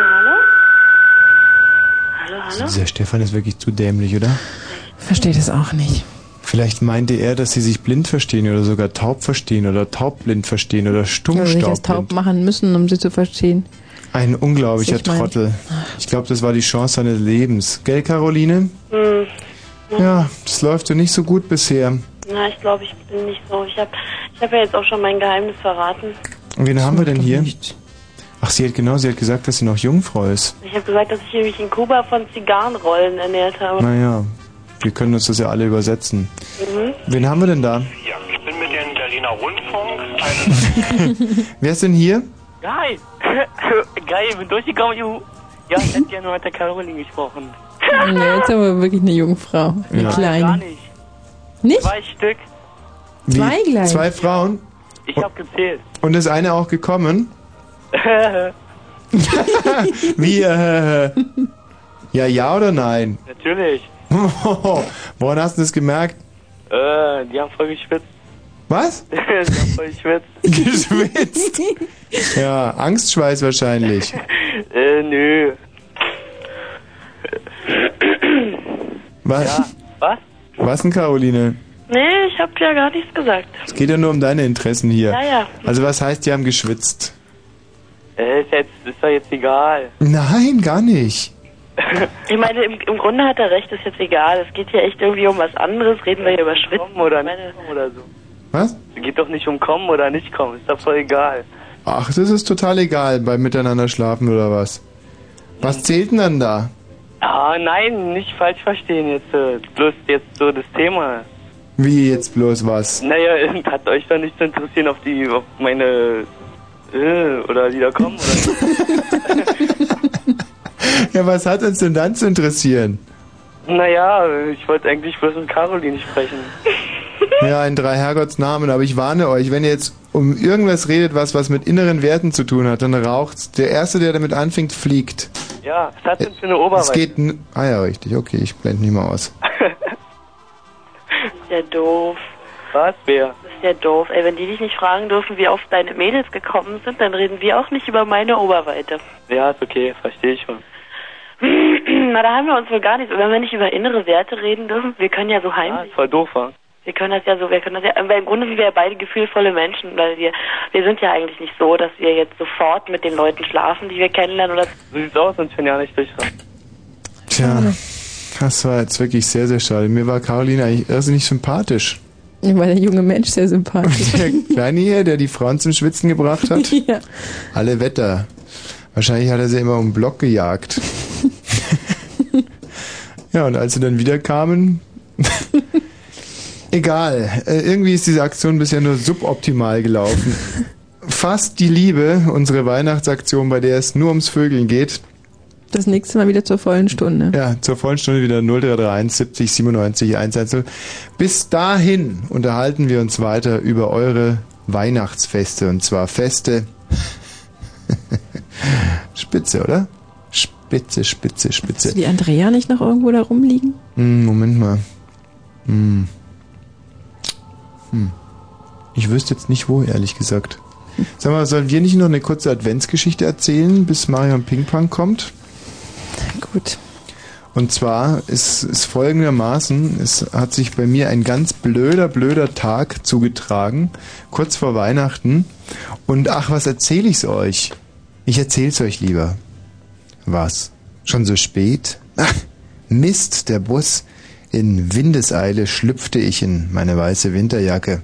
S13: Hallo,
S1: Also
S13: hallo?
S1: dieser Stefan ist wirklich zu dämlich, oder?
S5: Versteht es auch nicht.
S1: Vielleicht meinte er, dass sie sich blind verstehen oder sogar taub verstehen oder taubblind verstehen oder
S5: Also nicht erst
S1: stummstaubblind.
S5: taub machen müssen, um sie zu
S18: [laughs]
S5: verstehen.
S1: Ein unglaublicher
S5: Ich mein-
S1: Trottel. Ich glaube, das war die Chance seines Lebens. Gell, Caroline?
S13: Hm.
S1: Ja, das läuft so nicht so gut bisher.
S13: Na, ich glaube, ich bin nicht so. Ich habe ich hab ja jetzt auch schon mein Geheimnis verraten.
S1: Und wen haben wir denn hier? Ach, sie hat genau, sie hat gesagt, dass sie noch Jungfrau ist.
S13: Ich habe gesagt, dass ich mich in Kuba von Zigarrenrollen ernährt habe.
S1: Naja, wir können uns das ja alle übersetzen.
S13: Mhm.
S1: Wen haben wir denn
S5: [laughs]
S1: da?
S18: [laughs]
S1: Wer ist denn hier?
S18: Geil! Geil, ich bin durchgekommen, juhu! Ja, ich hätte gerne mit der Caroline gesprochen.
S5: Ja, jetzt haben wir wirklich eine Jungfrau. Eine
S1: Ja.
S18: Gar
S5: kleine.
S18: nicht.
S5: Nicht?
S18: Zwei Stück.
S1: Wie?
S5: Zwei gleich.
S1: Zwei Frauen.
S18: Ich hab gezählt. [laughs]
S1: Und ist eine auch gekommen? Wie? Äh, [laughs] ja, ja oder nein? [laughs]
S18: Natürlich.
S1: Woran hast du das gemerkt?
S18: Äh, die haben voll geschwitzt.
S1: Was?
S18: [laughs] die haben voll geschwitzt.
S1: Geschwitzt? Ja, Angstschweiß
S13: [laughs]
S1: wahrscheinlich.
S18: äh, nö.
S1: Was?
S18: was?
S1: Was denn, Caroline?
S13: Nee, ich habe ja gar nichts gesagt.
S1: Es geht ja nur um deine Interessen hier.
S13: Ja, ja.
S1: Also was heißt, die haben geschwitzt?
S18: Äh, ist, jetzt, ist doch jetzt [laughs] egal.
S1: Nein, gar nicht.
S13: [laughs] Ich meine, im, im Grunde hat er recht, ist jetzt egal. Es geht hier echt irgendwie um was anderes. Reden wir hier über Schwitzen
S18: oder nicht kommen oder so.
S1: Was?
S18: Es geht doch nicht um kommen oder nicht kommen, ist doch voll egal.
S1: Ach, das ist total egal beim Miteinander schlafen oder was. Was zählt denn dann da?
S18: Ah, nein, nicht falsch verstehen jetzt. äh, Bloß jetzt so das Thema.
S1: Wie jetzt bloß was?
S18: Naja, [laughs] hat euch doch nicht zu interessieren, ob die, ob meine, äh, oder die da kommen oder so.
S1: Ja, was hat uns denn dann zu interessieren?
S18: Naja, ich wollte eigentlich bloß mit Caroline sprechen.
S1: [laughs] Ja, in drei Herrgotts Namen, aber ich warne euch, wenn ihr jetzt um irgendwas redet, was was mit inneren Werten zu tun hat, dann raucht's. Der Erste, der damit anfängt, fliegt.
S18: Ja, was hat denn für eine
S1: Es
S18: Oberweite?
S1: geht... n- Ah ja, richtig, okay, ich blende nicht mal aus.
S13: ist ja doof.
S18: Was? Wer?
S13: Das ist ja doof. Ey, wenn die dich nicht fragen dürfen, wie oft deine Mädels gekommen sind, dann reden wir auch nicht über meine Oberweite. [clears throat]
S18: Ja, ist okay, verstehe ich schon.
S13: Na, da haben wir uns wohl gar nichts. Wenn wir nicht über innere Werte reden dürfen, wir können ja so heimlich.
S18: Voll doof, wa?
S13: Wir können das ja so, wir können das ja, weil im Grunde sind wir ja beide gefühlvolle Menschen, weil wir, wir sind ja eigentlich nicht so, dass wir jetzt sofort mit den Leuten schlafen, die wir kennenlernen oder
S18: So sieht's aus, sonst bin ich ja nicht durch.
S1: Tja, das war jetzt wirklich sehr, sehr schade. Mir war Caroline eigentlich irrsinnig sympathisch.
S5: Weil der junge Mensch sehr sympathisch ist.
S1: Der Kleine hier, der die Frauen zum Schwitzen gebracht hat.
S5: Ja.
S1: Alle Wetter. Wahrscheinlich hat er sie immer um den Block gejagt. ja, und als sie dann wiederkamen. [laughs] Egal. Äh, irgendwie ist diese Aktion bisher nur suboptimal gelaufen. Fast die Liebe, unsere Weihnachtsaktion, bei der es nur ums Vögeln geht,
S5: Das nächste Mal wieder zur vollen Stunde.
S1: Ja, zur vollen Stunde wieder 0331 70 97 110. Bis dahin unterhalten wir uns weiter über eure Weihnachtsfeste und zwar Feste. [laughs] spitze, oder? Spitze, spitze, spitze.
S5: Ist die Andrea nicht noch irgendwo da rumliegen?
S1: Hm, Moment mal. Hm. Hm. Ich wüsste jetzt nicht wo, ehrlich gesagt. Sag mal, sollen wir nicht noch eine kurze Adventsgeschichte erzählen, bis Marion Pingpong kommt?
S5: Gut.
S1: Und zwar ist es folgendermaßen, es hat sich bei mir ein ganz blöder, blöder Tag zugetragen, kurz vor Weihnachten. Und ach, was erzähle ich's euch? Ich erzähl's euch lieber. Was? Schon so spät? Ach, Mist, der Bus. In Windeseile schlüpfte ich in meine weiße Winterjacke.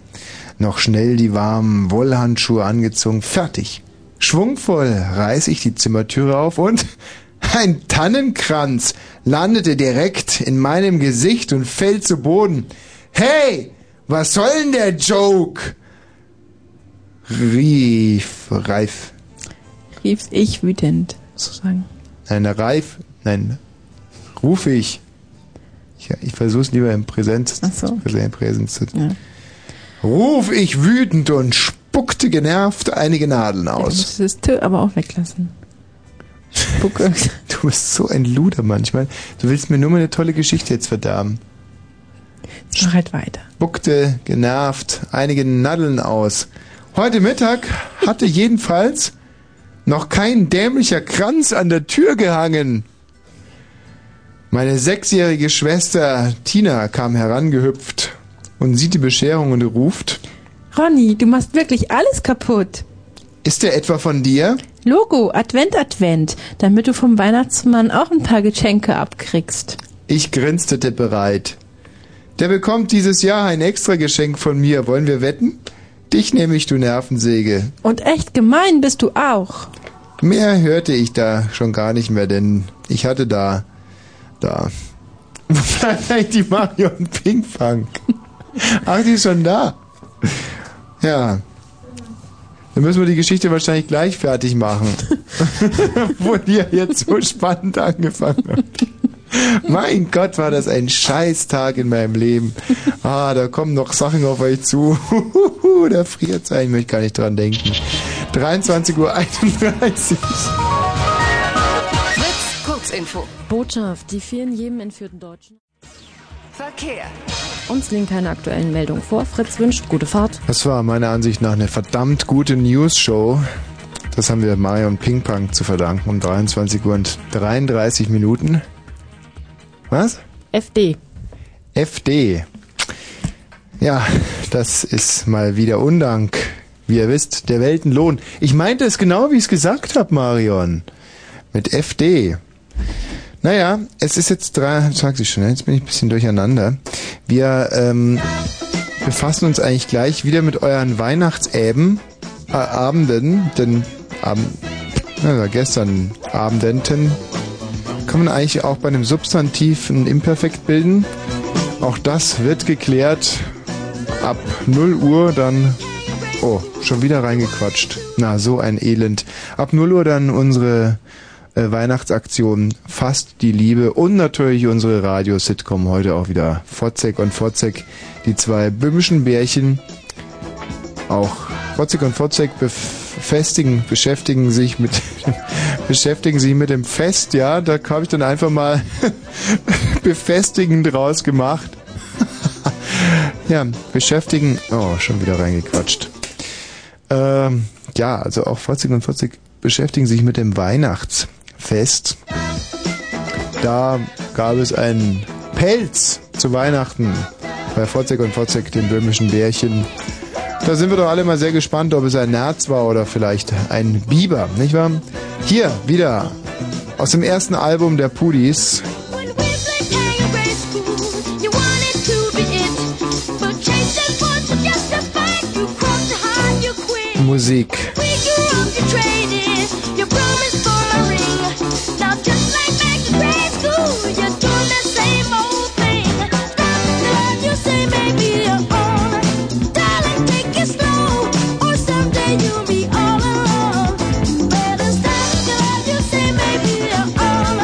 S1: Noch schnell die warmen Wollhandschuhe angezogen. Fertig. Schwungvoll reiß ich die Zimmertüre auf und [laughs] ein Tannenkranz landete direkt in meinem Gesicht und fällt zu Boden. Hey, was soll denn der Joke? Rief Reif.
S5: Rief ich wütend, sozusagen.
S1: Nein, Reif, nein, rufe ich. Ich, ich versuche es lieber im Präsenz,
S5: Ach so.
S1: im Präsenz zu Ruf ich wütend und spuckte genervt einige Nadeln aus.
S5: Das ist T, aber auch weglassen.
S1: [laughs]
S5: Spucke.
S1: Du bist so ein Luder manchmal. Du willst mir nur mal eine tolle Geschichte jetzt verderben.
S5: Jetzt mach halt weiter.
S1: Spuckte genervt einige Nadeln aus. Heute Mittag hatte jedenfalls noch kein dämlicher Kranz an der Tür gehangen. Meine sechsjährige Schwester Tina kam herangehüpft und sieht die Bescherung und ruft,
S5: Ronny, du machst wirklich alles kaputt.
S1: ist der etwa von dir?
S5: Logo, Advent, Advent, damit du vom Weihnachtsmann auch ein paar Geschenke abkriegst.
S1: Ich grinstete bereit. Der bekommt dieses Jahr ein extra Geschenk von mir. Wollen wir wetten? Dich nehme ich, du Nervensäge.
S5: Und echt gemein bist du auch.
S1: Mehr hörte ich da schon gar nicht mehr, denn ich hatte da, da, [laughs] vielleicht die Marion Pinkfang. Ach, die ist schon da. Ja. Dann müssen wir die Geschichte wahrscheinlich gleich fertig machen. [laughs] Wo die ja jetzt so spannend angefangen hat. Mein Gott, war das ein Scheißtag in meinem Leben. Ah, da kommen noch Sachen auf euch zu. [laughs] da friert es ein, ich möchte gar nicht dran denken. 23.31 Uhr.
S9: Fritz, Kurzinfo.
S10: Botschaft, die vielen jedem entführten Deutschen.
S9: Verkehr.
S10: Uns liegen keine aktuellen Meldungen vor. Fritz wünscht gute Fahrt.
S1: Das war meiner Ansicht nach eine verdammt gute News-Show. Das haben wir Marion Ping Pong zu verdanken um 23 Uhr und 33 Minuten. Was?
S5: FD.
S1: FD. Ja, das ist mal wieder Undank. Wie ihr wisst, der Weltenlohn. Ich meinte es genau, wie ich es gesagt habe, Marion. Mit FD. Naja, es ist jetzt 23 schon, jetzt bin ich ein bisschen durcheinander. Wir ähm, befassen uns eigentlich gleich wieder mit euren Weihnachtsabenden, äh, Abenden, denn Abend, na, gestern Abendenten. Kann man eigentlich auch bei einem Substantiv ein Imperfekt bilden? Auch das wird geklärt ab 0 Uhr dann. Oh, schon wieder reingequatscht. Na, so ein Elend. Ab 0 Uhr dann unsere äh, Weihnachtsaktion Fast die Liebe und natürlich unsere Radio-Sitcom heute auch wieder. Fotzek und Fotzek, die zwei böhmischen Bärchen. Auch Fotzek und Fotzek befestigen, beschäftigen sich mit, [laughs] beschäftigen sich mit dem Fest, ja. Da habe ich dann einfach mal [laughs] befestigend draus gemacht. [laughs] Ja, beschäftigen. Oh, schon wieder reingequatscht. Ähm, ja, also auch 40 und 40 beschäftigen sich mit dem Weihnachtsfest. Da gab es einen Pelz zu Weihnachten bei 40 und 40, dem böhmischen Bärchen. Da sind wir doch alle mal sehr gespannt, ob es ein Nerz war oder vielleicht ein Biber, nicht wahr? Hier wieder aus dem ersten Album der Pudis.
S9: You wanted to be it, but chasing fortune just a fight. You crossed the hard, you quit.
S1: Musik.
S9: We grew up, you traded your promise for a ring. Now just like back in grade school, you're doing the same old thing. Stop the love you say may be your own. Darling, take it slow, or someday you'll be all alone. Better stop the love you say may be your own.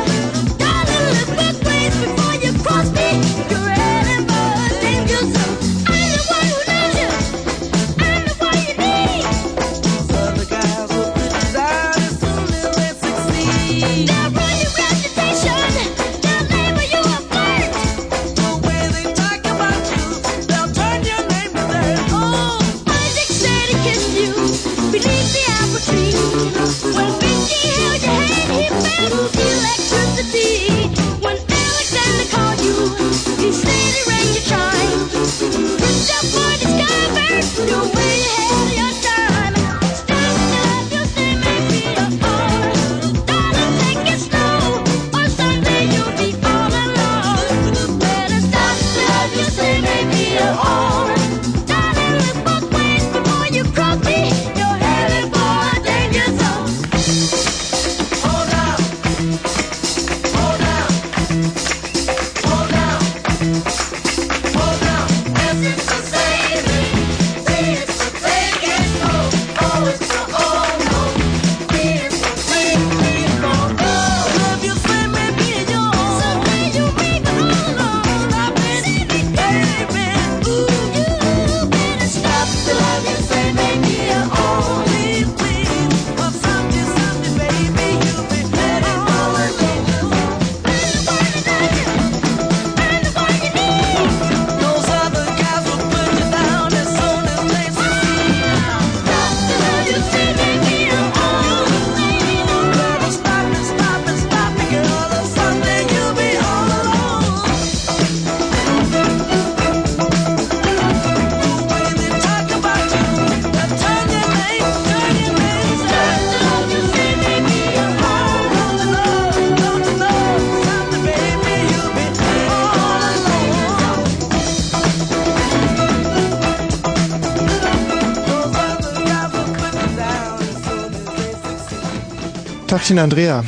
S1: Tagchen, Andrea.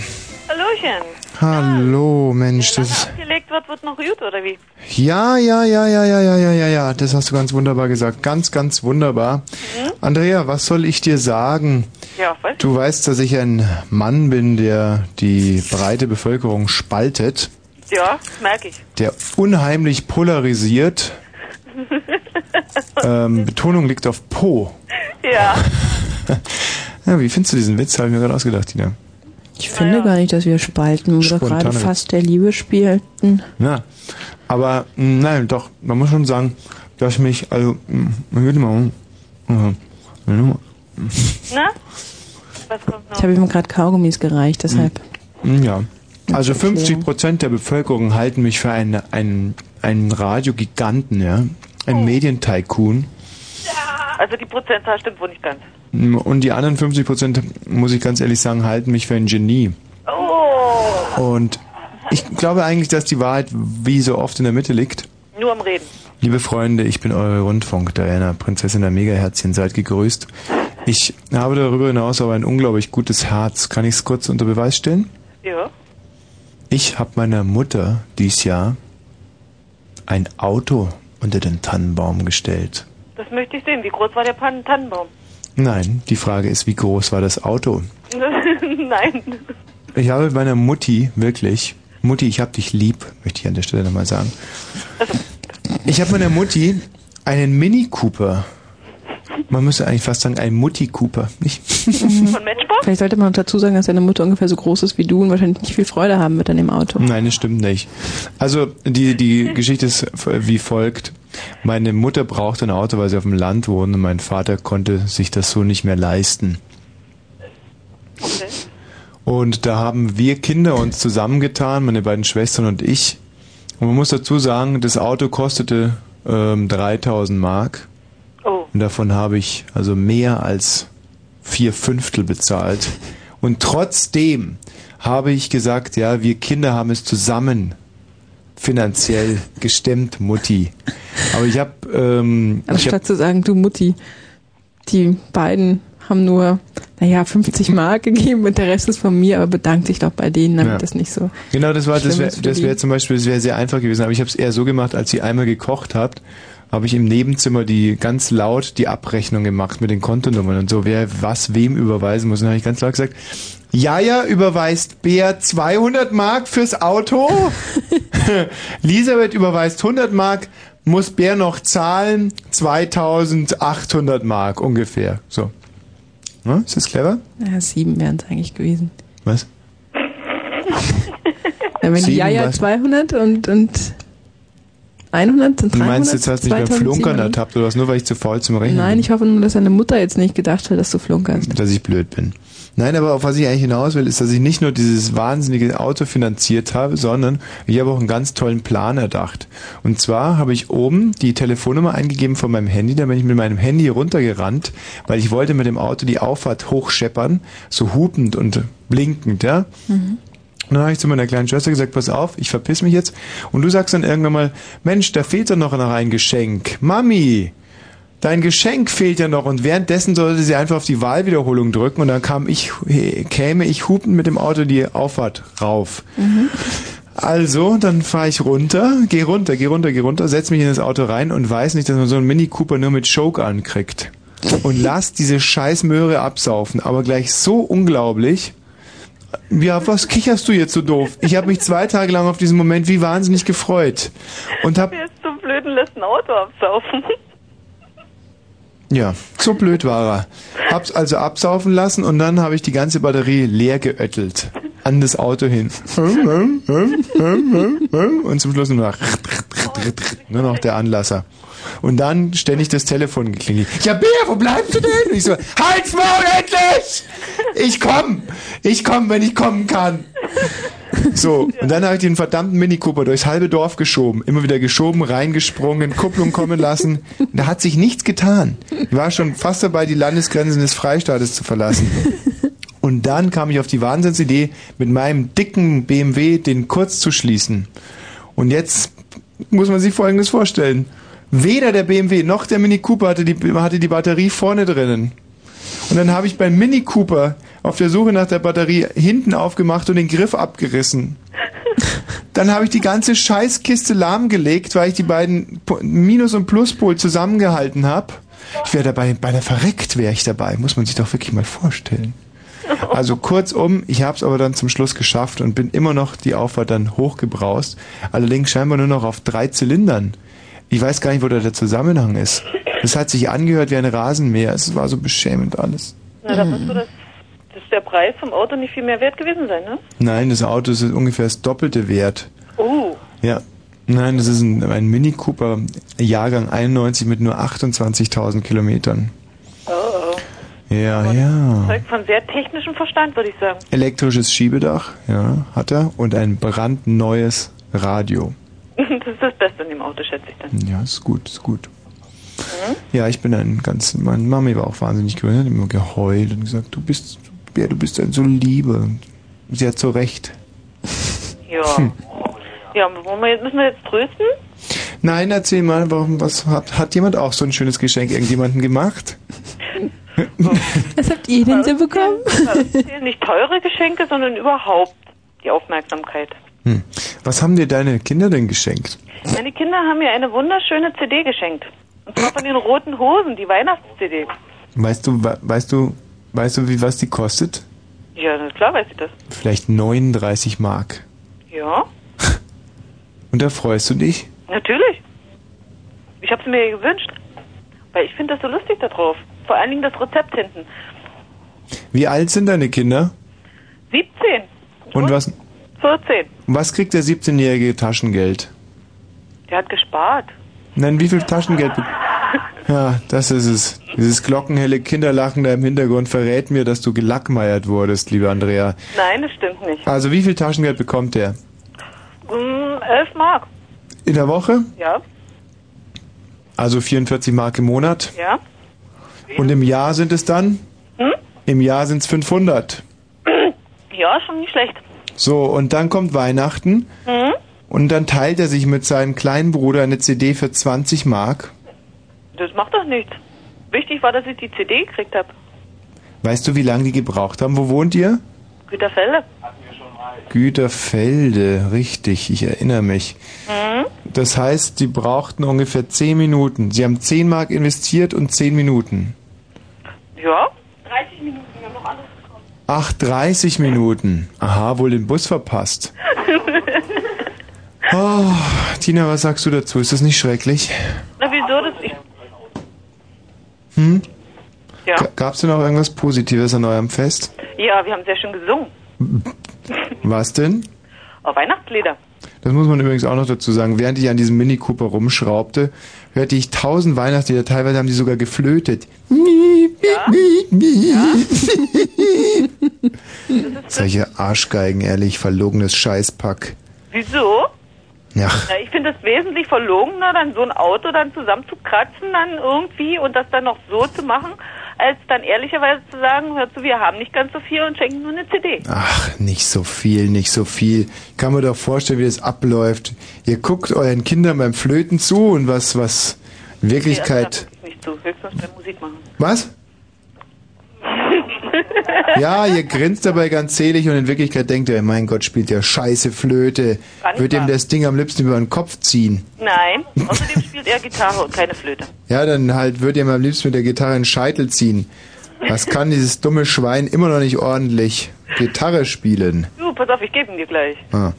S12: Hallöchen.
S1: Hallo, Mensch, das ist...
S12: Abgelegt wird, wird noch gut, oder wie?
S1: Ja, ja, ja, ja, ja, ja, ja, ja, ja, das hast du ganz wunderbar gesagt. Ganz, ganz wunderbar. Andrea, was soll ich dir sagen?
S12: Mhm. Ja, was?
S1: Du weißt, dass ich ein Mann bin, der die breite Bevölkerung spaltet,
S12: Ja, merke ich. [laughs]
S1: der unheimlich polarisiert.
S12: [laughs]
S1: ähm, Betonung liegt auf Po.
S12: Ja.
S1: [laughs] Ja, wie findest du diesen Witz? Habe ich mir gerade ausgedacht, Tina.
S5: Ich finde gar nicht, dass wir spalten oder
S1: Spontane
S5: gerade
S1: Witz.
S5: fast der Liebe spielten.
S1: Na, aber mh, nein, doch, man muss schon sagen, dass mich, also, mh, man würde mal, mh, mh,
S12: Na? Was kommt noch?
S5: Ich habe ihm gerade Kaugummis gereicht, deshalb.
S1: mh, ja. Also
S5: Okay.
S1: 50 Prozent der Bevölkerung halten mich für einen, einen, einen Radiogiganten, ja, einen Medientycoon.
S12: Oh. Also die Prozentzahl stimmt wohl nicht ganz.
S1: Hm, Und die anderen 50 Prozent, muss ich ganz ehrlich sagen, halten mich für ein Genie.
S12: Oh.
S1: Und ich glaube eigentlich, dass die Wahrheit wie so oft in der Mitte liegt.
S12: Nur am Reden.
S1: Liebe Freunde, ich bin eure Rundfunk-Diana, Prinzessin der Megaherzchen, seid gegrüßt. Ich habe darüber hinaus aber ein unglaublich gutes Herz. Kann ich es kurz unter Beweis stellen?
S12: Ja.
S1: Ich habe meiner Mutter dies Jahr ein Auto unter den Tannenbaum gestellt.
S12: Das möchte ich sehen. Wie groß war der Pan Tannenbaum? [laughs]
S1: Nein, die Frage ist, wie groß war das Auto?
S12: Nein.
S1: Ich habe meiner Mutti wirklich, Mutti, ich hab dich lieb, möchte ich an der Stelle nochmal sagen. Ich habe meiner Mutti einen Mini Cooper. Man müsste eigentlich fast sagen, einen Mutti Cooper, nicht? Hm.
S5: Vielleicht sollte man noch dazu sagen, dass deine Mutter ungefähr so groß ist wie du und wahrscheinlich nicht viel Freude haben wird an dem Auto.
S1: Nein, das stimmt nicht. Also die, die Geschichte ist äh, wie folgt. Meine Mutter brauchte ein Auto, weil sie auf dem Land wohnt und mein Vater konnte sich das so nicht mehr leisten. Und da haben wir Kinder uns zusammengetan, meine beiden Schwestern und ich. Und man muss dazu sagen, das Auto kostete ähm, 3000 Mark. Und davon habe ich also mehr als vier Fünftel bezahlt. Und trotzdem habe ich gesagt, ja, wir Kinder haben es zusammen finanziell gestemmt, Mutti. Aber ich habe... Ähm, ich habe
S5: Anstatt zu sagen, du Mutti, die beiden haben nur, naja, 50 Mark gegeben und der Rest ist von mir, aber bedankt sich doch bei denen, damit
S1: Ja.
S5: das nicht so.
S1: Genau, das war, das
S5: Schlimm
S1: wäre
S5: ist für
S1: das
S5: die.
S1: wär zum Beispiel, das wäre sehr einfach gewesen, aber ich habe es eher so gemacht, als ihr einmal gekocht habt, habe ich im Nebenzimmer die ganz laut die Abrechnung gemacht mit den Kontonummern und so, wer was wem überweisen muss. Und dann habe ich ganz laut gesagt, Jaja überweist Bär 200 Mark fürs
S5: [laughs]
S1: Auto, [laughs] Elisabeth überweist 100 Mark, muss Bär noch zahlen 2800 Mark ungefähr. So. Ne? Ist das clever?
S5: Naja, sieben wären es eigentlich gewesen.
S1: Was?
S5: Wenn die
S1: Sieben,
S5: Jaja
S1: was?
S5: 200 und, und 100 sind 300.
S1: Du meinst, jetzt hast du mich beim
S5: 2700?
S1: Flunkern ertappt oder was, nur weil ich zu faul zum Rechnen
S5: Nein, ich hoffe nur, dass deine Mutter jetzt nicht gedacht hat, dass du flunkerst.
S1: dass ich blöd bin. Nein, aber auf was ich eigentlich hinaus will, ist, dass ich nicht nur dieses wahnsinnige Auto finanziert habe, sondern ich habe auch einen ganz tollen Plan erdacht. Und zwar habe ich oben die Telefonnummer eingegeben von meinem Handy, dann bin ich mit meinem Handy runtergerannt, weil ich wollte mit dem Auto die Auffahrt hochscheppern, so hupend und blinkend, ja.
S9: Mhm.
S1: Und dann habe ich zu meiner kleinen Schwester gesagt, pass auf, ich verpiss mich jetzt. Und du sagst dann irgendwann mal, Mensch, da fehlt doch noch ein Geschenk. Mami, dein Geschenk fehlt ja noch. Und währenddessen sollte sie einfach auf die Wahlwiederholung drücken und dann kam ich, käme ich hupend mit dem Auto die Auffahrt rauf.
S9: Mhm.
S1: Also, dann fahre ich runter, geh runter, geh runter, geh runter, setz mich in das Auto rein und weiß nicht, dass man so einen Mini Cooper nur mit Choke ankriegt. Und lass diese Scheißmöhre absaufen, aber gleich so unglaublich. Ja, was kicherst du jetzt so doof? Ich habe mich zwei Tage lang auf diesen Moment wie wahnsinnig gefreut. Und hab,
S12: Der ist so blöd und lässt ein Auto absaufen. [laughs]
S1: ja, so blöd war er. Hab's also absaufen lassen und dann habe ich die ganze Batterie leer geöttelt. An das Auto hin. Und zum Schluss nur noch, nur noch der Anlasser. Und dann ständig das Telefon geklingelt. Ja, Bär, wo bleibst du denn? Und ich so, halt's Maul endlich! Ich komm! Ich komm, wenn ich kommen kann! So, und dann habe ich den verdammten Mini Cooper durchs halbe Dorf geschoben. Immer wieder geschoben, reingesprungen, Kupplung kommen lassen. Da hat sich nichts getan. Ich war schon fast dabei, die Landesgrenzen des Freistaates zu verlassen. Und dann kam ich auf die Wahnsinnsidee, mit meinem dicken BMW den kurz zu schließen. Und jetzt muss man sich Folgendes vorstellen. Weder der BMW noch der Mini Cooper hatte die, hatte die Batterie vorne drinnen. Und dann habe ich beim Mini Cooper auf der Suche nach der Batterie hinten aufgemacht und den Griff abgerissen. Dann habe ich die ganze Scheißkiste lahmgelegt, weil ich die beiden Po- Minus- und Pluspol zusammengehalten habe. Ich wäre dabei, beinahe verreckt wäre ich dabei. Muss man sich doch wirklich mal vorstellen. Also kurzum, ich habe es aber dann zum Schluss geschafft und bin immer noch die Auffahrt dann hochgebraust. Allerdings scheinbar nur noch auf drei Zylindern. Ich weiß gar nicht, wo da der Zusammenhang ist. Es hat sich angehört wie ein Rasenmäher. Es war so beschämend alles.
S12: Na, da
S1: Hm.
S12: muss so das, das ist der Preis vom Auto nicht viel mehr wert gewesen sein, ne?
S1: Nein, das Auto ist ungefähr das doppelte Wert.
S12: Oh,
S1: Ja. Nein, das ist ein, ein Mini Cooper Jahrgang 91 mit nur 28.000 Kilometern.
S12: oh, oh.
S1: Ja, ja.
S12: Zeug von sehr technischem Verstand, würde ich sagen. [laughs]
S1: Elektrisches Schiebedach, ja, hat er. Und ein brandneues Radio.
S12: Das ist das Beste in dem Auto, schätze ich dann.
S1: Ja, ist gut, ist gut. Ja, ich bin ein ganz, meine Mami war auch wahnsinnig gewöhnt, hat immer geheult und gesagt, du bist, ja, du bist ein so Liebe. Sie hat so recht.
S12: Ja.
S1: Hm.
S12: Ja, wollen wir jetzt, müssen wir jetzt trösten?
S1: [laughs] Nein, erzähl mal, warum, was hat, hat jemand auch so ein schönes Geschenk irgendjemandem gemacht?
S2: Was habt ihr denn so bekommen?
S12: Das zählen nicht teure Geschenke, sondern überhaupt die Aufmerksamkeit.
S1: Hm. Was haben dir deine Kinder denn geschenkt?
S12: Meine Kinder haben mir eine wunderschöne CD geschenkt. Und zwar von den Roten Hosen, die Weihnachts-CD.
S1: Weißt du, we- weißt du, weißt du, wie was die kostet?
S12: Ja, na klar weiß ich das.
S1: Vielleicht 39 Mark.
S12: Ja,
S1: Und da freust du dich?
S12: natürlich. Ich habe sie mir gewünscht. Weil ich finde das so lustig da drauf. Vor allen Dingen das Rezept hinten.
S1: Wie alt sind deine Kinder?
S12: 17,
S1: Und was,
S12: 14.
S1: was kriegt der 17-jährige Taschengeld?
S12: Der hat gespart.
S1: Nein, wie viel Taschengeld? be- Ja, das ist es. Dieses glockenhelle Kinderlachen da im Hintergrund verrät mir, dass du gelackmeiert wurdest, lieber Andrea.
S12: Nein, das stimmt nicht.
S1: Also, wie viel Taschengeld bekommt der?
S12: Hm, 11 Mark.
S1: In der Woche?
S12: Ja,
S1: Also 44 Mark im Monat.
S12: ja.
S1: Und im Jahr sind es dann?
S12: Hm?
S1: Im Jahr sind es 500.
S12: Ja, schon nicht schlecht.
S1: So, und dann kommt Weihnachten
S12: Hm?
S1: und dann teilt er sich mit seinem kleinen Bruder eine CD für 20 Mark.
S12: Das macht doch nichts. Wichtig war, dass ich die CD gekriegt habe.
S1: Weißt du, wie lange die gebraucht haben? Wo wohnt ihr?
S12: Güterfelde.
S1: Güterfelde, richtig, ich erinnere mich.
S12: Hm?
S1: Das heißt, die brauchten ungefähr 10 Minuten. Sie haben 10 Mark investiert und 10 Minuten.
S12: Ja.
S13: 30 Minuten, wir haben noch alles bekommen.
S1: Ach, 30 Minuten. Aha, wohl den Bus verpasst. Oh, Tina, was sagst du dazu? Ist das nicht schrecklich?
S12: Na, wieso das? Ich,
S1: Hm?
S12: Ja.
S1: Ga- Gab's denn auch irgendwas Positives an eurem Fest?
S12: ja, wir haben sehr schön gesungen.
S1: Was denn?
S12: [laughs] Auf Weihnachtslieder.
S1: Das muss man übrigens auch noch dazu sagen. Während ich an diesem Mini Cooper rumschraubte, hörte ich tausend Weihnachtslieder. Teilweise haben die sogar geflötet. Solche Arschgeigen, ehrlich, verlogenes Scheißpack.
S12: Wieso?
S1: Ja.
S12: Na, ich finde es wesentlich verlogener, dann so ein Auto dann zusammen zu kratzen, dann irgendwie und das dann noch so zu machen, als dann ehrlicherweise zu sagen, hör zu, wir haben nicht ganz so viel und schenken nur eine CD.
S1: Ach, nicht so viel, nicht so viel. Kann man doch vorstellen, wie das abläuft. Ihr guckt euren Kindern beim Flöten zu und was, was in Wirklichkeit.
S12: Nicht so, höchstens bei Musik machen. [laughs]
S1: Was? Ja, ihr grinst dabei ganz selig und in Wirklichkeit denkt ihr, mein Gott, spielt der scheiße Flöte.
S12: Gar nicht
S1: Wird ihm
S12: wahr.
S1: das Ding am liebsten über den Kopf ziehen.
S12: Nein, außerdem spielt er Gitarre und keine Flöte.
S1: Ja, dann halt wird ihm am liebsten mit der Gitarre einen Scheitel ziehen. Was kann dieses dumme Schwein immer noch nicht ordentlich Gitarre spielen?
S12: Du, pass auf, ich gebe ihn dir gleich.
S1: Ah.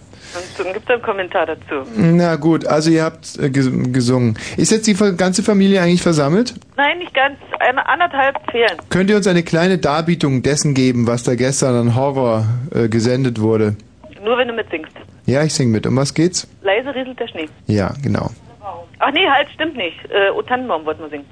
S12: Und dann gibt es einen Kommentar dazu.
S1: Na gut, also ihr habt äh, ges gesungen. Ist jetzt die ver- ganze Familie eigentlich versammelt?
S12: Nein, nicht ganz. Eine, anderthalb fehlen.
S1: Könnt ihr uns eine kleine Darbietung dessen geben, was da gestern an Horror äh, gesendet wurde?
S12: Nur wenn du mitsingst.
S1: Ja, ich sing mit. Um was geht's?
S12: Leise rieselt der Schnee.
S1: Ja, genau.
S12: Ach nee, halt, stimmt nicht. Äh, O Tannenbaum wollten wir singen.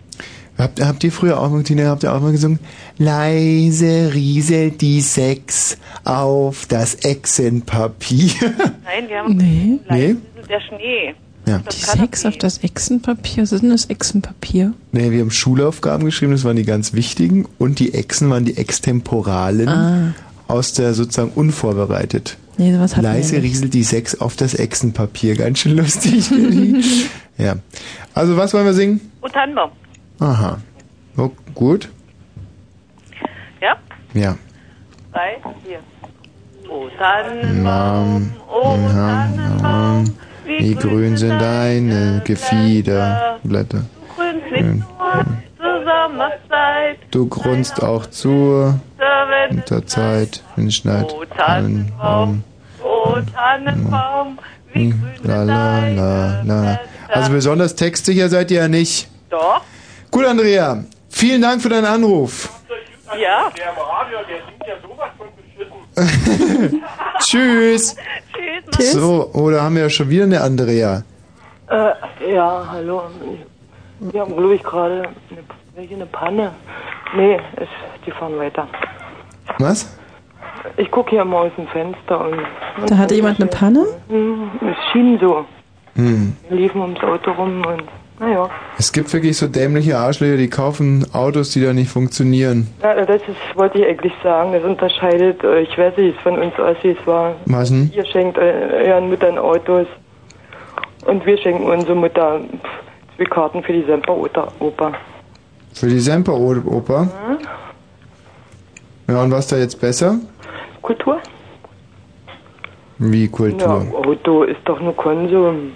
S1: Habt, habt ihr früher auch mal, Tina, habt ihr auch mal gesungen? Leise rieselt die Sex auf das Echsenpapier. [laughs]
S12: Nein, wir haben
S5: Nee.
S1: nee?
S12: rieselt der Schnee.
S1: Ja.
S5: Die Sex auf das Echsenpapier. Was ist denn das Echsenpapier?
S1: Nee, wir haben Schulaufgaben geschrieben, das waren die ganz wichtigen. Und die Echsen waren die Extemporalen
S5: Ah.
S1: aus der sozusagen unvorbereitet.
S5: Nee, sowas hatten wir
S1: Leise
S5: nicht.
S1: rieselt die Sex auf das Echsenpapier. Ganz schön lustig.
S5: [laughs]
S1: Willi. ja. Also was wollen wir singen?
S12: O Tannenbaum.
S1: Aha. Oh, gut.
S12: Ja?
S1: Ja.
S12: drei, vier. Oh, dann,
S1: Mam, Mam, wie grün sind deine Gefieder, Blätter.
S12: grün fliegt nur zur Sommerzeit,
S1: Du grunzt auch zur
S12: da wenn es
S1: Winterzeit, wenn es schneit. Tannenbaum,
S12: oh, Tannenbaum,
S1: Hm. la la la la. Also besonders textsicher seid ihr ja nicht.
S12: Doch.
S1: Gut, Andrea, vielen Dank für deinen Anruf.
S12: Ja.
S1: Tschüss.
S12: Tschüss.
S1: So, oder haben wir ja schon wieder eine Andrea.
S6: Äh, ja, hallo. Wir haben, glaube ich, gerade eine, welche, eine Panne. Nee, es, die fahren weiter.
S1: Was?
S6: Ich gucke hier mal aus dem Fenster und.
S5: Da hatte jemand eine Panne?
S6: Hm, Es schien so.
S1: Hm.
S6: Wir liefen ums Auto rum und. Naja.
S1: Es gibt wirklich so dämliche Arschlöcher, die kaufen Autos, die da nicht funktionieren.
S6: Ja, das ist, wollte ich eigentlich sagen. Das unterscheidet, äh, ich weiß nicht, von uns Ossis war.
S1: Was denn?
S6: Ihr schenkt äh, euren Müttern Autos. Und wir schenken unsere Mutter pff, zwei Karten für die Semperoper.
S1: Für die Semperoper.
S6: Hm?
S1: Ja, und was da jetzt besser?
S6: Kultur?
S1: Wie Kultur.
S6: Ja, Auto ist doch nur Konsum.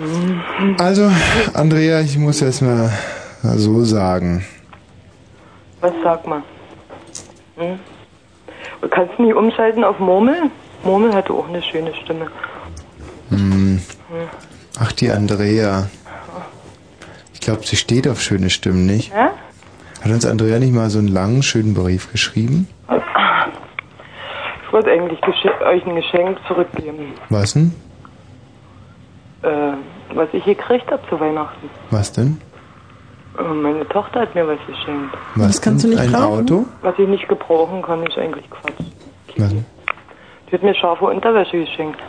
S6: Hm.
S1: Also, Andrea, ich muss jetzt mal so sagen.
S6: Was sag mal? Hm? Kannst du nicht umschalten auf Murmel? Murmel hatte auch eine schöne Stimme.
S1: Hm.
S6: Hm.
S1: Ach, die Andrea. Ich glaube, sie steht auf schöne Stimmen, nicht?
S6: Ja?
S1: Hat uns Andrea nicht mal so einen langen, schönen Brief geschrieben?
S6: Ich wollte eigentlich gesche- euch ein Geschenk zurückgeben,
S1: Was denn?
S6: äh, was ich gekriegt habe zu Weihnachten.
S1: Was denn?
S6: Äh, meine Tochter hat mir was geschenkt.
S1: Was Das kannst denn? du nicht Ein brauchen? Auto?
S6: Was ich nicht gebrauchen kann, ist eigentlich Quatsch.
S1: Was?
S6: Sie hat mir scharfe Unterwäsche geschenkt.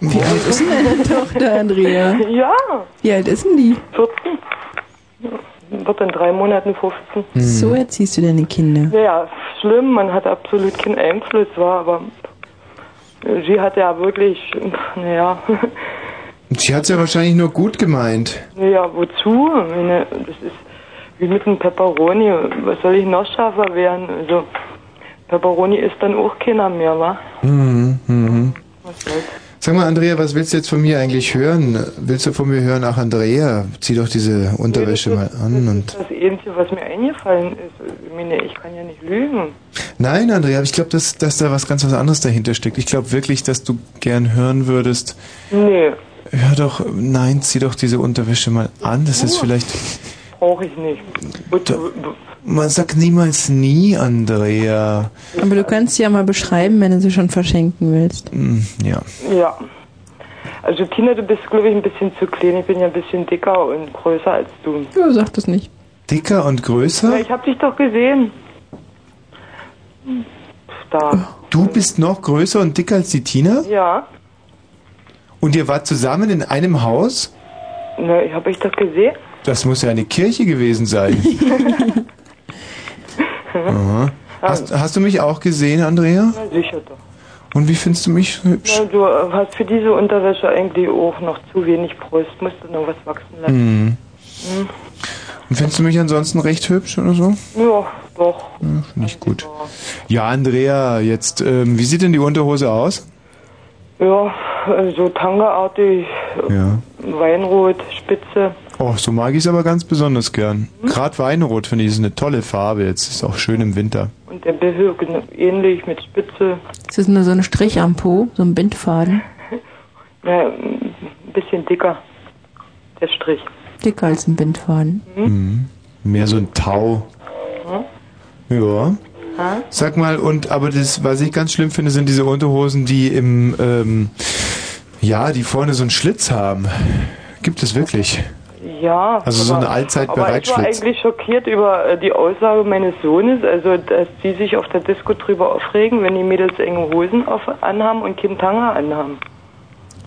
S5: Wie alt ist denn
S6: [laughs]
S5: deine Tochter, Andrea?
S6: Ja.
S5: Wie alt ist denn die?
S6: 14. Wird in drei Monaten 15.
S1: Hm.
S5: So erziehst du deine Kinder.
S6: Ja, schlimm, man hat absolut keinen Einfluss, war aber sie hat ja wirklich, naja, [laughs]
S1: Sie hat's ja wahrscheinlich nur gut gemeint.
S6: naja, wozu? Ich meine, Das ist wie mit einem Pepperoni, was soll ich noch schärfer werden? Also, Pepperoni ist dann auch keiner mehr, wa?
S1: Mhm, mhm.
S6: Was soll's?
S1: Sag mal, Andrea, was willst du jetzt von mir eigentlich hören? Willst du von mir hören, ach, Andrea, zieh doch diese Unterwäsche mal an und...
S6: Das Einzige, was mir eingefallen ist, ich meine, ich kann ja nicht lügen.
S1: Nein, Andrea, aber ich glaube, dass, dass da was ganz was anderes dahinter steckt. Ich glaube wirklich, dass du gern hören würdest.
S6: Nee,
S1: Hör doch, nein, zieh doch diese Unterwäsche mal an. Das ist vielleicht.
S6: brauche ich nicht. Wozu-
S1: Man sagt niemals nie, Andrea.
S5: Aber du kannst sie ja mal beschreiben, wenn du sie schon verschenken willst.
S1: Hm, Ja.
S6: Ja. Also Tina, du bist, glaube ich, ein bisschen zu klein. Ich bin ja ein bisschen dicker und größer als du.
S5: Ja, sag das nicht.
S1: Dicker und
S6: Ja,
S1: größer?
S6: ich habe dich doch gesehen. Da.
S1: Du bist noch größer und dicker als die Tina?
S6: Ja.
S1: Und ihr wart zusammen in einem Haus?
S6: Na, ich habe Ne, ich doch gesehen.
S1: Das muss ja eine Kirche gewesen
S6: [laughs]
S1: sein. Aha. Hast, hast du mich auch gesehen, Andrea?
S6: Na, sicher doch.
S1: Und wie findest du mich hübsch?
S6: Na, du äh, hast für diese Unterwäsche eigentlich auch noch zu wenig Brust. Musst du noch was wachsen lassen.
S1: Hm.
S6: Hm.
S1: Und findest du mich ansonsten recht hübsch oder so?
S6: Ja, doch.
S1: Ja, Finde ich gut. Ja, Andrea, jetzt, ähm, wie sieht denn die Unterhose aus?
S6: Ja, äh, so tangaartig,
S1: Ja.
S6: Weinrot, Spitze.
S1: Oh, so mag ich es aber ganz besonders gern.
S5: Mhm.
S1: Gerade Weinrot finde ich ist eine tolle Farbe. Jetzt ist auch schön im Winter.
S6: Und der Behör ähnlich mit Spitze.
S5: Ist das nur so ein Strich am Po, so ein Bindfaden?
S6: Ja, ein bisschen dicker. Der Strich.
S5: Dicker als ein Bindfaden.
S1: Mhm. Mehr so ein Tau.
S6: Hm?
S5: Mhm.
S1: Ja.
S6: Hm?
S1: Sag mal, und aber das, was ich ganz schlimm finde, sind diese Unterhosen, die im, ähm, ja, die vorne so einen Schlitz haben. Gibt es wirklich?
S6: Ja.
S1: Also so eine allzeit
S6: aber ich war
S1: Bereitschlitz.
S6: eigentlich schockiert über äh, die Aussage meines Sohnes, also dass die sich auf der Disco drüber aufregen, wenn die Mädels enge Hosen auf, anhaben und keinen Tanga anhaben.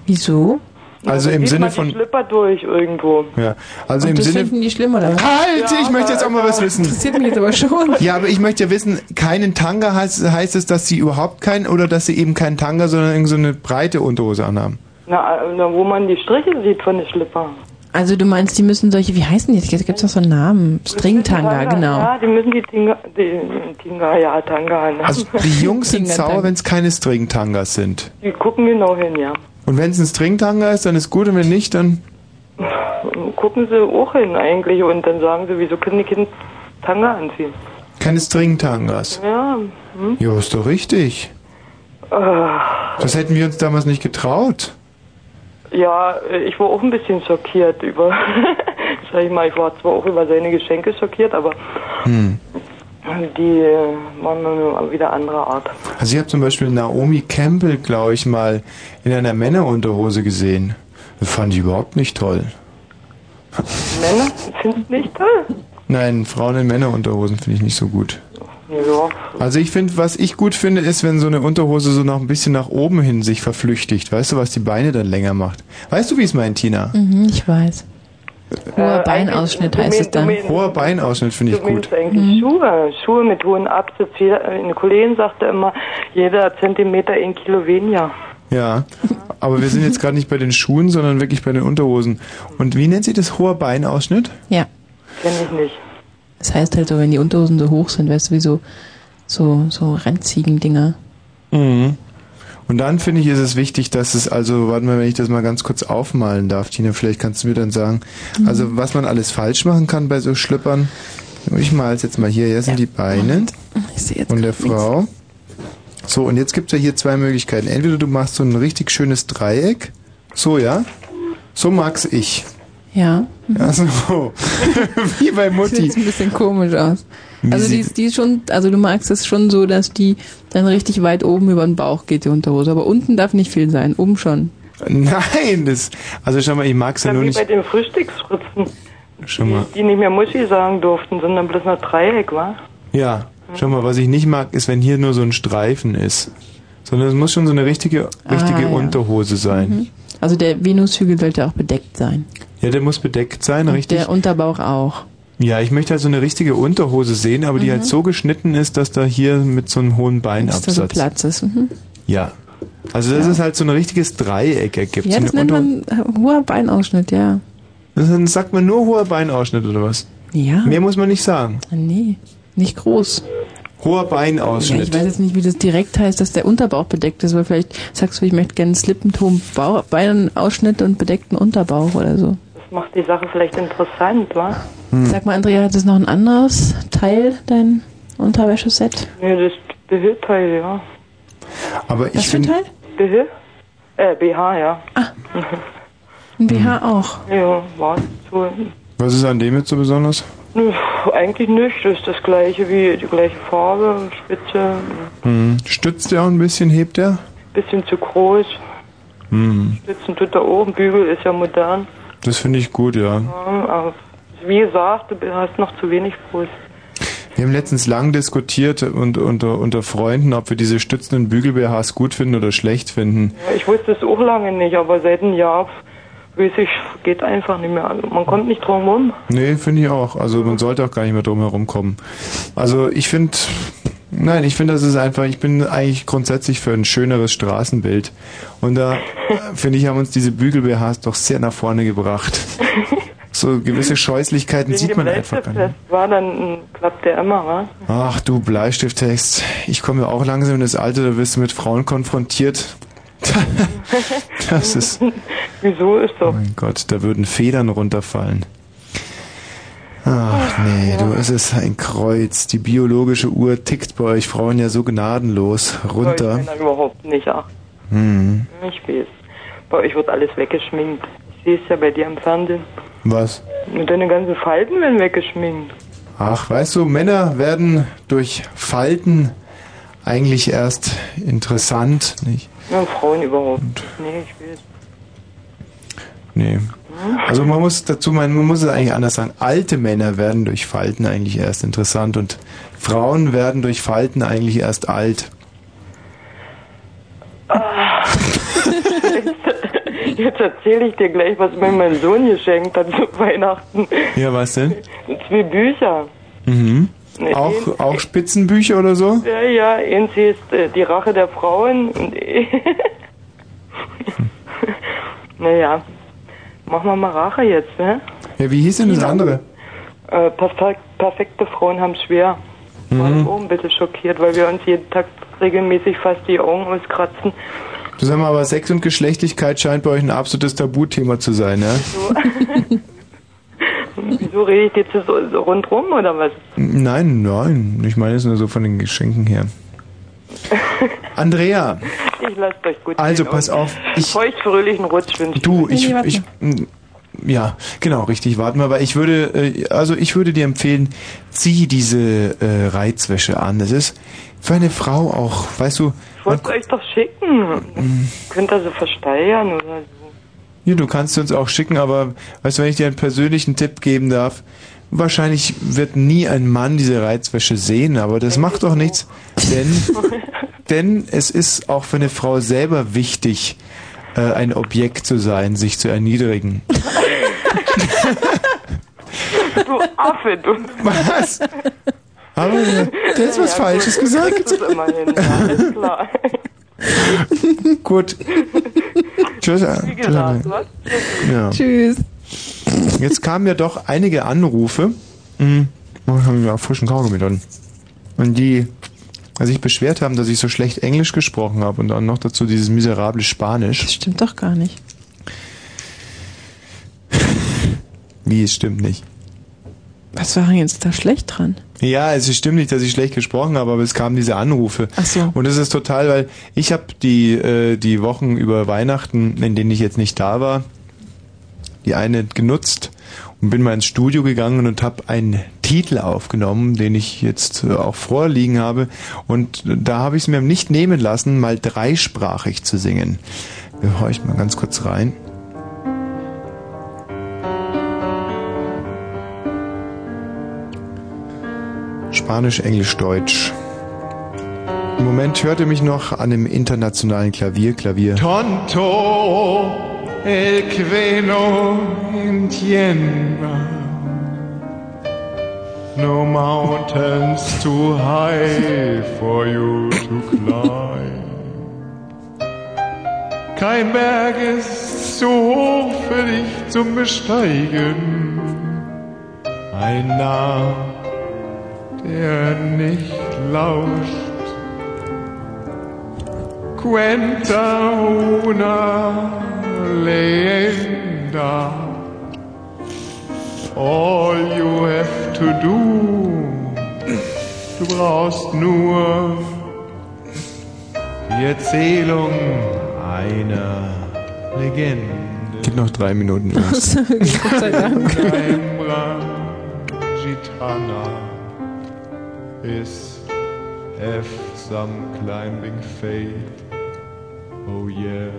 S5: Wieso?
S1: Also
S6: Da
S1: im
S6: sieht
S1: Sinne
S6: man die
S1: von.
S6: Schlipper durch irgendwo.
S1: Ja, also
S5: Und
S1: im
S5: das
S1: Sinne.
S5: finden die schlimm, oder was?
S1: Halt, ich möchte jetzt auch mal was wissen.
S5: Interessiert mich jetzt aber schon.
S1: [laughs] Ja, aber ich möchte ja wissen, keinen Tanga heißt, heißt es, dass sie überhaupt keinen oder dass sie eben keinen Tanga, sondern irgendeine so eine breite Unterhose anhaben.
S6: Also, Na, äh, na, wo man die Striche sieht von den Schlipper.
S5: Also du meinst, die müssen solche, wie heißen die? Gibt es doch so einen Namen? Stringtanga, genau.
S6: Ja, die müssen die Tinga, die Tinga, ja, Tanga ne? anhaben.
S1: Also
S6: [laughs]
S1: die Jungs sind sauer, wenn es keine Stringtangas sind.
S6: Die gucken genau hin, ja.
S1: Und wenn es ein Stringtanga ist, dann ist gut und wenn nicht, dann
S6: Gucken sie auch hin eigentlich und dann sagen sie, wieso können die Kinder Tanga anziehen?
S1: keine Stringtangas.
S6: Ja, hm?
S1: Ja, ist doch richtig.
S6: Ah,
S1: Das hätten wir uns damals nicht getraut.
S6: ja, äh, ich war auch ein bisschen schockiert über, [laughs] sag ich mal, ich war zwar auch über seine Geschenke schockiert, aber
S1: Hm.
S6: die äh, waren dann wieder anderer Art.
S1: Also ich habe zum Beispiel Naomi Campbell, glaube ich, mal in einer Männerunterhose gesehen. Das fand ich überhaupt nicht toll.
S6: Männer finden es nicht äh? toll.
S1: Nein, Frauen in Männerunterhosen finde ich nicht so gut.
S6: Ja,
S1: Also ich finde, was ich gut finde, ist, wenn so eine Unterhose so noch ein bisschen nach oben hin sich verflüchtigt. Weißt du, was die Beine dann länger macht? Weißt du, wie es meint, Tina?
S5: Mhm, ich weiß.
S6: Äh,
S5: Hoher Beinausschnitt heißt es dann. Mhm.
S1: Hoher Beinausschnitt finde ich
S6: Du
S1: gut.
S6: meinst eigentlich Schuhe, Schuhe mit hohem Absatz. Jeder, eine Kollegin sagte immer, jeder Zentimeter ein Kilo weniger.
S1: Ja, aber wir sind jetzt gerade nicht bei den Schuhen, sondern wirklich bei den Unterhosen. Und wie nennt sich das hoher Beinausschnitt?
S5: Ja.
S6: Kenn ich nicht.
S5: Das heißt halt so, wenn die Unterhosen so hoch sind, weißt du, wie so, so, so Rennziegendinger.
S1: Mhm. Und dann finde ich, ist es wichtig, dass es, also, warte mal, wenn ich das mal ganz kurz aufmalen darf, Tina, vielleicht kannst du mir dann sagen,
S5: Mhm.
S1: also, was man alles falsch machen kann bei so Schlüppern. Ich mal es jetzt mal hier, hier sind die Beine und der Frau. So, und jetzt gibt es ja hier zwei Möglichkeiten. Entweder du machst so ein richtig schönes Dreieck, so, ja, so mag's ich.
S5: Ja. Mhm.
S1: Ja, so. Wie bei
S5: Das
S1: Mutti.
S5: sieht ein bisschen komisch aus.
S1: Wie
S5: Also die,
S1: sieht-
S5: die ist schon, also du magst es schon so, dass die dann richtig weit oben über den Bauch geht, die Unterhose. Aber unten darf nicht viel sein, oben schon.
S1: [laughs] Nein, das, also schau mal, ich mag's ja
S6: Ja,
S1: nur
S6: wie
S1: nicht.
S6: bei den Frühstücksfritzen,
S1: Schau mal.
S6: die nicht mehr Muschi sagen durften, sondern bloß noch Dreieck, wa?
S1: Ja, schau mal, was ich nicht mag, ist, wenn hier nur so ein Streifen ist. Sondern es muss schon so eine richtige, richtige
S5: Ah, ja.
S1: Unterhose sein.
S5: Also der Venushügel sollte auch bedeckt sein.
S1: Ja, der muss bedeckt sein,
S5: Und
S1: richtig.
S5: der Unterbauch auch.
S1: Ja, ich möchte halt so eine richtige Unterhose sehen, aber die
S5: Mhm.
S1: halt so geschnitten ist, dass da hier mit so einem hohen
S5: Dass da so
S1: Beinabsatz.
S5: Platz ist. Mhm.
S1: ja. Also das ist halt so ein richtiges Dreieck ergibt.
S5: Ja,
S1: so
S5: das
S1: eine
S5: nennt
S1: Unter-
S5: man äh, hoher Beinausschnitt, ja.
S1: Das- Dann sagt man nur hoher Beinausschnitt oder was?
S5: Ja. Ah,
S1: Mehr muss man nicht sagen.
S5: Nee, nicht groß.
S1: Hoher
S5: Ja, ich
S1: Beinausschnitt.
S5: weiß jetzt nicht, wie das direkt heißt, dass der Unterbauch bedeckt ist, weil vielleicht sagst du, ich möchte gerne einen slippentum Beinausschnitt und bedeckten Unterbauch oder so.
S6: Das macht die Sache vielleicht interessant, wa?
S5: Sag mal, Andrea, hat das noch ein anderes Teil, dein Unterwäscheset?
S6: Nee, das Behörteil, ja.
S1: aber
S5: Was
S1: ich
S5: für ein
S1: finde,
S5: Teil? Ah.
S6: BH? Äh, BH, ja.
S5: Ein BH auch.
S6: Ja, war so.
S1: was ist an dem jetzt so besonders?
S6: Nö, Eigentlich nicht, das ist das gleiche wie die gleiche Farbe, Spitze,
S1: Hm. Stützt der auch ein bisschen, hebt der?
S6: bisschen zu groß,
S1: Hm.
S6: Spitzen tut da oben, Bügel ist ja modern.
S1: Das finde ich gut, ja.
S6: Ja, aber wie gesagt, du hast noch zu wenig Brust.
S1: Wir haben letztens lang diskutiert und unter, unter Freunden, ob wir diese stützenden Bügel-BHs gut finden oder schlecht finden.
S6: Ja, Ich wusste es auch lange nicht, aber seit einem Jahr, weiß ich, geht einfach nicht mehr. Also, man kommt nicht drum rum.
S1: Nee, finde ich auch. Also man sollte auch gar nicht mehr drum herum kommen. Also ich finde, nein, ich finde, das ist einfach, ich bin eigentlich grundsätzlich für ein schöneres Straßenbild. Und da, äh, finde ich, haben uns diese Bügel-BHs doch sehr nach vorne gebracht. So gewisse Scheußlichkeiten sieht man einfach gar nicht.
S6: Leipzig-Fest war, dann mm, klappt der immer, wa?
S1: Ach du Bleistifttext. Ich komme ja auch langsam in das Alter, da wirst du mit Frauen konfrontiert. [laughs] Das ist...
S6: [laughs] Wieso ist doch.
S1: Mein Gott, da würden Federn runterfallen. Ach nee, du, es ist ein Kreuz. Die biologische Uhr tickt bei euch Frauen ja so gnadenlos runter.
S6: Ich bin da überhaupt nicht, ach,
S1: Hm.
S6: ich weiß. Bei euch wird alles weggeschminkt. Ich sehe es ja bei dir im Fernsehen.
S1: Was?
S6: Und deine ganzen Falten werden weggeschminkt.
S1: Ach, weißt du, Männer werden durch Falten eigentlich erst interessant, nicht?
S6: Ja, Frauen überhaupt. Nee, ich weiß.
S1: Nee. Also man muss dazu meinen, man muss es eigentlich anders sagen. Alte Männer werden durch Falten eigentlich erst interessant und Frauen werden durch Falten eigentlich erst alt.
S6: [laughs] Jetzt erzähle ich dir gleich, was mir mein Sohn geschenkt hat zu Weihnachten.
S1: Ja, was denn?
S6: Zwei Bücher.
S1: Mhm.
S6: Nee,
S1: Auch, auch Spitzenbücher oder so?
S6: Ja, ja, eins heißt äh, Die Rache der [laughs] Frauen und naja, Machen wir mal Rache jetzt, ne?
S1: Ja, wie hieß denn das andere?
S6: Äh, perfek perfekte Frauen haben schwer.
S1: Mhm.
S6: Auch ein bisschen schockiert, weil wir uns jeden Tag regelmäßig fast die Augen auskratzen.
S1: Du sag mal, aber Sex und Geschlechtlichkeit scheint bei euch ein absolutes Tabuthema zu sein, ne?
S6: Wieso rede ich jetzt so, so rundrum oder was?
S1: Nein, nein. Ich meine es nur so von den Geschenken her. Andrea,
S6: Ich lasst euch gut
S1: Also,
S6: gehen
S1: pass
S6: und
S1: auf, ich-
S6: Feucht fröhlichen Rutsch wünsche
S1: du, ich,
S6: Nee, warte
S1: ich,
S6: mal.
S1: m, ja, genau, richtig, warten wir. Aber ich würde, äh, also ich würde dir empfehlen, zieh diese äh, Reizwäsche an. Das ist für eine Frau auch, weißt du, hm,
S6: Ich wollte euch doch schicken. Könnt ihr so versteigern oder so.
S1: Ja, du kannst sie uns auch schicken, aber weißt du, wenn ich dir einen persönlichen Tipp geben darf, wahrscheinlich wird nie ein Mann diese Reizwäsche sehen, aber das macht doch nichts,
S6: [laughs]
S1: denn, denn es ist auch für eine Frau selber wichtig, äh, ein Objekt zu sein, sich zu erniedrigen.
S6: Du Affe, du.
S1: Was? Aber
S6: [laughs]
S1: äh, da ist was Falsches gesagt.
S6: Das ist immerhin, ja, alles klar.
S1: Gut. Tschüss. äh,
S6: Wie gesagt,
S1: tschüss.
S6: was?
S1: Ja.
S5: Tschüss.
S1: Jetzt kamen ja doch einige Anrufe. Mhm. Oh, Ich habe mir auch frischen Kaugummi drin. Und die sich beschwert haben, dass ich so schlecht Englisch gesprochen habe und dann noch dazu dieses miserable Spanisch. Das
S5: stimmt doch gar nicht.
S1: Wie, es stimmt nicht.
S5: Was war denn jetzt da schlecht dran?
S1: Ja, es stimmt nicht, dass ich schlecht gesprochen habe, aber es kamen diese Anrufe.
S5: Ach so.
S1: Und es ist total, weil ich habe die, äh, die Wochen über Weihnachten, in denen ich jetzt nicht da war, die eine genutzt und bin mal ins Studio gegangen und habe einen Titel aufgenommen, den ich jetzt äh, auch vorliegen habe. Und da habe ich es mir nicht nehmen lassen, mal dreisprachig zu singen. Da höre ich mal ganz kurz rein. Spanisch, Englisch, Deutsch. Im Moment hörte mich noch an dem internationalen Klavier, Klavier.
S17: Tonto el que no entienda. No mountains too high for you to climb. Kein Berg ist zu hoch für dich zum Besteigen. Ein Name, der nicht lauscht. Cuenta una leyenda. All you have to do. Du brauchst nur die Erzählung einer Legende.
S1: Gibt noch drei Minuten. übrigens.
S17: Gott
S5: sei Dank.
S17: [laughs] Gitana is F some climbing faith. Oh yeah.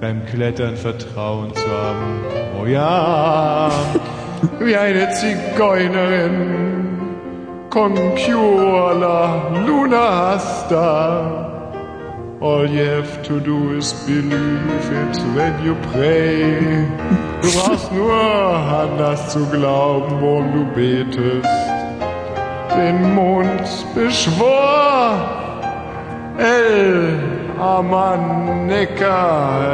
S17: Beim Klettern Vertrauen zu haben. Oh ja. Wie eine Zigeunerin. Concuola Luna Hasta. All you have to do is believe it when you pray. Du brauchst nur an das zu glauben, worum du betest. Den Mond beschwor El Amaneka,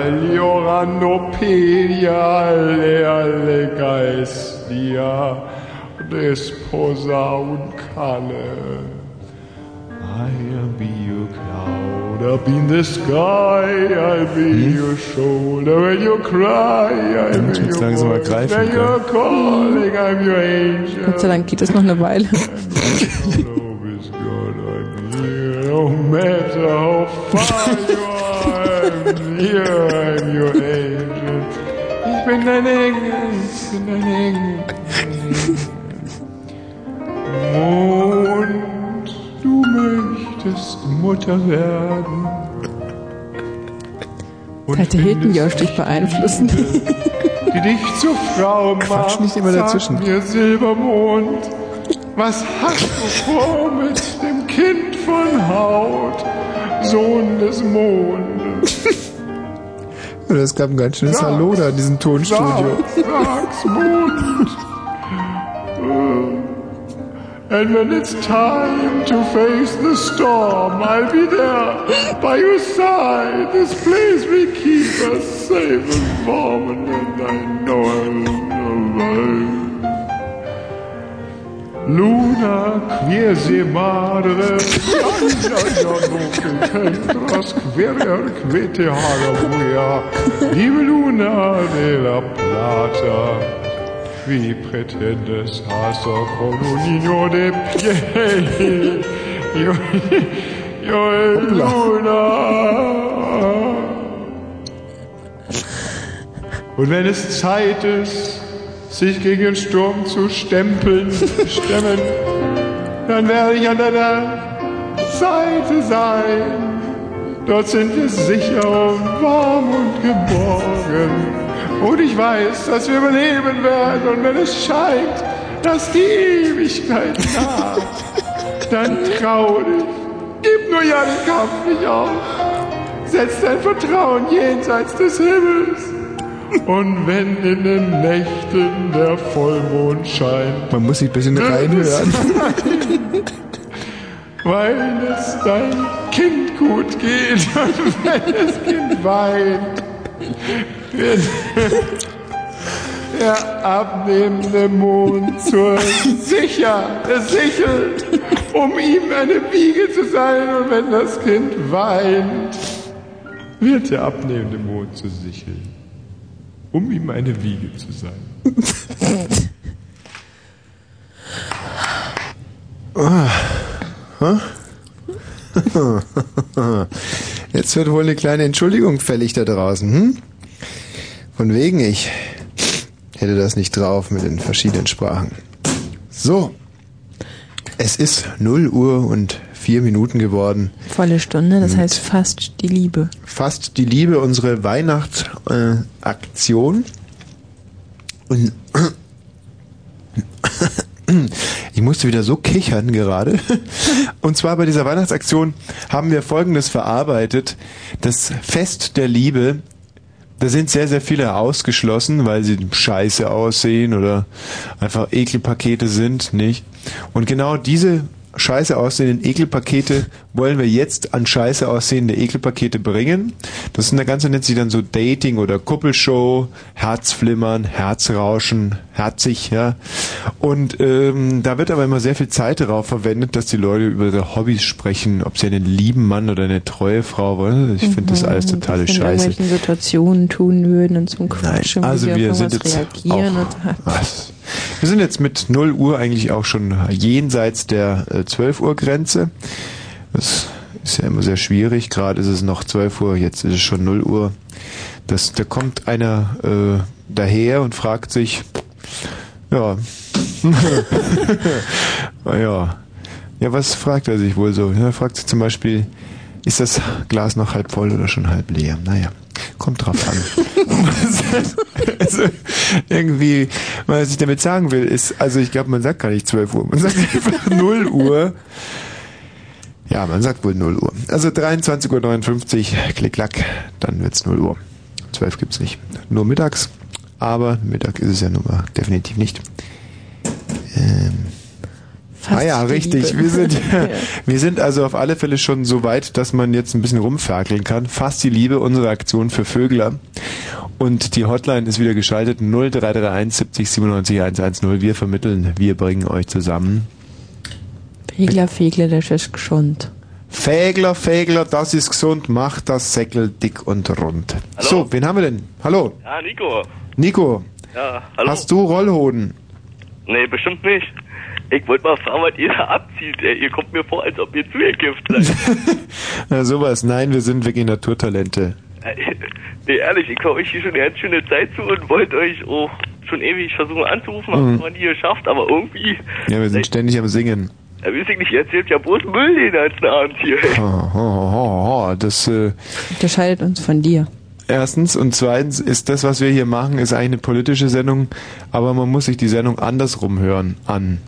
S17: El Joranopedia, El Alegaistia, Desposa und Kalle. I'll be your cloud up in the sky. I'll be your shoulder when you cry. I'll be
S1: Jetzt
S17: your
S1: langsam
S17: voice
S1: ergreifen
S17: when you're
S1: können.
S17: calling. I'm your angel.
S5: Gott sei Dank geht das noch eine Weile.
S17: No matter how far you are, I'm here. I'm your angel. Ich bin dein Engel. Ich bin dein Engel. Mond, du möchtest Mutter werden.
S5: Alte Hilton-Josch dich beeinflussen.
S17: die dich zur Frau macht. [laughs] Quatsch nicht immer dazwischen. Sag mir Silbermond, was hast du vor mit dem Kind von Haut, Sohn des [laughs] Mondes?
S1: Oder es gab ein ganz schönes
S17: Sag's.
S1: Hallo da in diesem Tonstudio.
S17: Sag, sag's Mond.
S9: Um, And when it's time to face the storm, I'll be there by your side. This place will keep us safe and warm, and I know I'll survive.
S17: Luna quiese madre, tras querer quete harabuia, vive Luna de la Plata, qui pretendes hacer con un niño de piel. Yo, yo Luna. Und wenn es Zeit ist, sich gegen den Sturm zu stempeln, [laughs] stemmen, dann werde ich an deiner Seite sein. Dort sind wir sicher und warm und geborgen. Und ich weiß, dass wir überleben werden. Und wenn es scheint, dass die Ewigkeit naht, dann trau dich. Gib nur ja den Kampf nicht auf. Setz dein Vertrauen jenseits des Himmels. Und wenn in den Nächten der Vollmond scheint,
S1: Man muss sich ein bisschen reinhören.
S17: [laughs] weil es dein Kind gut geht [laughs] und wenn das Kind weint, [laughs] wird der abnehmende Mond zur Sicher, Sichel, um ihm eine Wiege zu sein und wenn das Kind weint, wird der abnehmende Mond zur Sichel, um ihm eine Wiege zu sein.
S1: Ah. [laughs] Hä? Jetzt wird wohl eine kleine Entschuldigung fällig da draußen. Hm? Von wegen ich hätte das nicht drauf mit den verschiedenen Sprachen. So, es ist 0 Uhr und 4 Minuten geworden.
S5: [laughs] Volle Stunde, das
S1: Mit-
S5: heißt fast die Liebe.
S1: Fast die Liebe, unsere Weihnachtsaktion. Äh, Aktion. und ich musste wieder so kichern gerade. Und zwar bei dieser Weihnachtsaktion haben wir Folgendes verarbeitet. Das Fest der Liebe, da sind sehr, sehr viele ausgeschlossen, weil sie scheiße aussehen oder einfach Ekelpakete sind, nicht? Und genau diese scheiße aussehenden Ekelpakete wollen wir jetzt an scheiße aussehende Ekelpakete bringen. Das in der ganze nennt sich dann so Dating oder Kuppelshow, Herzflimmern, Herzrauschen, herzig, ja. Und ähm, da wird aber immer sehr viel Zeit darauf verwendet, dass die Leute über ihre Hobbys sprechen, ob sie einen lieben Mann oder eine treue Frau wollen. Also Ich finde das
S5: Mhm,
S1: alles
S5: was
S1: totale
S5: wir in
S1: Scheiße.
S5: irgendwelchen Situationen tun würden und zum Quatsch und
S1: also
S5: wie
S1: wir
S5: auf
S1: sind
S5: irgendwas
S1: jetzt
S5: reagieren. und, ah,
S1: Was? Wir sind jetzt mit 0 Uhr eigentlich auch schon jenseits der äh, 12 Uhr Grenze. Das ist ja immer sehr schwierig. Gerade ist es noch 12 Uhr, jetzt ist es schon 0 Uhr. Das, da kommt einer äh, daher und fragt sich, ja, [laughs] ja, ja, was fragt er sich wohl so? Ja, Er fragt sich zum Beispiel, ist das Glas noch halb voll oder schon halb leer? Naja, kommt drauf an. also, irgendwie, was ich damit sagen will, ist, also ich glaube, man sagt gar nicht 12 Uhr, man sagt einfach 0 Uhr. Ja, man sagt wohl 0 Uhr. Also 23.59 Uhr, klick, klack, dann wird's 0 Uhr. 12 gibt's nicht. Nur mittags. Aber Mittag ist es ja nun mal definitiv nicht. Ähm.
S9: Fast
S1: ah ja,
S9: die
S1: richtig.
S9: Liebe.
S1: Wir
S9: [laughs]
S1: sind,
S9: Ja.
S1: wir sind also auf alle Fälle schon so weit, dass man jetzt ein bisschen rumferkeln kann. Fast die Liebe, unsere Aktion für Vögler. Und die Hotline ist wieder geschaltet. 0331 70 97 110. Wir vermitteln, wir bringen euch zusammen.
S5: Fegler, Fegler, das ist geschont.
S1: Fägler, Fägler, das ist gesund, macht das Säckel dick und rund. So, wen haben wir denn? Hallo,
S18: Ja, Nico.
S1: Nico,
S18: Ja, hallo.
S1: hast du Rollhoden?
S18: Nee, bestimmt nicht. Ich wollte mal fragen, was ihr da abzieht. Ey. Ihr kommt mir vor, als ob ihr zugekifft seid.
S1: Na sowas, nein, wir sind wirklich Naturtalente.
S18: Ey, Äh, nee, ehrlich, ich höre euch hier schon eine ganz schöne Zeit zu und wollte euch auch schon ewig versuchen anzurufen, hab's
S1: Mhm.
S18: aber nie geschafft, aber irgendwie,
S1: Ja, wir sind ständig am Singen.
S18: da weiß ich nicht, ihr erzählt ja bloß Müll den ganzen Abend hier.
S1: Oh, oh, oh, oh, das, äh,
S5: Unterscheidet uns von dir.
S1: Erstens und zweitens ist das, was wir hier machen, ist eigentlich eine politische Sendung, aber man muss sich die Sendung andersrum hören an.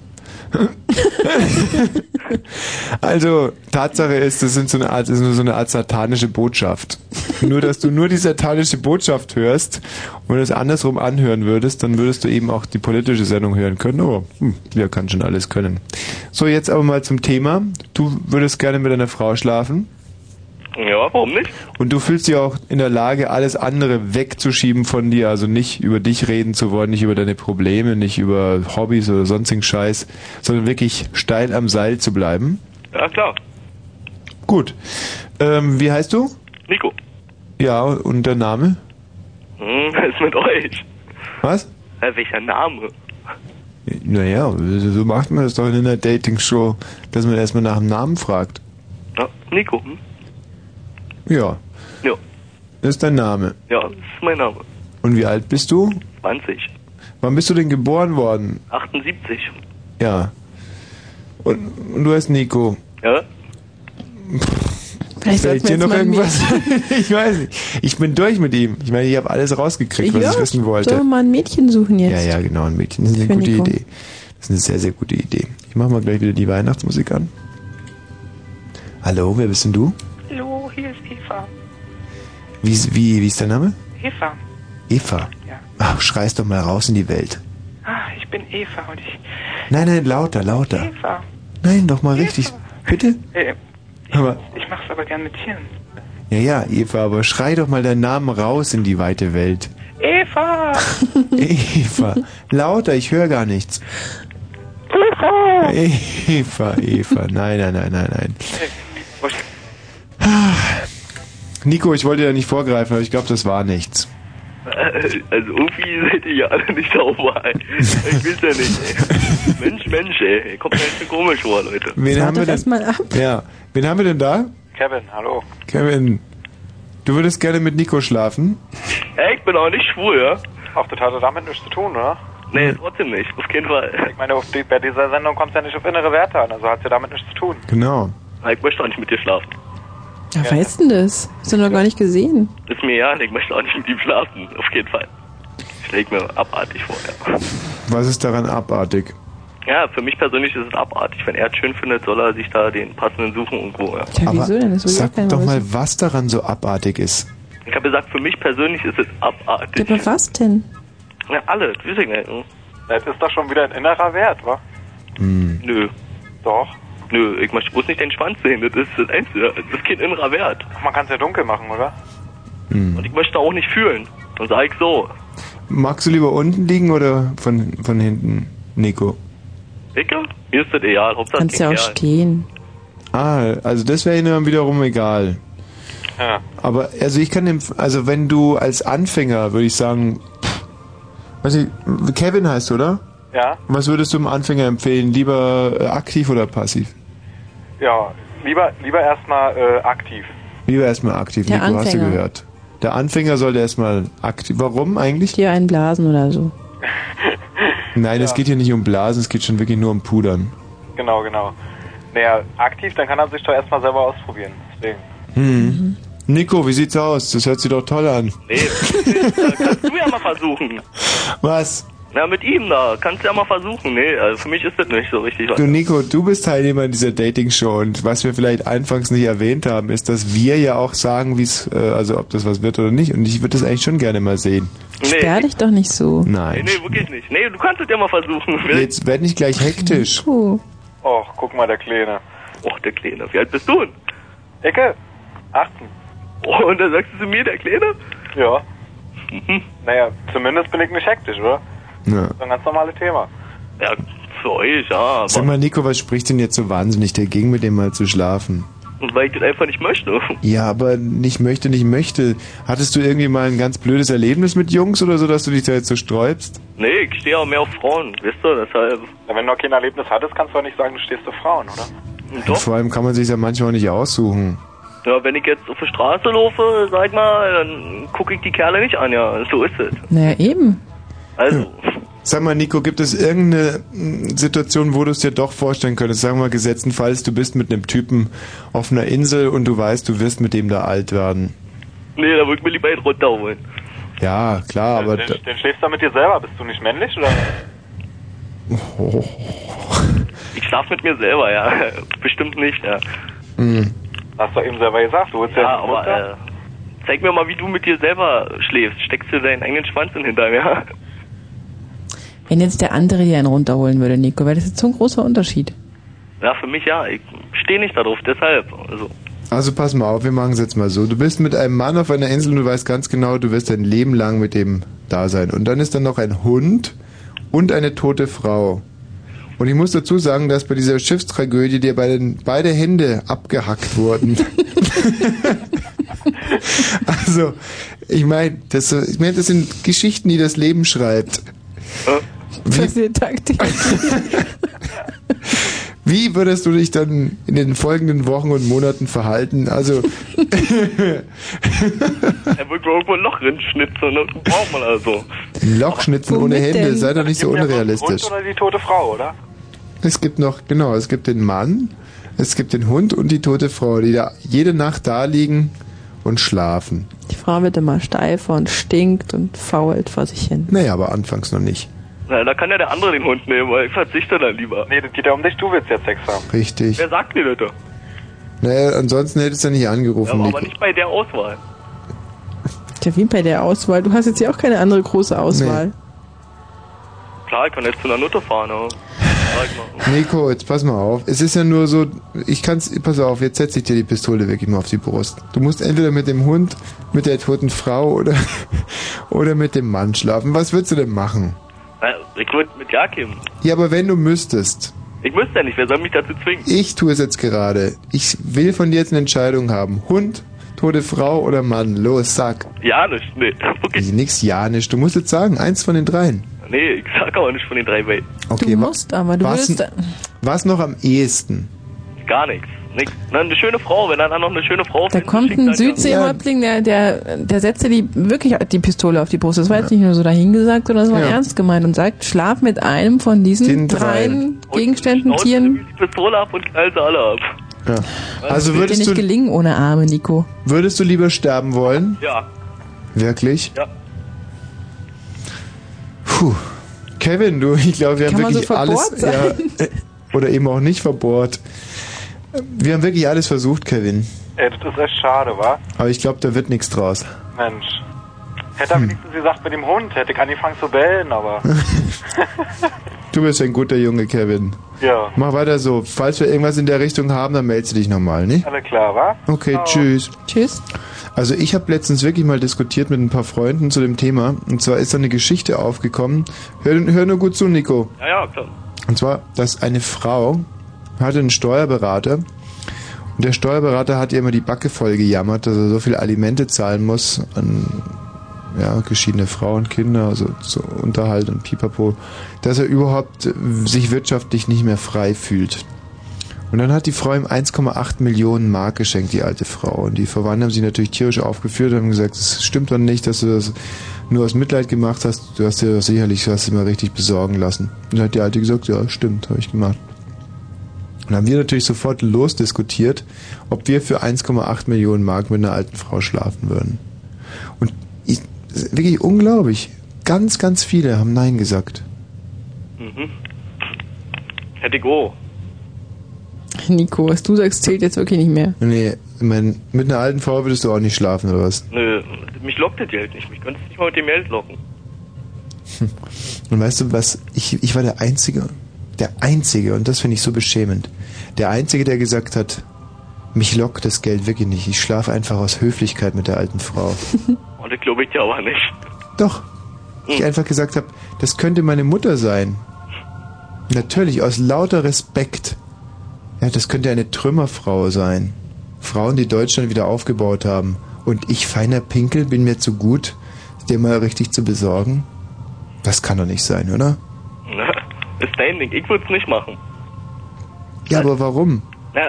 S1: also Tatsache ist, das sind so eine Art, ist nur so eine Art satanische Botschaft. Nur dass du nur die satanische Botschaft hörst und wenn du es andersrum anhören würdest, dann würdest du eben auch die politische Sendung hören können. Oh, hm, wir kann schon alles können. So, jetzt aber mal zum Thema. Du würdest gerne mit deiner Frau schlafen.
S8: Ja, warum nicht?
S1: Und du fühlst dich auch in der Lage, alles andere wegzuschieben von dir, also nicht über dich reden zu wollen, nicht über deine Probleme, nicht über Hobbys oder sonstigen Scheiß, sondern wirklich steil am Seil zu bleiben.
S8: Ja, klar.
S1: Gut. Ähm, wie heißt du?
S8: Nico.
S1: Ja, und der Name?
S8: Hm, was ist mit euch?
S1: Was?
S8: Äh, welcher Name?
S1: Naja, so macht man das doch in einer Dating-Show, dass man erstmal nach dem Namen fragt.
S8: Ja, Nico. Hm?
S1: Ja.
S8: Ja.
S1: Das ist dein Name.
S8: Ja, das ist mein Name.
S1: Und wie alt bist du?
S8: 20.
S1: Wann bist du denn geboren worden?
S8: 78.
S1: Ja. Und, und du heißt Nico.
S8: Ja?
S1: Vielleicht
S5: Vielleicht
S1: Fällt
S5: sollten
S1: dir
S5: wir
S1: noch
S5: jetzt mal
S1: irgendwas? [laughs] ich weiß nicht. Ich bin durch mit ihm. Ich meine, ich habe alles rausgekriegt, was ich wissen wollte.
S5: Sollen wir mal ein Mädchen suchen jetzt?
S1: Ja, ja, genau, ein Mädchen. Das ist eine
S5: Für
S1: gute
S5: Nico.
S1: Idee. Das ist eine sehr, sehr gute Idee. Ich mache mal gleich wieder die Weihnachtsmusik an. Hallo, wer bist denn du?
S19: Hallo, hier ist Eva.
S1: Wie, ist- wie, wie ist dein Name?
S19: Eva.
S1: Eva.
S19: Ja.
S1: Ach, schreis doch mal raus in die Welt.
S19: Ah, ich bin Eva und ich.
S1: Nein, nein, lauter, lauter.
S19: Eva.
S1: Nein, doch mal richtig. Bitte?
S19: Äh,
S1: Aber,
S19: ich mach's aber gern mit Tieren.
S1: ja, ja, Eva, aber schrei doch mal deinen Namen raus in die weite Welt.
S8: [laughs]
S19: Eva!
S1: Eva. Lauter, ich höre gar nichts.
S19: Eva!
S1: Eva, Eva. Nein, nein, nein, nein, nein. Nico, ich wollte ja nicht vorgreifen, aber ich glaube, das war nichts.
S8: Äh, Also irgendwie seid ihr ja alle nicht sauber. ey. Ich weiß ja nicht. Ey. Mensch, Mensch, ey. Ihr kommt mir jetzt so komisch vor, Leute.
S1: Wen haben wir denn? Ja, wen haben wir denn da?
S8: Kevin, hallo.
S1: Kevin, du würdest gerne mit Nico schlafen?
S8: Ey, ich bin auch nicht schwul, ja?
S20: Ach, das hatte damit nichts zu tun, oder?
S8: Nee, trotzdem nicht. Auf keinen Fall.
S20: Ich meine, auf die, bei dieser Sendung kommt es ja nicht auf innere Werte an, also hat ja damit nichts zu tun.
S1: Genau.
S8: Ah, Ich möchte auch nicht mit dir schlafen.
S5: Ja, weißt denn das? Hast du noch gar nicht gesehen.
S8: Ist mir ja, ich möchte auch nicht mit ihm schlafen. Auf keinen Fall. Ich leg mir abartig vor, ja.
S1: Was ist daran abartig?
S8: Ja, für mich persönlich ist es abartig. Wenn er es schön findet, soll er sich da den passenden suchen irgendwo, ja.
S1: sag doch mal, was daran so abartig ist.
S8: Ich habe gesagt, für mich persönlich ist es abartig.
S5: Aber was denn?
S8: Ja, alle, das weiß ich nicht. hm.
S20: Das ist doch schon wieder ein innerer Wert, wa?
S8: Nö.
S20: Doch.
S8: Nö, ich möchte bloß nicht den Schwanz sehen. Das ist das Einzige. Das ist kein innerer Wert.
S20: Man kann es ja dunkel machen, oder?
S8: Und ich möchte auch nicht fühlen. Dann sage ich so.
S1: Magst du lieber unten liegen oder von, von hinten, Nico?
S8: Dicke? Mir ist das egal. Hauptsache
S5: Kannst ja auch
S8: kein Kerl.
S5: stehen.
S1: Ah, also das wäre ihnen dann wiederum egal.
S8: Ja.
S1: Aber also ich kann dem, also wenn du als Anfänger, würde ich sagen, pff, weiß ich, Kevin heißt, du, oder?
S20: Ja.
S1: Was würdest du dem Anfänger empfehlen? Lieber äh, aktiv oder passiv?
S20: Ja, lieber, lieber erstmal äh, aktiv.
S1: Lieber erstmal aktiv,
S5: Der
S1: Nico, hast du
S5: Anfänger.
S1: gehört. Der Anfänger sollte erstmal aktiv. Warum eigentlich?
S5: Dir einen blasen oder
S8: [laughs]
S5: so.
S1: Nein, es geht hier nicht um Blasen, es geht schon wirklich nur um Pudern.
S20: Genau, genau. Naja, aktiv, dann kann er sich doch erstmal selber ausprobieren. Deswegen.
S5: Mhm.
S1: Hm. Nico, wie sieht's aus? Das hört sich doch toll an.
S5: [laughs]
S8: Äh, Kannst du ja mal versuchen.
S1: Was?
S8: Na, mit ihm da. Kannst du ja mal versuchen. Nee, also für mich ist das nicht so richtig was.
S1: Du Nico, du bist Teilnehmer dieser Dating-Show und was wir vielleicht anfangs nicht erwähnt haben, ist, dass wir ja auch sagen, wie es, äh, also ob das was wird oder nicht. Und ich würde das eigentlich schon gerne mal sehen.
S5: Sperr dich doch nicht so.
S1: Nein.
S8: Nee, wirklich nicht. Nee, du kannst es ja mal versuchen. [laughs]
S1: Jetzt werd nicht gleich hektisch.
S5: Oh.
S20: Och, guck mal, der Kleine.
S8: Och, der Kleine. Wie alt bist du denn?
S20: Ecke? 18.
S8: Oh, und dann sagst du zu mir, der Kleine? Mhm.
S20: Ja. naja, zumindest bin ich nicht hektisch, oder?
S1: Ja.
S20: So ein ganz normales Thema.
S8: Ja, für euch, ja. Aber
S1: Sag mal, Nico, was spricht denn jetzt so wahnsinnig dagegen, mit dem mal zu schlafen?
S8: weil ich das einfach nicht möchte. [laughs]
S1: Ja, aber nicht möchte, nicht möchte. Hattest du irgendwie mal ein ganz blödes Erlebnis mit Jungs oder so, dass du dich da jetzt so sträubst?
S8: Nee, ich stehe auch mehr auf Frauen, wisst ihr, deshalb.
S20: Na, wenn du noch kein Erlebnis hattest, kannst du doch nicht sagen, du stehst auf Frauen, oder?
S1: Doch. Vor allem kann man sich ja manchmal auch nicht aussuchen.
S8: Ja, wenn ich jetzt auf die Straße laufe, sag ich mal, dann gucke ich die Kerle nicht an, ja. So ist es.
S5: Naja, eben.
S8: Also.
S1: Hm. Sag mal, Nico, gibt es irgendeine mh, Situation, wo du es dir doch vorstellen könntest? Sagen wir mal, gesetzten Falls, du bist mit einem Typen auf einer Insel und du weißt, du wirst mit dem da alt werden.
S8: Nee, da würde ich mir lieber einen runterholen.
S1: Ja, klar, aber... da-
S20: Den, den schläfst du mit dir selber. Bist du nicht männlich, oder?
S1: Oh.
S8: Ich schlaf mit mir selber, ja. [laughs] Bestimmt nicht, ja.
S1: Hm.
S20: Hast du eben selber gesagt. Du holst
S8: Ja,
S20: ja,
S8: aber äh, zeig mir mal, wie du mit dir selber schläfst. Steckst du deinen eigenen Schwanz in hinter mir? [laughs] Ja?
S5: Wenn jetzt der andere dir einen runterholen würde, Nico, wäre das jetzt so ein großer Unterschied.
S8: Ja, für mich ja. Ich stehe nicht darauf, deshalb. Also,
S1: Also pass mal auf, wir machen es jetzt mal so. Du bist mit einem Mann auf einer Insel und du weißt ganz genau, du wirst dein Leben lang mit dem da sein. Und dann ist dann noch ein Hund und eine tote Frau. Und ich muss dazu sagen, dass bei dieser Schiffstragödie dir bei den, beide Hände abgehackt wurden. also, ich meine, das, ich mein, das sind Geschichten, die das Leben schreibt.
S9: Äh?
S5: Passiert tagtäglich.
S1: Wie würdest du dich dann in den folgenden Wochen und Monaten verhalten? Also,
S8: er wird mir irgendwo ein Loch rinschnitzen und dann braucht man also.
S1: Lochschnitzen ohne Hände, sei doch nicht so unrealistisch.
S20: Hund oder die tote Frau, oder?
S1: Es gibt noch, genau, es gibt den Mann, es gibt den Hund und die tote Frau, die da jede Nacht da liegen und schlafen.
S5: Die Frau wird immer steifer und stinkt und fault vor sich hin.
S1: Naja, aber anfangs noch nicht.
S8: Na, da kann ja der andere den Hund nehmen, weil ich verzichte dann lieber.
S20: Nee, das geht ja um dich, du willst jetzt Sex haben.
S1: Richtig.
S8: Wer sagt dir das?
S1: Naja, Ne, ansonsten hättest du nicht
S8: Ja,
S1: angerufen,
S8: aber,
S1: Nico.
S8: aber nicht bei der Auswahl.
S5: Ja, wie bei der Auswahl. Du hast jetzt ja auch keine andere große Auswahl.
S8: Klar, ich kann jetzt zu einer Nutte fahren, aber. Sag mal.
S1: Nico, jetzt pass mal auf. Es ist ja nur so, ich kann's, pass auf, jetzt setze ich dir die Pistole wirklich mal auf die Brust. Du musst entweder mit dem Hund, mit der toten Frau oder, [laughs] oder mit dem Mann schlafen. Was würdest du denn machen?
S8: Na, Ich würde mit ja geben.
S1: Ja, aber wenn du müsstest.
S8: Ich müsste ja nicht, wer soll mich dazu zwingen?
S1: Ich tue es jetzt gerade. Ich will von dir jetzt eine Entscheidung haben. Hund, tote Frau oder Mann? Los, sag.
S8: Ja, nicht, nee.
S1: Nix, ja, nicht. Du musst jetzt sagen, eins von den dreien.
S8: Nee, ich sag aber nicht von den drei Welten.
S1: Okay, du musst
S5: aber, du
S1: was,
S5: würdest-
S1: was noch am ehesten?
S8: Gar nichts. Nix. Na, eine schöne Frau, wenn er dann noch eine schöne Frau
S5: Da kommt ein Südseehäuptling, der, der, der setzt dir die, wirklich die Pistole auf die Brust. Das war jetzt nicht nur so dahingesagt, sondern das war
S8: Ja.
S5: ernst gemeint und sagt, schlaf mit einem von diesen
S1: Den dreien.
S5: dreien
S12: [laughs]
S5: Gegenständen, Tieren.
S8: die Pistole ab und knallt sie alle ab.
S1: Ja. Also
S5: Wird dir
S1: würdest
S5: nicht
S1: du,
S5: gelingen ohne Arme, Nico.
S1: würdest du lieber sterben wollen?
S8: Ja.
S1: Wirklich?
S8: Ja.
S1: Puh. Kevin, du, ich glaube, wir
S5: Kann
S1: haben
S5: man so
S1: wirklich alles.
S5: verbohrt sein?
S1: Ja, äh, oder eben auch nicht verbohrt. Wir haben wirklich alles versucht, Kevin.
S20: Ey, das ist echt schade, wa?
S1: Aber ich glaube, da wird nichts draus.
S20: Mensch. Hätte er wenigstens gesagt mit dem Hund, hätte ich angefangen zu bellen, aber.
S1: Du bist ein guter Junge, Kevin.
S20: Ja.
S1: Mach weiter so. Falls wir irgendwas in der Richtung haben, dann meldest du dich nochmal, ne?
S20: Alle klar, wa?
S1: Okay,
S20: Ciao.
S1: tschüss.
S5: Tschüss.
S1: Also ich habe letztens wirklich mal diskutiert mit ein paar Freunden zu dem Thema. Und zwar ist da eine Geschichte aufgekommen. Hör, hör nur gut zu, Nico.
S8: Ja, ja, klar.
S1: Und zwar, dass eine Frau hatte einen Steuerberater und der Steuerberater hat ihr immer die Backe voll gejammert, dass er so viel Alimente zahlen muss an ja, geschiedene Frauen, Kinder, also zu Unterhalt und Pipapo, dass er überhaupt äh, sich wirtschaftlich nicht mehr frei fühlt. Und dann hat die Frau ihm 1,8 Millionen Mark geschenkt, die alte Frau. Und die Verwandten haben sie natürlich tierisch aufgeführt und haben gesagt, es stimmt doch nicht, dass du das nur aus Mitleid gemacht hast. Du hast dir das sicherlich, hast du mal richtig besorgen lassen. Und dann hat die alte gesagt, ja, stimmt, habe ich gemacht. Und dann haben wir natürlich sofort losdiskutiert, ob wir für 1,8 Millionen Mark mit einer alten Frau schlafen würden. Und ich, wirklich unglaublich. Ganz, ganz viele haben Nein gesagt.
S8: Mhm. Hätte ich auch.
S5: Nico, was du sagst, zählt jetzt wirklich nicht mehr.
S1: Nee, ich mein, mit einer alten Frau würdest du auch nicht schlafen, oder
S5: [laughs]
S1: was?
S8: Nö, mich lockt das Geld nicht. Mich kannst du nicht mal mit dem Geld locken.
S1: Und weißt du was? Ich, ich war der Einzige, der Einzige, und das finde ich so beschämend, der Einzige, der gesagt hat, mich lockt das Geld wirklich nicht. Ich schlafe einfach aus Höflichkeit mit der alten Frau.
S8: Und Oh, das glaube ich dir aber nicht. [laughs]
S1: Doch. Ich einfach gesagt habe, das könnte meine Mutter sein. Natürlich, aus lauter Respekt. Ja, das könnte eine Trümmerfrau sein. Frauen, die Deutschland wieder aufgebaut haben. Und ich, feiner Pinkel, bin mir zu gut, dir mal richtig zu besorgen. Das kann doch nicht sein, oder?
S8: Na, ist dein Ding. Ich würde es nicht machen.
S1: Ja, aber warum?
S8: Na,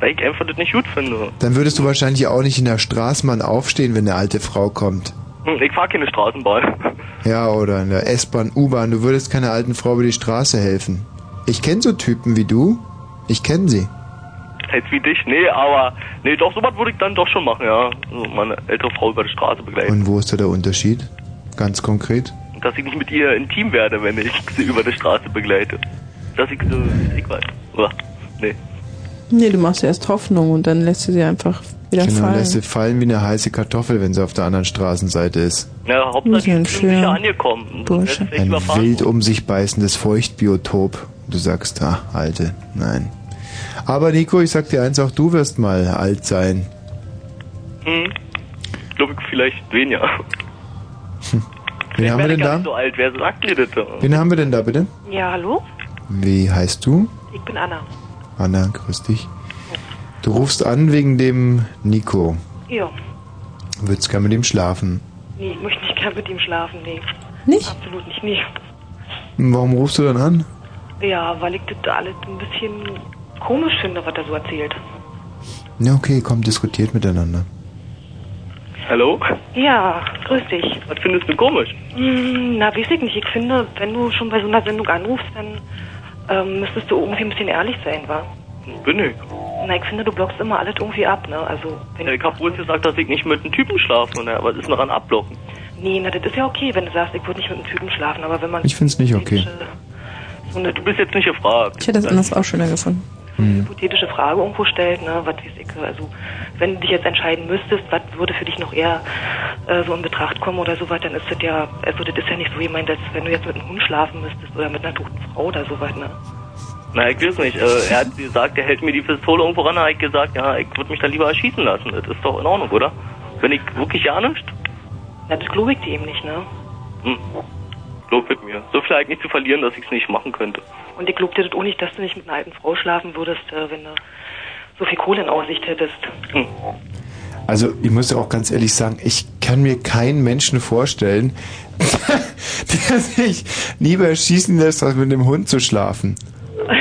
S8: weil ich einfach das nicht gut finde.
S1: Dann würdest du wahrscheinlich auch nicht in der Straßenbahn aufstehen, wenn eine alte Frau kommt.
S8: Hm, Ich fahre keine Straßenbahn. [laughs]
S1: Ja, oder in der S-Bahn, U-Bahn. Du würdest keiner alten Frau über die Straße helfen. Ich kenne so Typen wie du. Ich kenne sie.
S8: Jetzt wie dich, nee, aber nee, doch, sowas würde ich dann doch schon machen, ja. So meine ältere Frau über die Straße begleiten.
S1: Und wo ist da der Unterschied? Ganz konkret.
S8: Dass ich nicht mit ihr intim werde, wenn ich sie über die Straße begleite. Dass ich so, ich weiß. Oder? Nee.
S5: Nee, du machst erst Hoffnung und dann lässt du sie einfach wieder
S1: genau,
S5: fallen.
S1: lässt sie fallen wie eine heiße Kartoffel, wenn sie auf der anderen Straßenseite ist.
S8: Ja,
S5: Muss ja
S8: hauptsächlich
S5: ein
S8: bin ich bin
S5: schöner
S8: sicher angekommen.
S5: Bursche.
S8: Letztlich
S1: Ein
S8: überfahren
S1: wild um sich beißendes Feuchtbiotop. Du sagst, ah, alte, nein. Aber Nico, ich sag dir eins, auch du wirst mal alt sein.
S8: Hm, glaube ich vielleicht weniger.
S1: Wen haben wir
S8: werde
S1: denn
S8: gar
S1: da?
S8: nicht so alt. Wer sagt dir das?
S1: Wen haben wir denn da bitte?
S21: Ja, hallo?
S1: Wie heißt du?
S21: Ich bin Anna.
S1: Anna, grüß dich. Du rufst an wegen dem Nico.
S21: Ja.
S1: Würdest gerne mit ihm schlafen.
S21: Nee, ich möchte nicht gern mit ihm schlafen, nee. Nicht? Absolut nicht, nee.
S1: Warum rufst du dann an?
S21: Ja, weil ich das alles ein bisschen komisch finde, was er so erzählt.
S1: Ja, okay, komm, diskutiert miteinander.
S8: Hallo?
S21: Ja, grüß dich.
S8: Was findest du komisch?
S21: Hm, na, weiß ich nicht. Ich finde, wenn du schon bei so einer Sendung anrufst, dann ähm, müsstest du irgendwie ein bisschen ehrlich sein, wa?
S8: Bin ich.
S21: Na, ich finde, du blockst immer alles irgendwie ab, ne? Also,
S8: Ja, ich hab wohl gesagt, dass ich nicht mit einem Typen schlafe. Und ja, was ist denn daran abblocken?
S21: nee, na, das ist ja okay, wenn du sagst, ich würde nicht mit einem Typen schlafen, aber wenn man
S1: Ich find's nicht okay.
S21: so eine
S8: Du bist jetzt nicht gefragt.
S5: Ich hätte das anders auch schöner gefunden.
S21: hypothetische Frage irgendwo stellt, ne? Was weiß ich, also, wenn du dich jetzt entscheiden müsstest, was würde für dich noch eher äh, so in Betracht kommen oder sowas, dann ist das ja, also, das ist ja nicht so gemeint, als wenn du jetzt mit einem Hund schlafen müsstest oder mit einer toten Frau oder sowas, ne?
S8: Na, ich weiß nicht. Äh, er hat gesagt, er hält mir die Pistole irgendwo ran. Er hat gesagt, ja, ich würde mich dann lieber erschießen lassen. Das ist doch in Ordnung, oder? Wenn ich wirklich ja nicht,
S21: Na, das glaube ich dir eben nicht, ne?
S8: hm, lob mit mir. So viel halt nicht zu verlieren, dass ich es nicht machen könnte.
S21: Und ich glaube dir das auch nicht, dass du nicht mit einer alten Frau schlafen würdest, äh, wenn du so viel Kohle in Aussicht hättest.
S8: Hm.
S1: Also, ich muss ja auch ganz ehrlich sagen, ich kann mir keinen Menschen vorstellen, [laughs] der sich lieber erschießen lässt, als mit einem Hund zu schlafen. Äh,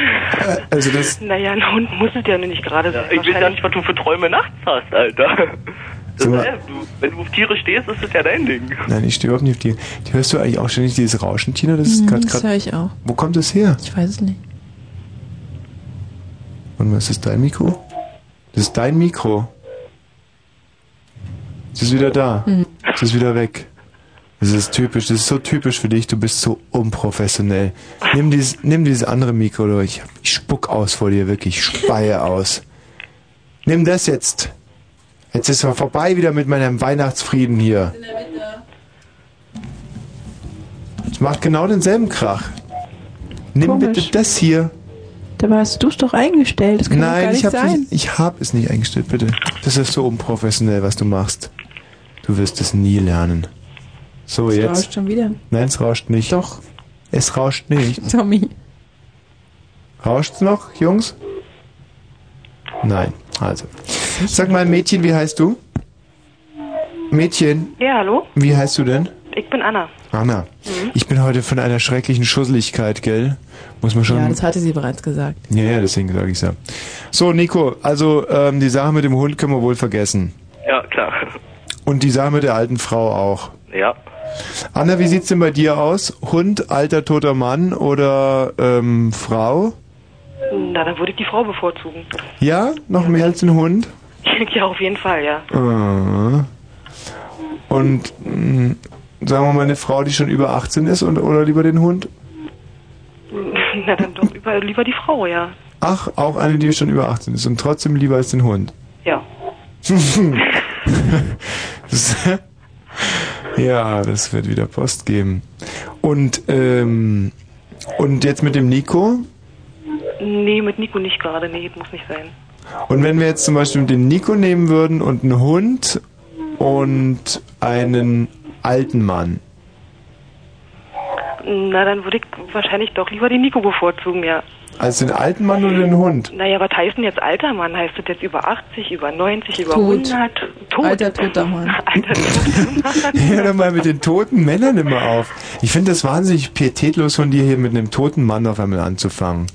S1: Also, das,
S21: Naja, ein Hund muss es ja nur nicht gerade sein.
S8: Ich weiß ja nicht, was du für Träume nachts hast, Alter. Das
S1: Sag mal-
S8: heißt, du, wenn du auf Tiere stehst, ist das ja dein Ding.
S1: nein, ich stehe überhaupt nicht auf die. die hörst du eigentlich auch ständig dieses Rauschen, Tina? Das ist
S5: Mhm,
S1: grad,
S5: das
S1: grad,
S5: höre ich auch.
S1: Wo kommt das her?
S5: Ich weiß es nicht.
S1: Und was ist dein Mikro? Das ist dein Mikro. Es ist wieder da.
S5: Mhm.
S1: Es ist wieder weg. Das ist typisch, das ist so typisch für dich, du bist so unprofessionell. Nimm dieses, nimm dieses andere Mikro durch. Ich spuck aus vor dir, wirklich. Ich speie aus. Nimm das jetzt. Jetzt ist mal vorbei wieder mit meinem Weihnachtsfrieden hier. Es macht genau denselben Krach. Nimm bitte das hier.
S22: Dabei hast du es doch eingestellt. Das kann doch gar
S1: Nein,
S22: nicht
S1: ich habe
S22: sein.
S1: ich hab es nicht eingestellt, bitte. Das ist so unprofessionell, was du machst. Du wirst es nie lernen. So,
S5: Das
S1: jetzt.
S5: rauscht schon wieder.
S1: Nein, es rauscht nicht.
S5: Doch.
S1: Es rauscht nicht.
S5: [laughs] Tommy.
S1: Rauscht's noch, Jungs? Nein, also. Sag mal, Mädchen, wie heißt du? Mädchen,
S21: Ja, hallo?
S1: wie heißt du denn?
S21: Ich bin Anna.
S1: Anna. Ich bin heute von einer schrecklichen Schusseligkeit, gell? Muss man schon.
S5: Ja, das hatte sie bereits gesagt.
S1: Ja, ja, deswegen sage ich's ja. So, Nico, also ähm, die Sache mit dem Hund können wir wohl vergessen.
S8: Ja, klar.
S1: Und die Sache mit der alten Frau auch.
S8: Ja.
S1: Anna, wie sieht's denn bei dir aus? Hund, alter toter Mann oder ähm, Frau?
S21: Na, dann würde ich die Frau bevorzugen. [laughs]
S1: Ja, noch mehr als ein Hund?
S21: ja, auf jeden Fall, ja.
S1: Ah. Und mh, sagen wir mal eine Frau, die schon über 18 ist und oder lieber den Hund?
S21: Na, dann doch über, lieber die Frau, ja.
S1: Ach, auch eine, die schon über 18 ist und trotzdem lieber als den Hund. [laughs]
S21: Ja.
S1: Das- ja, das wird wieder Post geben. Und ähm, und jetzt mit dem Nico?
S21: Nee, mit Nico nicht gerade. Nee, das muss nicht sein.
S1: Und wenn wir jetzt zum Beispiel den Nico nehmen würden und einen Hund und einen alten Mann.
S21: Na, dann würde ich wahrscheinlich doch lieber den Nico bevorzugen, ja.
S1: Also den alten Mann oder den
S5: [laughs]
S1: Hund?
S21: Naja, was heißt denn jetzt alter Mann? Heißt das jetzt über 80, über 90, über
S5: Tot.
S21: 100? Tot. Alter, toter [laughs] Mann.
S1: Hör doch mal mit den toten Männern immer auf. Ich finde das wahnsinnig pietätlos von dir hier mit einem toten Mann auf einmal anzufangen.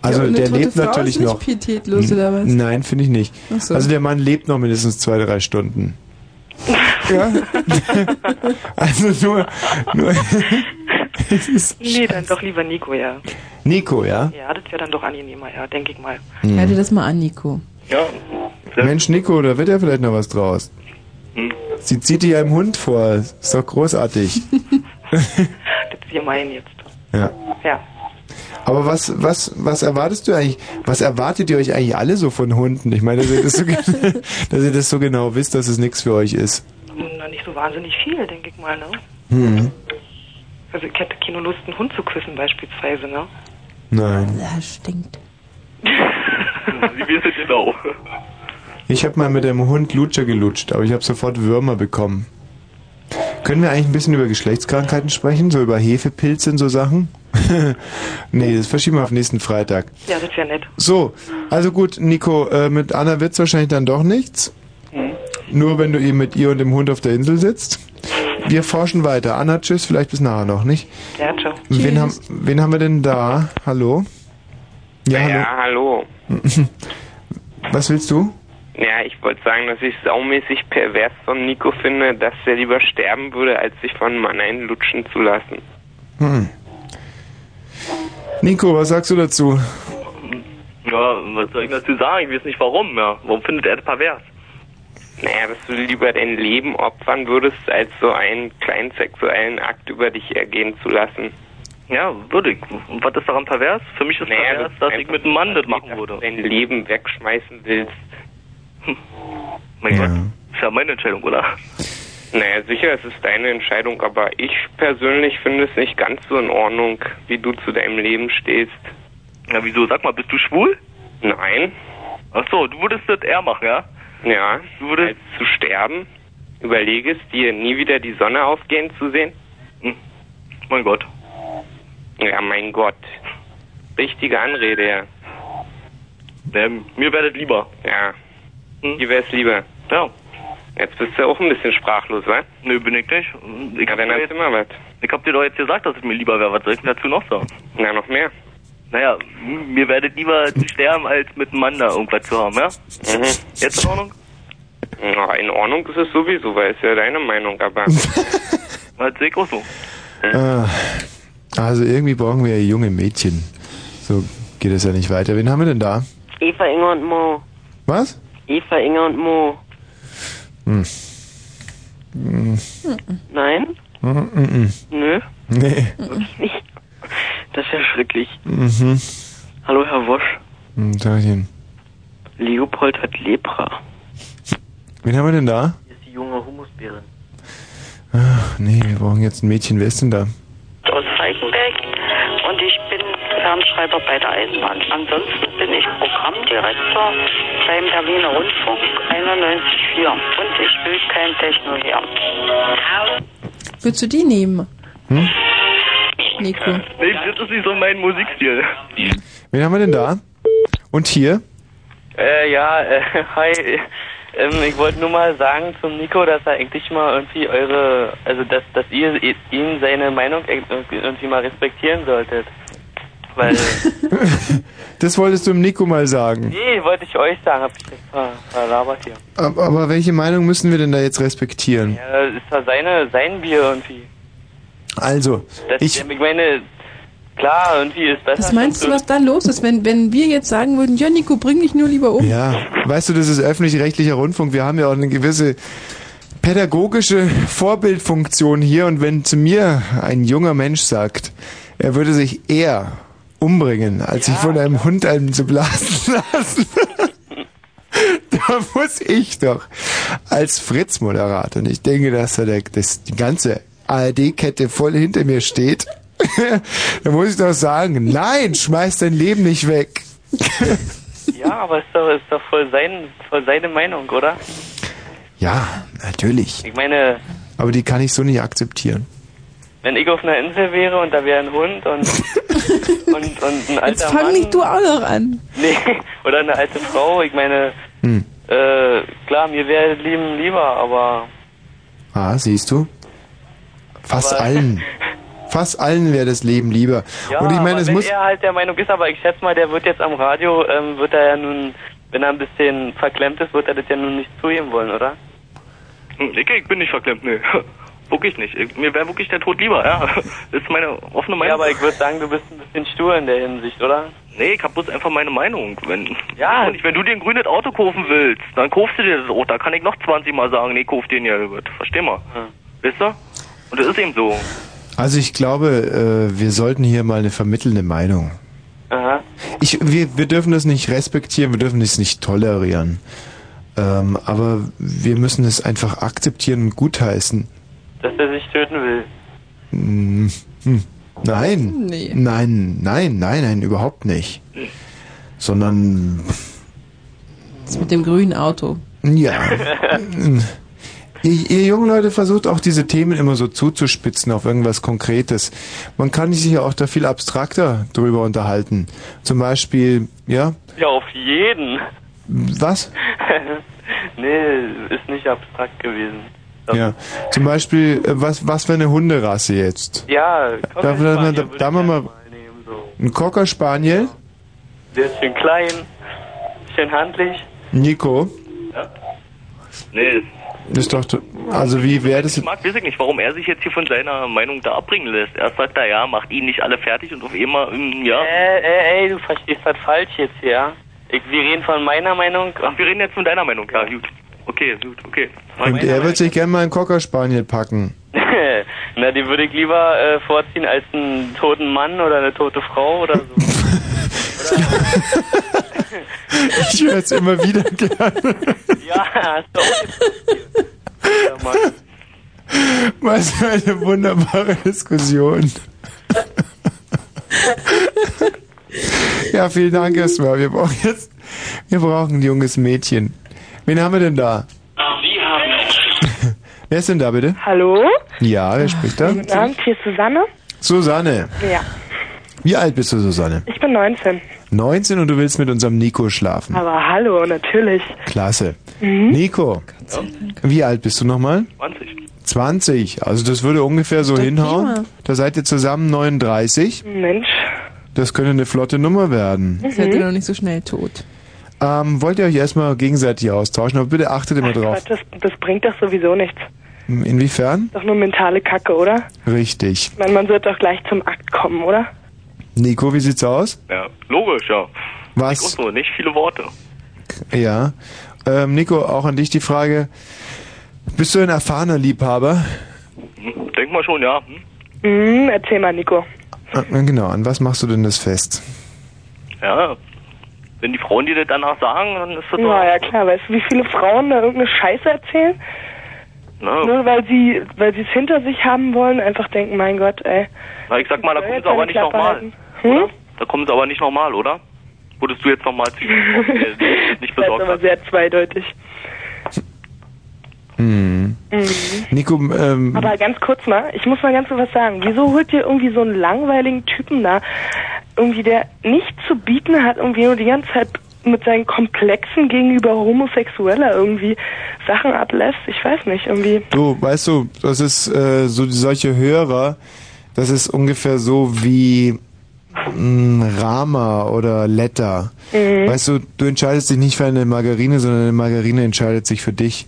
S1: Also
S5: Ja, und eine
S1: der
S5: tote
S1: lebt
S5: Frau
S1: natürlich
S5: ist nicht
S1: noch.
S5: pietätlos, oder was?
S1: Nein, finde ich nicht.
S5: Ach so.
S1: Also der Mann lebt noch mindestens zwei, drei Stunden. ja? also nur,
S5: [laughs]
S1: nur [laughs] es ist
S21: Nee, dann doch lieber Nico, ja.
S1: Nico, ja?
S21: Ja, das wäre dann doch angenehmer, ja, denke ich mal.
S1: Mhm.
S5: Hör dir das mal an, Nico.
S8: Ja.
S1: Mensch, Nico, da wird ja vielleicht noch was draus. Sie zieht dir ja im Hund vor. Ist doch großartig.
S21: Das ist gemein jetzt.
S1: ja.
S21: Ja.
S1: Aber was, was, was erwartest du eigentlich? Was erwartet ihr euch eigentlich alle so von Hunden? Ich meine, dass ihr das so, [laughs] gen- dass ihr das so genau wisst, dass es nichts für euch ist.
S21: Na, nicht so wahnsinnig viel, denke ich mal, ne?
S1: Hm.
S21: Also ich hätte keine Lust, einen Hund zu küssen beispielsweise, ne?
S1: Nein.
S5: Das stinkt.
S8: Sie wissen genau.
S1: Ich habe mal mit dem Hund Lutscher gelutscht, aber ich habe sofort Würmer bekommen. Können wir eigentlich ein bisschen über Geschlechtskrankheiten sprechen? So über Hefepilze und so Sachen? [laughs] nee, das verschieben wir auf nächsten Freitag.
S13: Ja, das wäre nett.
S1: So, also gut, Nico, äh, mit Anna wird's wahrscheinlich dann doch nichts.
S20: Hm.
S1: Nur wenn du eben mit ihr und dem Hund auf der Insel sitzt. Wir forschen weiter. Anna, tschüss, vielleicht bis nachher noch, nicht?
S20: Ja, ciao.
S1: Wen haben, wen haben wir denn da? Hallo? [laughs] Ja, hallo.
S3: Ja, hallo.
S1: Was willst du?
S3: Ja, ich wollte sagen, dass ich saumäßig pervers von Nico finde, dass er lieber sterben würde, als sich von einem Mann einlutschen zu lassen.
S1: Hm. Nico, was sagst du dazu?
S8: Ja, was soll ich dazu sagen? Ich weiß nicht warum, ja. Warum findet er das pervers?
S3: Naja, dass du lieber dein Leben opfern würdest, als so einen kleinen sexuellen Akt über dich ergehen zu lassen.
S8: Ja, würde ich. Und was ist daran pervers? Für mich ist pervers, dass ich mit einem Mann das machen würde.
S3: Dein Leben wegschmeißen willst.
S8: Mein Gott, ist ja meine Entscheidung, oder?
S3: Naja, sicher, es ist deine Entscheidung, aber ich persönlich finde es nicht ganz so in Ordnung, wie du zu deinem Leben stehst.
S8: Na, wieso? Sag mal, bist du schwul?
S3: Nein.
S8: Ach so, du würdest das eher machen, ja?
S3: Ja, als zu sterben, überlege es dir, nie wieder die Sonne aufgehen zu sehen.
S8: Hm. Mein Gott.
S3: Ja, mein Gott. Richtige Anrede, ja.
S8: mir werdet lieber.
S3: Ja. Dir wär's lieber.
S8: Ja.
S3: Jetzt bist du auch ein bisschen sprachlos, wa?
S8: Nö, bin ich nicht. Ich
S3: ja, dann hast du immer was.
S8: Ich hab dir doch jetzt gesagt, dass es mir lieber wäre. Was soll ich denn dazu noch sagen?
S3: Na, noch mehr.
S8: Naja, m- mir werdet lieber zu sterben, als mit einem Mann da irgendwas zu haben, ja?
S3: Mhm.
S8: Jetzt in Ordnung?
S3: Na, in Ordnung ist es sowieso, weil es ja deine Meinung, [laughs] aber.
S8: Was sehe ich auch so.
S20: Hm.
S1: Ah, Also irgendwie brauchen wir ja junge Mädchen. So geht es ja nicht weiter. Wen haben wir denn da?
S23: Eva, Inge und Mo.
S1: Was?
S23: Eva, Inge und Mo.
S1: Hm. Hm.
S23: Nein?
S1: Hm, hm, hm.
S23: Nö.
S1: Nee.
S23: Wirklich nicht. Das ist ja schrecklich.
S1: Mhm.
S23: Hallo, Herr Wosch.
S1: Hm, Tagchen.
S23: Leopold hat Lepra.
S1: Wen haben wir denn da?
S23: Hier ist die junge Humusbeerin.
S1: Ach, Ah, nee, wir brauchen jetzt ein Mädchen. Wer ist denn da?
S24: aus Falkenberg und ich bin Fernschreiber bei der Eisenbahn. Ansonsten bin ich Programmdirektor beim Berliner Rundfunk 91.4 und ich will kein Techno her.
S5: Würdest du die nehmen?
S1: Hm?
S5: Nico.
S8: Äh, Nee, das ist nicht so mein Musikstil.
S1: Wen haben wir denn da? Und hier?
S25: Äh, ja, äh, [laughs] hi. Ähm, ich wollte nur mal sagen zum Nico, dass er eigentlich mal irgendwie eure, also dass, dass ihr i- ihm seine Meinung irgendwie irgendwie mal respektieren solltet.
S1: [laughs]
S25: Weil,
S1: Das wolltest du dem Nico mal sagen.
S25: nee, wollte ich euch sagen, hab ich jetzt ver- verlabert hier.
S1: Ab- Aber welche Meinung müssen wir denn da jetzt respektieren?
S25: Ja, ist ja seine, sein Bier irgendwie.
S1: Also,
S25: Das, ich, ich meine, klar, irgendwie ist besser.
S5: Was meinst du, was da los ist, wenn, wenn wir jetzt sagen würden, ja, Nico, bring dich nur lieber um?
S1: Ja, weißt du, das ist öffentlich-rechtlicher Rundfunk. Wir haben ja auch eine gewisse pädagogische Vorbildfunktion hier. Und wenn zu mir ein junger Mensch sagt, er würde sich eher umbringen, als sich von einem Hund einen zu blasen [laughs] lassen, da muss ich doch als Fritz-Moderator, und ich denke, dass da der, dass die ganze ARD-Kette voll hinter mir steht, [laughs] da muss ich doch sagen, nein, schmeiß dein Leben nicht weg.
S25: Ja, aber ist doch, ist doch voll, sein, voll seine Meinung, oder?
S1: Ja, natürlich.
S25: Ich meine,
S1: Aber die kann ich so nicht akzeptieren.
S25: wenn ich auf einer Insel wäre und da wäre ein Hund
S5: [laughs]
S25: und, und, und ein
S5: Jetzt
S25: alter
S5: fang
S25: Mann
S5: nicht du auch noch an.
S25: [laughs] nee, oder eine alte Frau, ich meine,
S1: Hm.
S25: äh, klar, mir wäre lieben lieber, aber
S1: Ah, siehst du? Fast
S25: Aber-
S1: allen. Fast allen wäre das Leben lieber.
S25: ja,
S1: Und ich meine,
S25: aber
S1: es
S25: wenn
S1: muss.
S25: er halt der Meinung ist, aber ich schätze mal, der wird jetzt am Radio, ähm, wird er ja nun, wenn er ein bisschen verklemmt ist, wird er das ja nun nicht zugeben wollen, oder?
S8: Hm, Ich, ich bin nicht verklemmt, [laughs] nee. Wirklich nicht. Ich, mir wäre wirklich der Tod lieber, ja. [laughs] Das ist meine offene Meinung.
S25: Ja, aber ich würde sagen, du bist ein bisschen stur in der Hinsicht, oder?
S8: Nee, ich hab bloß einfach meine Meinung. Wenn,
S25: Ja.
S8: Und wenn du dir ein grünes Auto kaufen willst, dann kaufst du dir das Auto. Da kann ich noch 20 Mal sagen, nee, kauf dir nicht, Albert. Versteh mal. Wisst ihr? Und das ist eben so.
S1: Also ich glaube, äh, wir sollten hier mal eine vermittelnde Meinung.
S25: Aha.
S1: Ich, wir, wir dürfen das nicht respektieren, wir dürfen das nicht tolerieren. Ähm, aber wir müssen es einfach akzeptieren und gutheißen.
S25: Dass er sich töten will.
S1: Hm, hm. Nein.
S25: Nee.
S1: Nein, nein, nein, nein, überhaupt nicht. Sondern
S5: Das mit dem grünen Auto.
S1: Ja. ihr, ihr jungen Leute versucht auch diese Themen immer so zuzuspitzen auf irgendwas Konkretes. Man kann sich ja auch da viel abstrakter drüber unterhalten. Zum Beispiel, ja,
S25: Ja, auf jeden. [laughs]
S1: was?
S25: nee, ist nicht abstrakt gewesen.
S1: Ja. Zum Beispiel, äh, was, was für eine Hunderasse jetzt?
S25: Ja,
S1: Da, da, da, da, da machen wir mal. Ein Cocker Spaniel,
S25: Der ist schön klein, schön handlich.
S1: Nico.
S8: Nee,
S1: Ist doch, to- also wie wäre das?
S8: ich mag, weiß ich nicht, warum er sich jetzt hier von seiner Meinung da abbringen lässt. Erst sagt er, ja, macht ihn nicht alle fertig und auf einmal, mm, ja.
S25: Äh, äh, ey, du verstehst das falsch jetzt hier, ja? Ich, wir reden von meiner Meinung. Ach, wir reden jetzt von deiner Meinung, ja, gut. Okay, gut, okay.
S1: Und er wird sich gerne mal einen Cocker Spaniel packen.
S25: [laughs] Na, die würde ich lieber äh, vorziehen als einen toten Mann oder eine tote Frau oder so.
S1: Ich höre es immer wieder gerne.
S25: ja, hast du auch jetzt- Ja, Mann.
S1: [laughs] Was für eine wunderbare
S26: [laughs]
S1: Diskussion. [laughs] Ja, vielen Dank erstmal. Wir brauchen jetzt, wir brauchen ein junges Mädchen. Wen haben wir denn da? [laughs] Wer ist denn da bitte?
S26: Hallo?
S1: Ja, wer spricht da?
S26: Guten Abend, hier ist Susanne.
S1: Susanne.
S26: Ja,
S1: Wie alt bist du, Susanne?
S26: ich bin 19.
S1: 19 und du willst mit unserem Nico schlafen.
S26: Aber hallo, natürlich.
S1: Klasse.
S26: Mhm.
S1: Nico, wie alt bist du nochmal?
S8: 20.
S1: 20. Also das würde ungefähr so hinhauen. Da seid ihr zusammen 39.
S26: Mensch.
S1: Das könnte eine flotte Nummer werden.
S5: Seid ihr noch nicht so schnell tot.
S1: Ähm, wollt ihr euch erstmal gegenseitig austauschen, aber bitte achtet immer drauf. Hm,
S26: Quatsch, das, das bringt doch sowieso nichts.
S1: Inwiefern?
S26: Doch nur mentale Kacke, oder?
S1: Richtig.
S26: Ich meine, man wird doch gleich zum Akt kommen, oder?
S1: Nico, wie sieht's aus?
S8: Ja, logisch, ja.
S1: Was?
S8: Nicht, so, nicht viele Worte.
S1: Ja. Ähm, Nico, auch an dich die Frage. Bist du ein erfahrener Liebhaber?
S8: Hm, Denk mal schon, ja. Hm?
S26: Hm, erzähl mal, Nico.
S1: Äh, Genau, an was machst du denn das fest?
S8: Ja. Wenn die Frauen dir das danach sagen, dann ist das
S26: Na ja, klar, weißt du, wie viele Frauen da irgendeine Scheiße erzählen?
S8: Na,
S26: Nur weil sie weil sie es hinter sich haben wollen, einfach denken, mein Gott, ey.
S8: na, ich sag mal, da
S26: Ja,
S8: kommen
S26: jetzt
S8: sie aber
S26: meine
S8: nicht
S26: Klappe
S8: nochmal.
S26: halten. Hm?
S8: Da kommen sie aber nicht nochmal, oder? Wurdest du jetzt nochmal zu
S26: [laughs]
S8: äh, nicht
S26: Das ist
S8: besorgt
S26: aber
S8: hast?
S26: sehr zweideutig.
S1: Hm.
S26: Mhm.
S1: Nico, ähm,
S26: Aber ganz kurz mal, ich muss mal ganz kurz was sagen. Wieso holt ihr irgendwie so einen langweiligen Typen da, irgendwie der nichts zu bieten hat, irgendwie nur die ganze Zeit mit seinen Komplexen gegenüber Homosexueller irgendwie Sachen ablässt? Ich weiß nicht, irgendwie.
S1: du, weißt du, das ist äh, so solche Hörer, das ist ungefähr so wie mh, Rama oder Letter.
S26: Mhm.
S1: Weißt du, du entscheidest dich nicht für eine Margarine, sondern eine Margarine entscheidet sich für dich.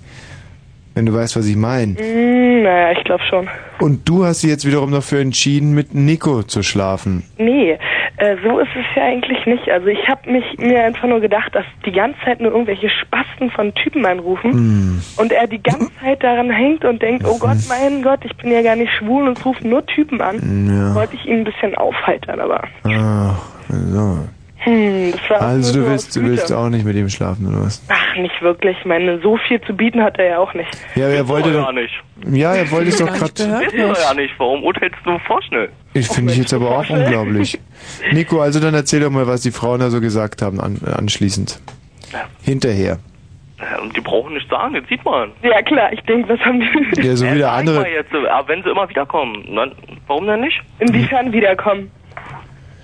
S1: Wenn du weißt, was ich meine.
S26: Mm, naja, ich glaube schon.
S1: Und du hast dich jetzt wiederum dafür entschieden, mit Nico zu schlafen.
S26: Nee, äh, so ist es ja eigentlich nicht. Also ich habe mich mir einfach nur gedacht, dass die ganze Zeit nur irgendwelche Spasten von Typen anrufen und er die ganze Zeit daran hängt und denkt, oh Gott, mein Gott, ich bin ja gar nicht schwul und es rufen nur Typen an.
S1: Ja.
S26: Wollte ich ihn ein bisschen aufheitern, aber
S1: Ach, Ah, so.
S26: hm, das war
S1: Also
S26: nur
S1: du
S26: so
S1: willst,
S26: aus
S1: du willst
S26: Güte.
S1: auch nicht mit ihm schlafen, oder was?
S26: Ach, nicht wirklich. Ich meine, so viel zu bieten hat er ja auch nicht.
S1: Ja, er wollte doch. Ja, er wollte es doch gerade.
S8: Wissen wir ja nicht, warum urteilst du vorschnell?
S1: Ich finde ich jetzt aber auch unglaublich. Nico, also dann erzähl doch mal, was die Frauen da so gesagt haben an, anschließend. Hinterher.
S8: Ja, Und die brauchen nicht sagen, das sieht man.
S26: Ja klar, ich denke, was haben die
S1: Ja, so wie der
S8: Sag mal
S1: andere.
S8: jetzt, äh, aber wenn sie immer wiederkommen, dann, warum denn nicht?
S26: inwiefern wiederkommen?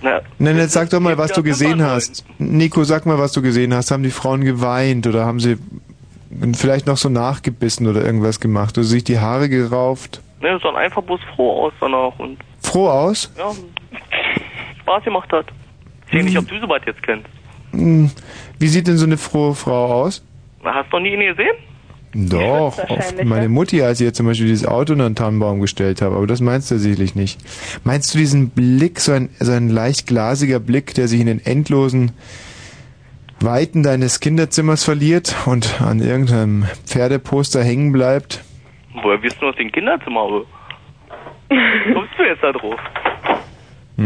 S8: Na,
S1: Nein, jetzt sag doch mal, was du gesehen hast. Nico, sag mal, was du gesehen hast. Haben die Frauen geweint oder haben sie vielleicht noch so nachgebissen oder irgendwas gemacht oder sich die Haare gerauft?
S8: ne, sondern einfach bloß froh aus danach und
S1: Froh aus?
S8: ja, Spaß gemacht hat. Ich denke nicht, ob du sowas jetzt kennst.
S1: Hm, Wie sieht denn so eine frohe Frau aus?
S8: Na, Hast du noch nie ihn gesehen?
S1: Doch,
S8: wahrscheinlich,
S1: oft meine Mutti, als ich jetzt zum Beispiel dieses Auto unter einen Tannenbaum gestellt habe, aber das meinst du sicherlich nicht. Meinst du diesen Blick, so ein, so ein leicht glasiger Blick, der sich in den endlosen Weiten deines Kinderzimmers verliert und an irgendeinem Pferdeposter hängen bleibt?
S8: Woher wirst du aus dem Kinderzimmer habe? Kommst du jetzt da drauf?
S26: [laughs]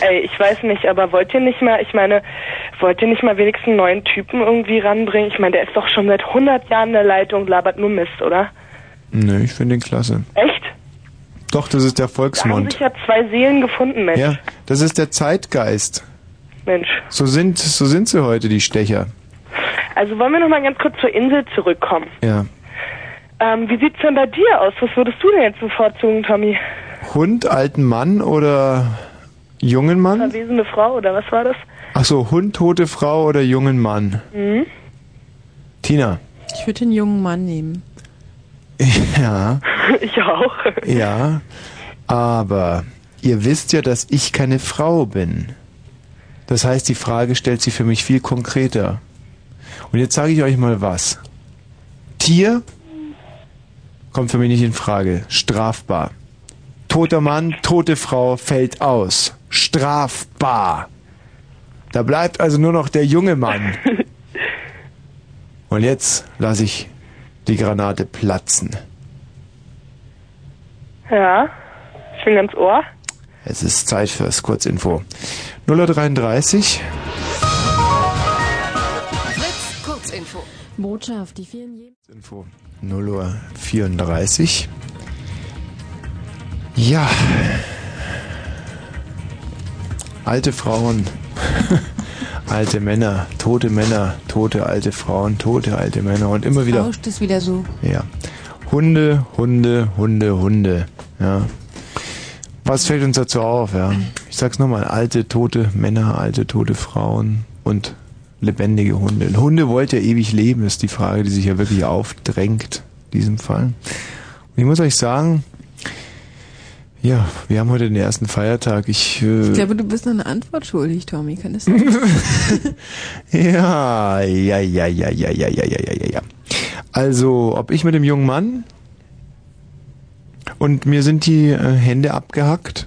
S26: Ey, ich weiß nicht, aber wollt ihr nicht mal, ich meine, wollt ihr nicht mal wenigstens einen neuen Typen irgendwie ranbringen? Ich meine, der ist doch schon seit 100 Jahren in der Leitung, labert nur Mist, oder?
S1: Nö, ich finde ihn klasse.
S26: Echt?
S1: Doch, das ist der
S26: Da haben sich
S1: Volksmund.
S26: ja zwei Seelen gefunden, Mensch.
S1: Ja, das ist der Zeitgeist.
S26: Mensch.
S1: So sind, so sind sie heute, die Stecher.
S26: Also wollen wir noch mal ganz kurz zur Insel zurückkommen.
S1: Ja.
S26: Ähm, wie sieht's denn bei dir aus? Was würdest du denn jetzt bevorzugen, Tommy?
S1: Hund, alten Mann oder jungen Mann?
S26: Verwesende Frau oder was war das?
S1: Ach so, Hund, tote Frau oder jungen Mann?
S5: Hm?
S26: Mhm.
S1: Tina.
S5: Ich würde den jungen Mann [laughs] nehmen.
S1: Ja.
S26: Ich auch.
S1: [laughs] Ja. Aber ihr wisst ja, dass ich keine Frau bin. Das heißt, die Frage stellt sie für mich viel konkreter. Und jetzt sage ich euch mal was. Tier kommt für mich nicht in Frage. Strafbar. Toter Mann, tote Frau fällt aus. Strafbar. Da bleibt also nur noch der junge Mann. Und jetzt lasse ich die Granate platzen.
S26: Ja. Ich bin ganz ohr.
S1: Es ist Zeit fürs Kurzinfo. 033
S13: Fritz, Kurzinfo. Botschaft, die vielen... Je
S1: 0 Uhr 34. Ja. Alte Frauen, alte Männer, tote Männer, tote alte Frauen, tote alte Männer und immer wieder.
S5: Rauscht es wieder so.
S1: Ja. Hunde, Hunde, Hunde, Hunde. Ja. Was fällt uns dazu auf? Ja. Ich sag's nochmal: alte, tote Männer, alte, tote Frauen und lebendige Hunde. Hunde wollt ja ewig leben, ist die Frage, die sich ja wirklich aufdrängt in diesem Fall. Und ich muss euch sagen, ja, wir haben heute den ersten Feiertag. Ich, äh,
S5: Ich glaube, du bist noch eine Antwort schuldig, Tommy.
S1: [laughs]
S5: Kann das sein?
S1: Ja, ja, ja, ja, ja, ja, ja, ja, ja, ja, ja. Also, ob ich mit dem jungen Mann und mir sind die äh, Hände abgehackt,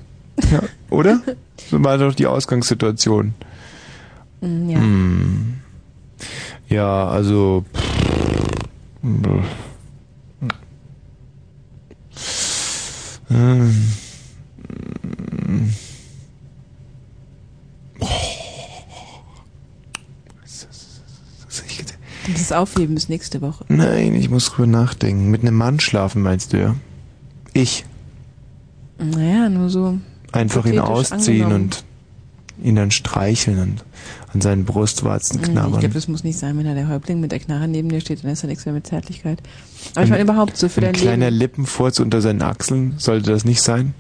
S1: ja, oder? So war doch die Ausgangssituation.
S5: Mm, ja.
S1: Hm. Ja, also. pff, ähm, mm.
S5: Das ist aufheben bis nächste Woche.
S1: Nein, ich muss drüber nachdenken. Mit einem Mann schlafen, meinst du ja? Ich.
S5: Naja, nur so.
S1: Einfach ihn
S5: hypothetisch
S1: ausziehen
S5: angenommen.
S1: und ihn dann streicheln und an seinen Brustwarzen
S5: Mm, Ich
S1: knabbern.
S5: glaube, das muss nicht sein, wenn da der Häuptling mit der Knarre neben dir steht, dann ist da nichts mehr mit Zärtlichkeit. Aber
S1: Ein-
S5: ich meine überhaupt so für
S1: Ein
S5: dein
S1: kleiner
S5: Leben.
S1: Lippenfurz unter seinen Achseln, sollte das nicht sein?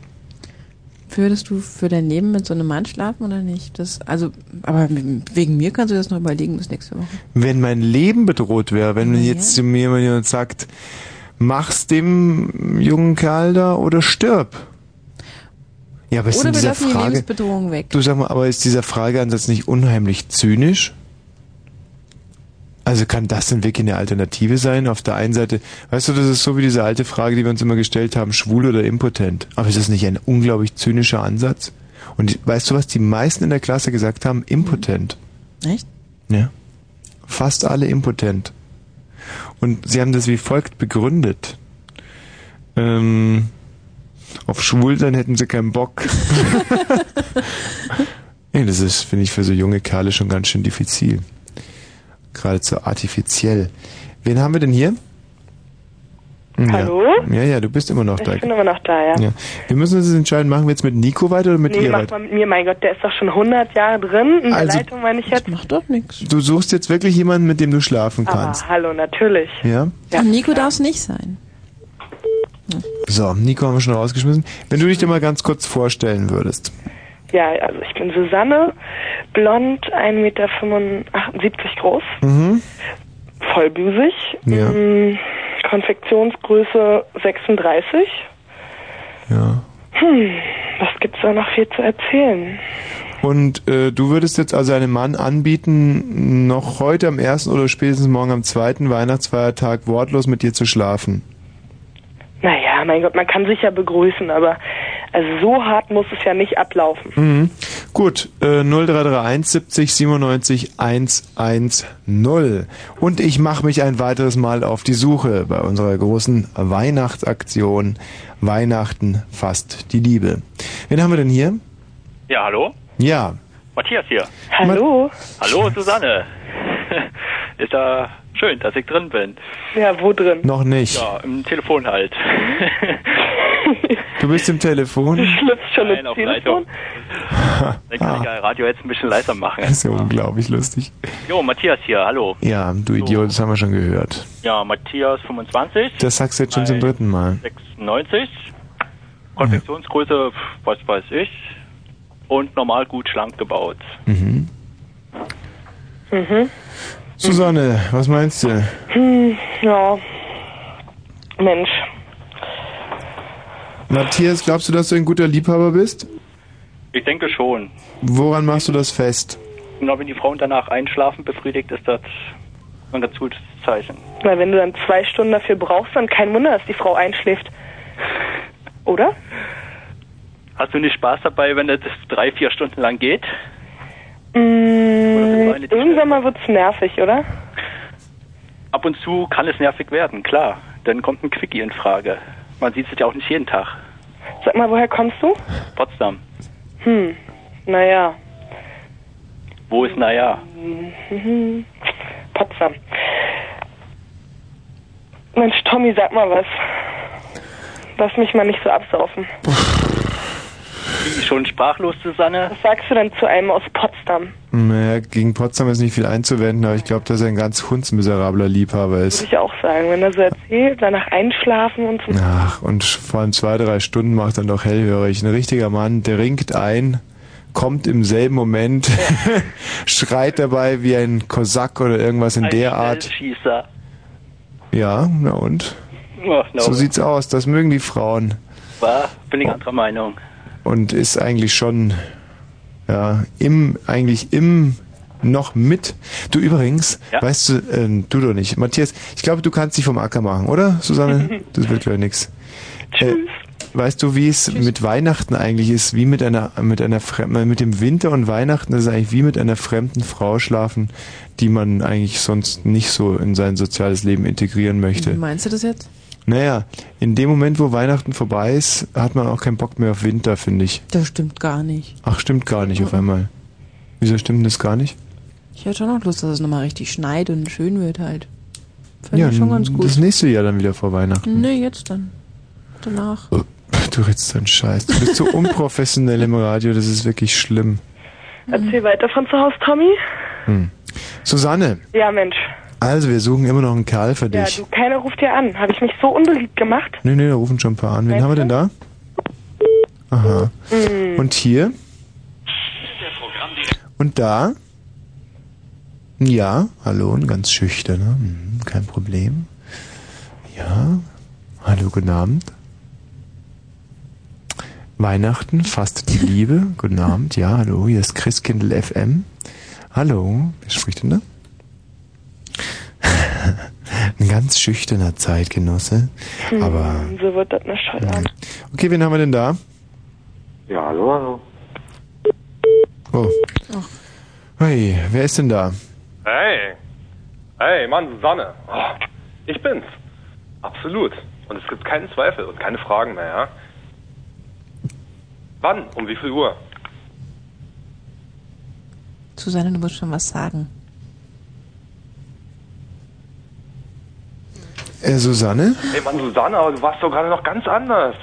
S5: Würdest du für dein Leben mit so einem Mann schlafen oder nicht? Das, also, aber wegen mir kannst du das noch überlegen bis nächste Woche.
S1: Wenn mein Leben bedroht wäre, wenn
S5: Naja.
S1: jetzt zu mir jemand sagt, mach's dem jungen Kerl da oder stirb. Ja, aber ist
S5: oder
S1: in
S5: wir
S1: dieser
S5: lassen die
S1: Frage,
S5: Lebensbedrohung weg.
S1: Du sag mal, aber ist dieser Frageansatz nicht unheimlich zynisch? Also kann das denn wirklich eine Alternative sein? Auf der einen Seite, weißt du, das ist so wie diese alte Frage, die wir uns immer gestellt haben, schwul oder impotent. Aber ist das nicht ein unglaublich zynischer Ansatz? Und die- weißt du, was die meisten in der Klasse gesagt haben? Impotent.
S5: Echt?
S1: Ja. Fast alle impotent. Und sie haben das wie folgt begründet. Ähm, auf schwul, dann hätten sie keinen
S5: [laughs]
S1: Bock. ja, das ist, finde ich, für so junge Kerle schon ganz schön diffizil. Geradezu artifiziell. Wen haben wir denn hier? Ja.
S26: Hallo?
S1: Ja, ja, du bist immer noch da.
S26: Ich bin immer noch da, ja.
S1: Ja. Wir müssen uns jetzt entscheiden, machen wir jetzt mit Nico weiter oder mit
S26: nee,
S1: ihr
S26: mach
S1: weiter?
S26: mal mit mir, mein Gott, der ist doch schon 100 Jahre drin. In
S1: Also-
S26: der Leitung meine ich jetzt. Macht
S5: doch nichts.
S1: Du suchst jetzt wirklich jemanden, mit dem du schlafen
S26: Aber
S1: kannst.
S26: hallo, natürlich.
S1: Ja?
S5: Ja. Nico darf es nicht sein.
S1: So, Nico haben wir schon rausgeschmissen. Wenn du dich dir mal ganz kurz vorstellen würdest.
S26: Ja, also ich bin Susanne, blond, 1,75 Meter groß,
S1: Mhm.
S26: vollbüsig,
S1: Ja.
S26: mh, Konfektionsgröße 36.
S1: Ja.
S26: Hm, was gibt's da noch viel zu erzählen?
S1: Und äh, du würdest jetzt also einem Mann anbieten, noch heute am ersten oder spätestens morgen am zweiten Weihnachtsfeiertag wortlos mit dir zu schlafen.
S26: Naja, mein Gott, man kann sich ja begrüßen, aber also so hart muss es ja nicht ablaufen.
S1: Mhm. Gut, äh, 0331 70 97 110. Und ich mache mich ein weiteres Mal auf die Suche bei unserer großen Weihnachtsaktion Weihnachten fast die Liebe. Wen haben wir denn hier?
S8: Ja, hallo?
S1: Ja,
S8: Matthias hier.
S26: Hallo?
S8: Hallo, Susanne. Ist da schön, dass ich drin bin.
S26: Ja, wo drin?
S1: Noch nicht.
S8: Ja, im Telefon halt.
S1: Du bist im Telefon. [laughs]
S26: Du schlüpfst schon
S8: Nein, auf Leitung. Dann
S1: Ah.
S8: kann ich ja Radio jetzt ein bisschen leiser machen.
S1: Das ist ja unglaublich lustig.
S8: Jo, Matthias hier, hallo.
S1: Ja, du Idiot, das haben wir schon gehört.
S8: Ja, Matthias 25,
S1: Das sagst du jetzt schon zum dritten Mal.
S8: 96, Konfektionsgröße, pf, was weiß ich, und normal gut schlank gebaut.
S1: Mhm.
S26: Mhm.
S1: Susanne, was meinst du?
S26: Hm, ja. Mensch.
S1: Matthias, glaubst du, dass du ein guter Liebhaber bist?
S8: Ich denke schon.
S1: Woran machst du das fest?
S8: Ich glaube, wenn die Frauen danach einschlafen befriedigt, ist das ein ganz gutes Zeichen.
S26: Na, wenn du dann zwei Stunden dafür brauchst, dann kein Wunder, dass die Frau einschläft. Oder?
S8: Hast du nicht Spaß dabei, wenn das drei, vier Stunden lang geht?
S26: Mm, irgendwann mal wird's nervig, oder?
S8: Ab und zu kann es nervig werden, klar. Dann kommt ein Quickie in Frage. Man sieht es ja auch nicht jeden Tag.
S26: Sag mal, woher kommst du?
S8: Potsdam.
S26: Hm, naja.
S8: Wo ist naja?
S26: Mhm. Potsdam. Mensch, Tommy, sag mal was. Lass mich mal nicht so absaufen.
S8: Wie, Schon sprachlos, Susanne?
S26: Was sagst du denn zu einem aus Potsdam?
S1: Naja, gegen Potsdam ist nicht viel einzuwenden, aber ich glaube, dass er ein ganz hundsmiserabler Liebhaber
S26: Würde
S1: ist.
S26: ich auch sagen. Wenn er so erzählt, danach einschlafen und so.
S1: Ach, und vor allem zwei, drei Stunden macht dann doch hellhörig. Ein richtiger Mann, der ringt ein, kommt im selben Moment, [laughs] schreit dabei wie ein Kosak oder irgendwas in der Art.
S8: Schießer.
S1: Ja, na und?
S8: Ach, na
S1: so
S8: und?
S1: sieht's aus, das mögen die Frauen.
S8: War, bin ich anderer Meinung.
S1: und ist eigentlich schon ja im eigentlich im noch mit. Du übrigens,
S8: Ja?
S1: weißt du, ähm, du doch nicht, Matthias. Ich glaube, du kannst dich vom Acker machen, oder, Susanne? Das wird gleich nix. Äh, weißt du, wie es mit Weihnachten eigentlich ist, wie mit einer mit einer fremden, äh, mit dem Winter und Weihnachten das ist eigentlich wie mit einer fremden Frau schlafen, die man eigentlich sonst nicht so in sein soziales Leben integrieren möchte.
S5: Wie meinst du das jetzt?
S1: Naja, in dem Moment, wo Weihnachten vorbei ist, hat man auch keinen Bock mehr auf Winter, finde ich.
S5: Das stimmt gar nicht.
S1: Ach, stimmt gar nicht auf einmal. Wieso stimmt denn das gar nicht?
S5: Ich hätte schon auch Lust, dass es nochmal richtig schneit und schön wird halt. Fände ich schon ganz
S1: das
S5: gut.
S1: nächste Jahr dann wieder vor Weihnachten.
S5: Nee, jetzt dann. Danach.
S1: Du redest so einen Scheiß. Du bist so unprofessionell im Radio, das ist wirklich schlimm.
S26: Erzähl weiter von zu Hause, Tommy.
S1: Hm. Susanne,
S26: Ja, Mensch.
S1: also wir suchen immer noch einen Kerl für
S26: Ja,
S1: dich.
S26: du, keiner ruft dir an. Habe ich mich so unbeliebt gemacht?
S1: Nee, nee, da rufen schon ein paar an. Wen haben wir denn da? Aha.
S26: Hm.
S1: Und hier? Und da? Ja, hallo, ein ganz schüchterner. Hm, Kein Problem. Ja, hallo, guten Abend. Weihnachten, fastet die Liebe. [laughs] guten Abend, ja, hallo, hier ist Christkindl FM. Hallo, wer spricht denn da? [laughs] ein ganz schüchterner Zeitgenosse.
S26: Hm,
S1: Aber,
S26: So wird das eine Scheiße.
S1: okay, wen haben wir denn da?
S17: Ja, hallo, hallo.
S1: Oh. Hey, wer ist denn da?
S3: Hey. Hey, Mann, Susanne. Oh, ich bin's. Absolut. Und es gibt keinen Zweifel und keine Fragen mehr, ja? Wann? Um wie viel Uhr?
S5: Susanne, du musst schon was sagen.
S1: Äh, Susanne?
S3: Ey, Mann, Susanne, aber du warst doch gerade noch ganz anders.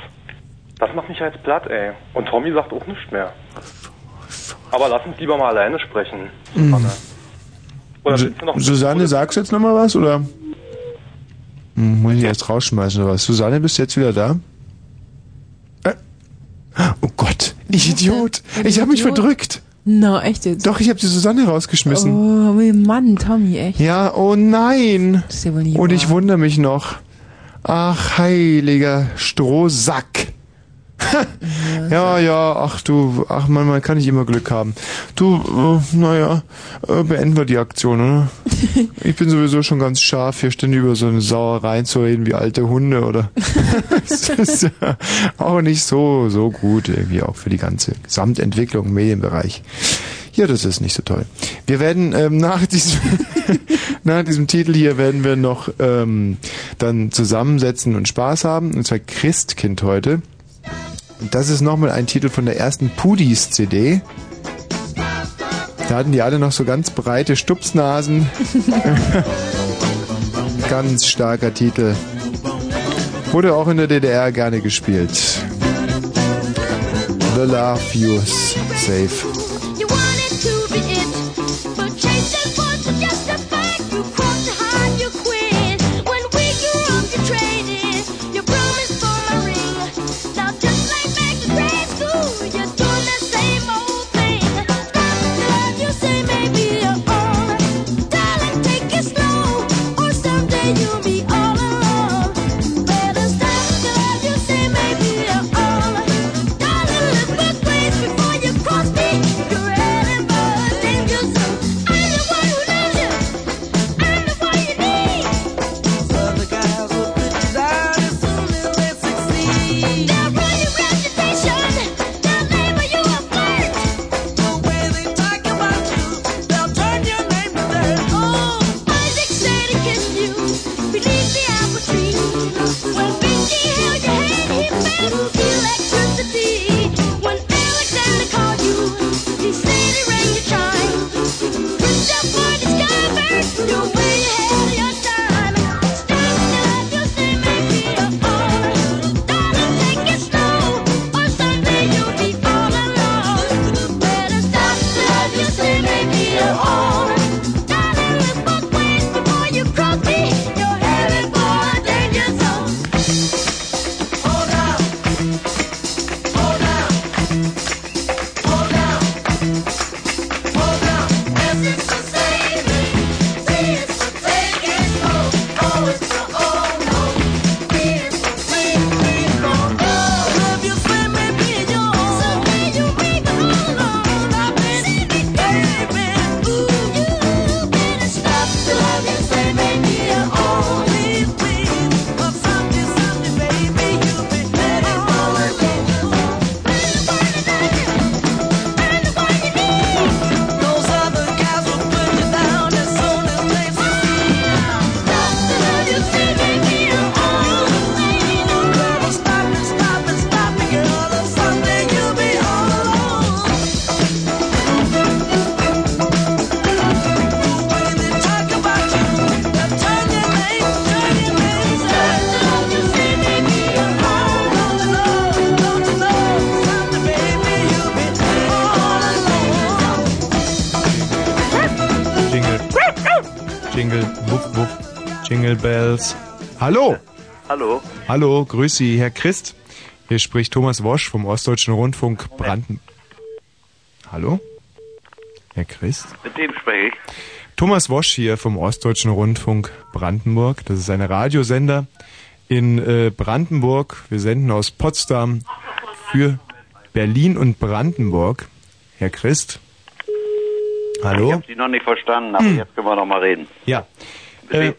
S3: Das macht mich ja jetzt platt, ey. Und Tommy sagt auch nichts mehr. Aber lass uns lieber mal alleine sprechen.
S1: Mhm.
S3: Oder
S1: Su-
S3: willst du noch-
S1: Susanne, sagst du jetzt nochmal was, oder? Hm, muss ich erst rausschmeißen, oder was? Susanne, bist du jetzt wieder da? Äh. Oh Gott, ich Idiot. Ich habe mich
S5: Idiot.
S1: verdrückt.
S5: Na, echt jetzt?
S1: Doch, ich habe die Susanne rausgeschmissen.
S5: Oh, wie Mann, Tommy, echt.
S1: Ja, oh nein.
S5: nie
S1: Und ich wundere mich noch. Ach, heiliger
S5: [laughs]
S1: Strohsack. ja, ja, ach du, ach man, man kann nicht immer Glück haben. Du, äh, naja, äh, beenden wir die Aktion,
S5: [laughs]
S1: oder? Ich bin sowieso schon ganz scharf, hier ständig über so eine Sauereien zu reden wie alte Hunde,
S5: [laughs]
S1: oder? [laughs] das ist ja auch nicht so, so gut, irgendwie auch für die ganze Gesamtentwicklung im Medienbereich. Ja, das ist nicht so toll. Wir werden ähm, nach, [laughs] diesem, nach diesem Titel hier werden wir noch ähm, dann zusammensetzen und Spaß haben. Und zwar Christkind heute. Und das ist nochmal ein Titel von der ersten Pudis CD. Da hatten die alle noch so ganz breite Stupsnasen. ganz starker Titel. Wurde auch in der DDR gerne gespielt. The Love You
S27: safe.
S9: You wanted to be it, but chasing fortune just a fact. You crossed the heart, you quit. When we grew up, you traded your promise for a ring. Now just like back in grade school, you're doing the same old thing. Stop the love you say maybe you're all. Darling, take it slow, or someday you'll be all alone. Better stop the love you say maybe you're all. Darling, look both ways before you cross me. You're animal dangerous. I'm the one who loves you. I'm the one you need. Other guys will put down as soon as they succeed. They'll ruin your reputation. They'll label you a flirt. The way they talk about you, they'll turn your name to dirt. Oh, Isaac said he kissed you beneath the apple tree. When Vicky held your hand, he felt electricity. When Alexander called you, he said he rang your chime. Put your point to Skybird, you're way ahead of your time. Stop the love you say made me a all. Darling, take it slow, or someday you'll be all alone. Better stop the love you say made me a all. Darling, look both ways before you cross me. You're headed for a danger zone. Hold up, hold up, hold up.
S1: Jingle. Jingle. Wuff, wuff. Jingle Bells. Hallo.
S8: Hallo.
S1: Hallo, grüß Sie, Herr Christ. Hier spricht Thomas Wosch vom Ostdeutschen Rundfunk Branden. Hallo? Herr Christ?
S8: Mit dem spreche ich.
S1: Thomas Wosch hier vom Ostdeutschen Rundfunk Brandenburg. Das ist ein Radiosender in äh, Brandenburg. Wir senden aus Potsdam für Berlin und Brandenburg. Herr Christ? Hallo?
S8: Ich habe Sie noch nicht verstanden, aber jetzt können wir noch mal reden.
S1: Ja. Äh,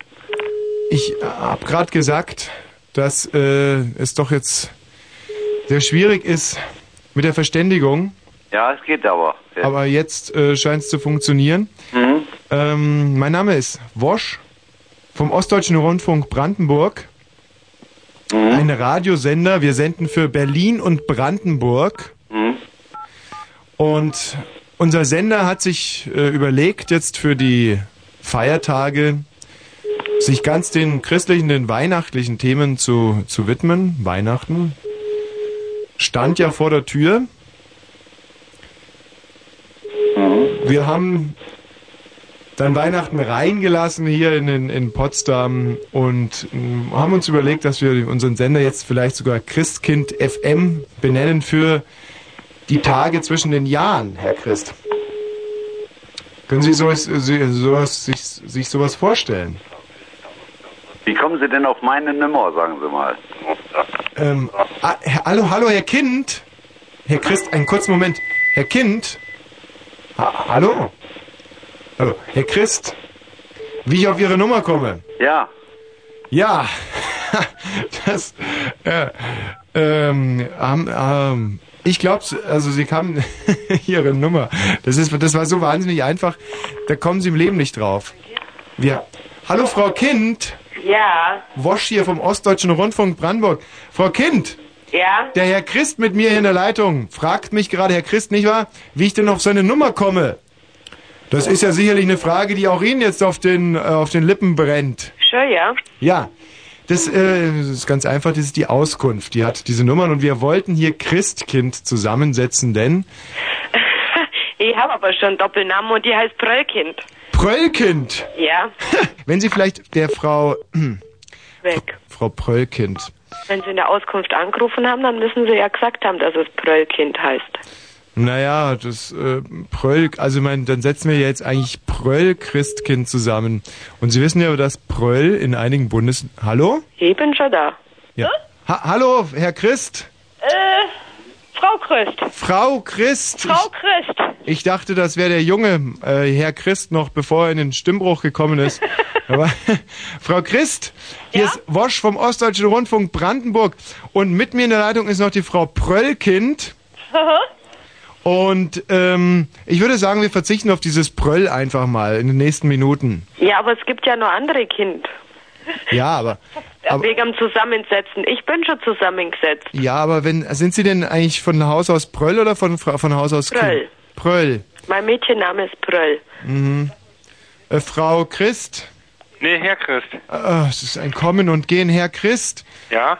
S1: ich habe gerade gesagt, dass äh, es doch jetzt sehr schwierig ist mit der Verständigung,
S8: Ja, es geht aber. Ja.
S1: aber jetzt äh, scheint es zu funktionieren.
S8: Mhm.
S1: Ähm, mein Name ist Wosch vom Ostdeutschen Rundfunk Brandenburg. Ein Radiosender. Wir senden für Berlin und Brandenburg. Und unser Sender hat sich äh, überlegt, jetzt für die Feiertage sich ganz den christlichen, den weihnachtlichen Themen zu, zu widmen. Weihnachten stand ja vor der Tür. Wir haben dann Weihnachten reingelassen hier in, in, in Potsdam und mm, haben uns überlegt, dass wir unseren Sender jetzt vielleicht sogar Christkind FM benennen für die Tage zwischen den Jahren, Herr Christ. Können Sie sowas, Sie- sowas, sich, sich sowas vorstellen?
S8: Wie kommen Sie denn auf meine Nummer, sagen Sie mal?
S1: Ähm, ah, Herr- hallo, hallo, Herr Kind. Herr Christ, einen kurzen Moment. Herr Kind. Ha hallo. Hallo, Herr Christ. Wie ich auf Ihre Nummer komme?
S8: Ja.
S1: Ja. [laughs] das, äh, ähm, ähm, ähm, ich glaube, also Sie kamen [laughs] Ihre Nummer. Das ist, das war so wahnsinnig einfach. Da kommen Sie im Leben nicht drauf. Ja. Hallo, Frau Kind.
S24: Ja,
S1: Wosch hier vom Ostdeutschen Rundfunk Brandenburg. Frau Kind,
S24: ja.
S1: der Herr Christ mit mir hier in der Leitung fragt mich gerade, Herr Christ, nicht wahr, wie ich denn auf seine Nummer komme. Das ist ja sicherlich eine Frage, die auch Ihnen jetzt auf den, äh, auf den Lippen brennt.
S24: Sure, ja.
S1: Ja, das, äh, das ist ganz einfach, das ist die Auskunft. Die hat diese Nummern und wir wollten hier Christkind zusammensetzen, denn
S24: [laughs] Ich habe aber schon einen Doppelnamen und die heißt Pröllkind.
S1: Pröllkind!
S24: Ja,
S1: Wenn Sie vielleicht der Frau, [clears throat]
S24: weg.
S1: Frau Pröllkind,
S24: Wenn Sie in der Auskunft angerufen haben, dann müssen Sie ja gesagt haben, dass es Pröllkind heißt.
S1: Naja, das äh, Pröll, also ich mein, dann setzen wir ja jetzt eigentlich Pröll-Christkind zusammen. Und Sie wissen ja, dass Pröll in einigen Bundes... Hallo?
S24: Ich bin schon da.
S1: Ja. Ha Hallo, Herr Christ?
S12: Äh, Frau Christ.
S1: Frau Christ?
S12: Frau Christ.
S1: Ich dachte, das wäre der junge äh, Herr Christ noch, bevor er in den Stimmbruch gekommen
S12: [laughs]
S1: ist. Aber [laughs] Frau Christ, hier ist Wosch vom Ostdeutschen Rundfunk Brandenburg. Und mit mir in der Leitung ist noch die Frau Pröllkind. Und ähm, ich würde sagen, wir verzichten auf dieses Pröll einfach mal in den nächsten Minuten.
S24: Ja, aber es gibt ja noch andere Kind.
S1: Ja, aber aber,
S24: Wegen am Zusammensetzen. Ich bin schon zusammengesetzt.
S1: ja, aber wenn sind Sie denn eigentlich von Haus aus Pröll oder von Fra- von Haus aus Kind?
S24: Pröll.
S1: Pröll.
S24: Mein Mädchenname ist Pröll.
S1: Mhm. Äh, Frau Christ.
S3: Nee, Herr Christ.
S1: Ah, es ist ein Kommen und Gehen, Herr Christ.
S3: Ja?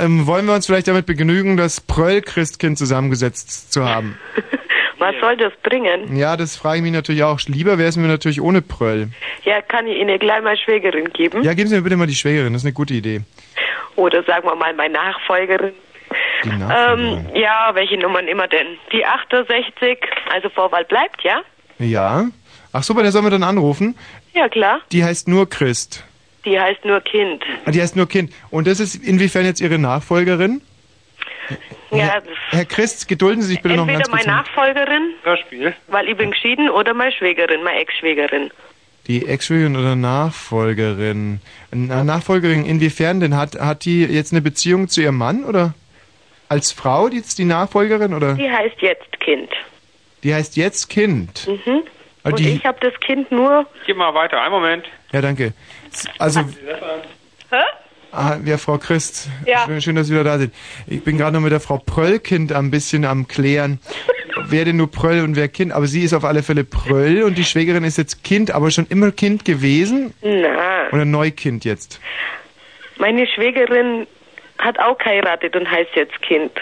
S1: Ähm, wollen wir uns vielleicht damit begnügen, das Pröll-Christkind zusammengesetzt zu haben?
S24: [laughs] Was soll das bringen?
S1: Ja, das frage ich mich natürlich auch. Lieber wäre es mir natürlich ohne Pröll.
S24: Ja, kann ich Ihnen gleich mal Schwägerin geben?
S1: Ja, geben Sie mir bitte mal die Schwägerin, das ist eine gute Idee.
S24: Oder sagen wir mal meine Nachfolgerin.
S1: Die
S24: Ähm, ja, welche Nummern immer denn? Die 68, also Vorwahl bleibt, ja?
S1: Ja. Ach so, bei der sollen wir dann anrufen.
S24: Ja, klar.
S1: Die heißt nur Christ.
S24: Die heißt nur Kind.
S1: Ah, Die heißt nur Kind. Und das ist inwiefern jetzt Ihre Nachfolgerin?
S24: Ja,
S1: Herr Christ, gedulden Sie sich bitte noch einen
S24: entweder
S1: ganz
S24: meine
S1: kurzen
S24: Nachfolgerin,
S3: Hörspiel.
S24: weil ich bin geschieden, oder meine Schwägerin, meine Ex-Schwägerin.
S1: Die Ex-Schwägerin oder Nachfolgerin? Na, Nachfolgerin, inwiefern denn? Hat, hat die jetzt eine Beziehung zu ihrem Mann oder? Als Frau die jetzt die Nachfolgerin oder?
S24: Die heißt jetzt Kind.
S1: Die heißt jetzt Kind.
S24: Mhm.
S1: Ah,
S24: Und
S1: die-
S24: ich habe das Kind nur.
S3: Geh mal weiter, einen Moment.
S1: Ja, danke. Also,
S24: Hä?
S1: ah, ja, Frau Christ,
S24: Ja.
S1: schön, schön, dass Sie wieder da sind. Ich bin gerade noch mit der Frau Pröllkind ein bisschen am Klären, wer denn nur Pröll und wer Kind. Aber sie ist auf alle Fälle Pröll und die Schwägerin ist jetzt Kind, aber schon immer Kind gewesen
S24: Na,
S1: oder Neukind jetzt.
S24: meine Schwägerin hat auch geheiratet und heißt jetzt Kind.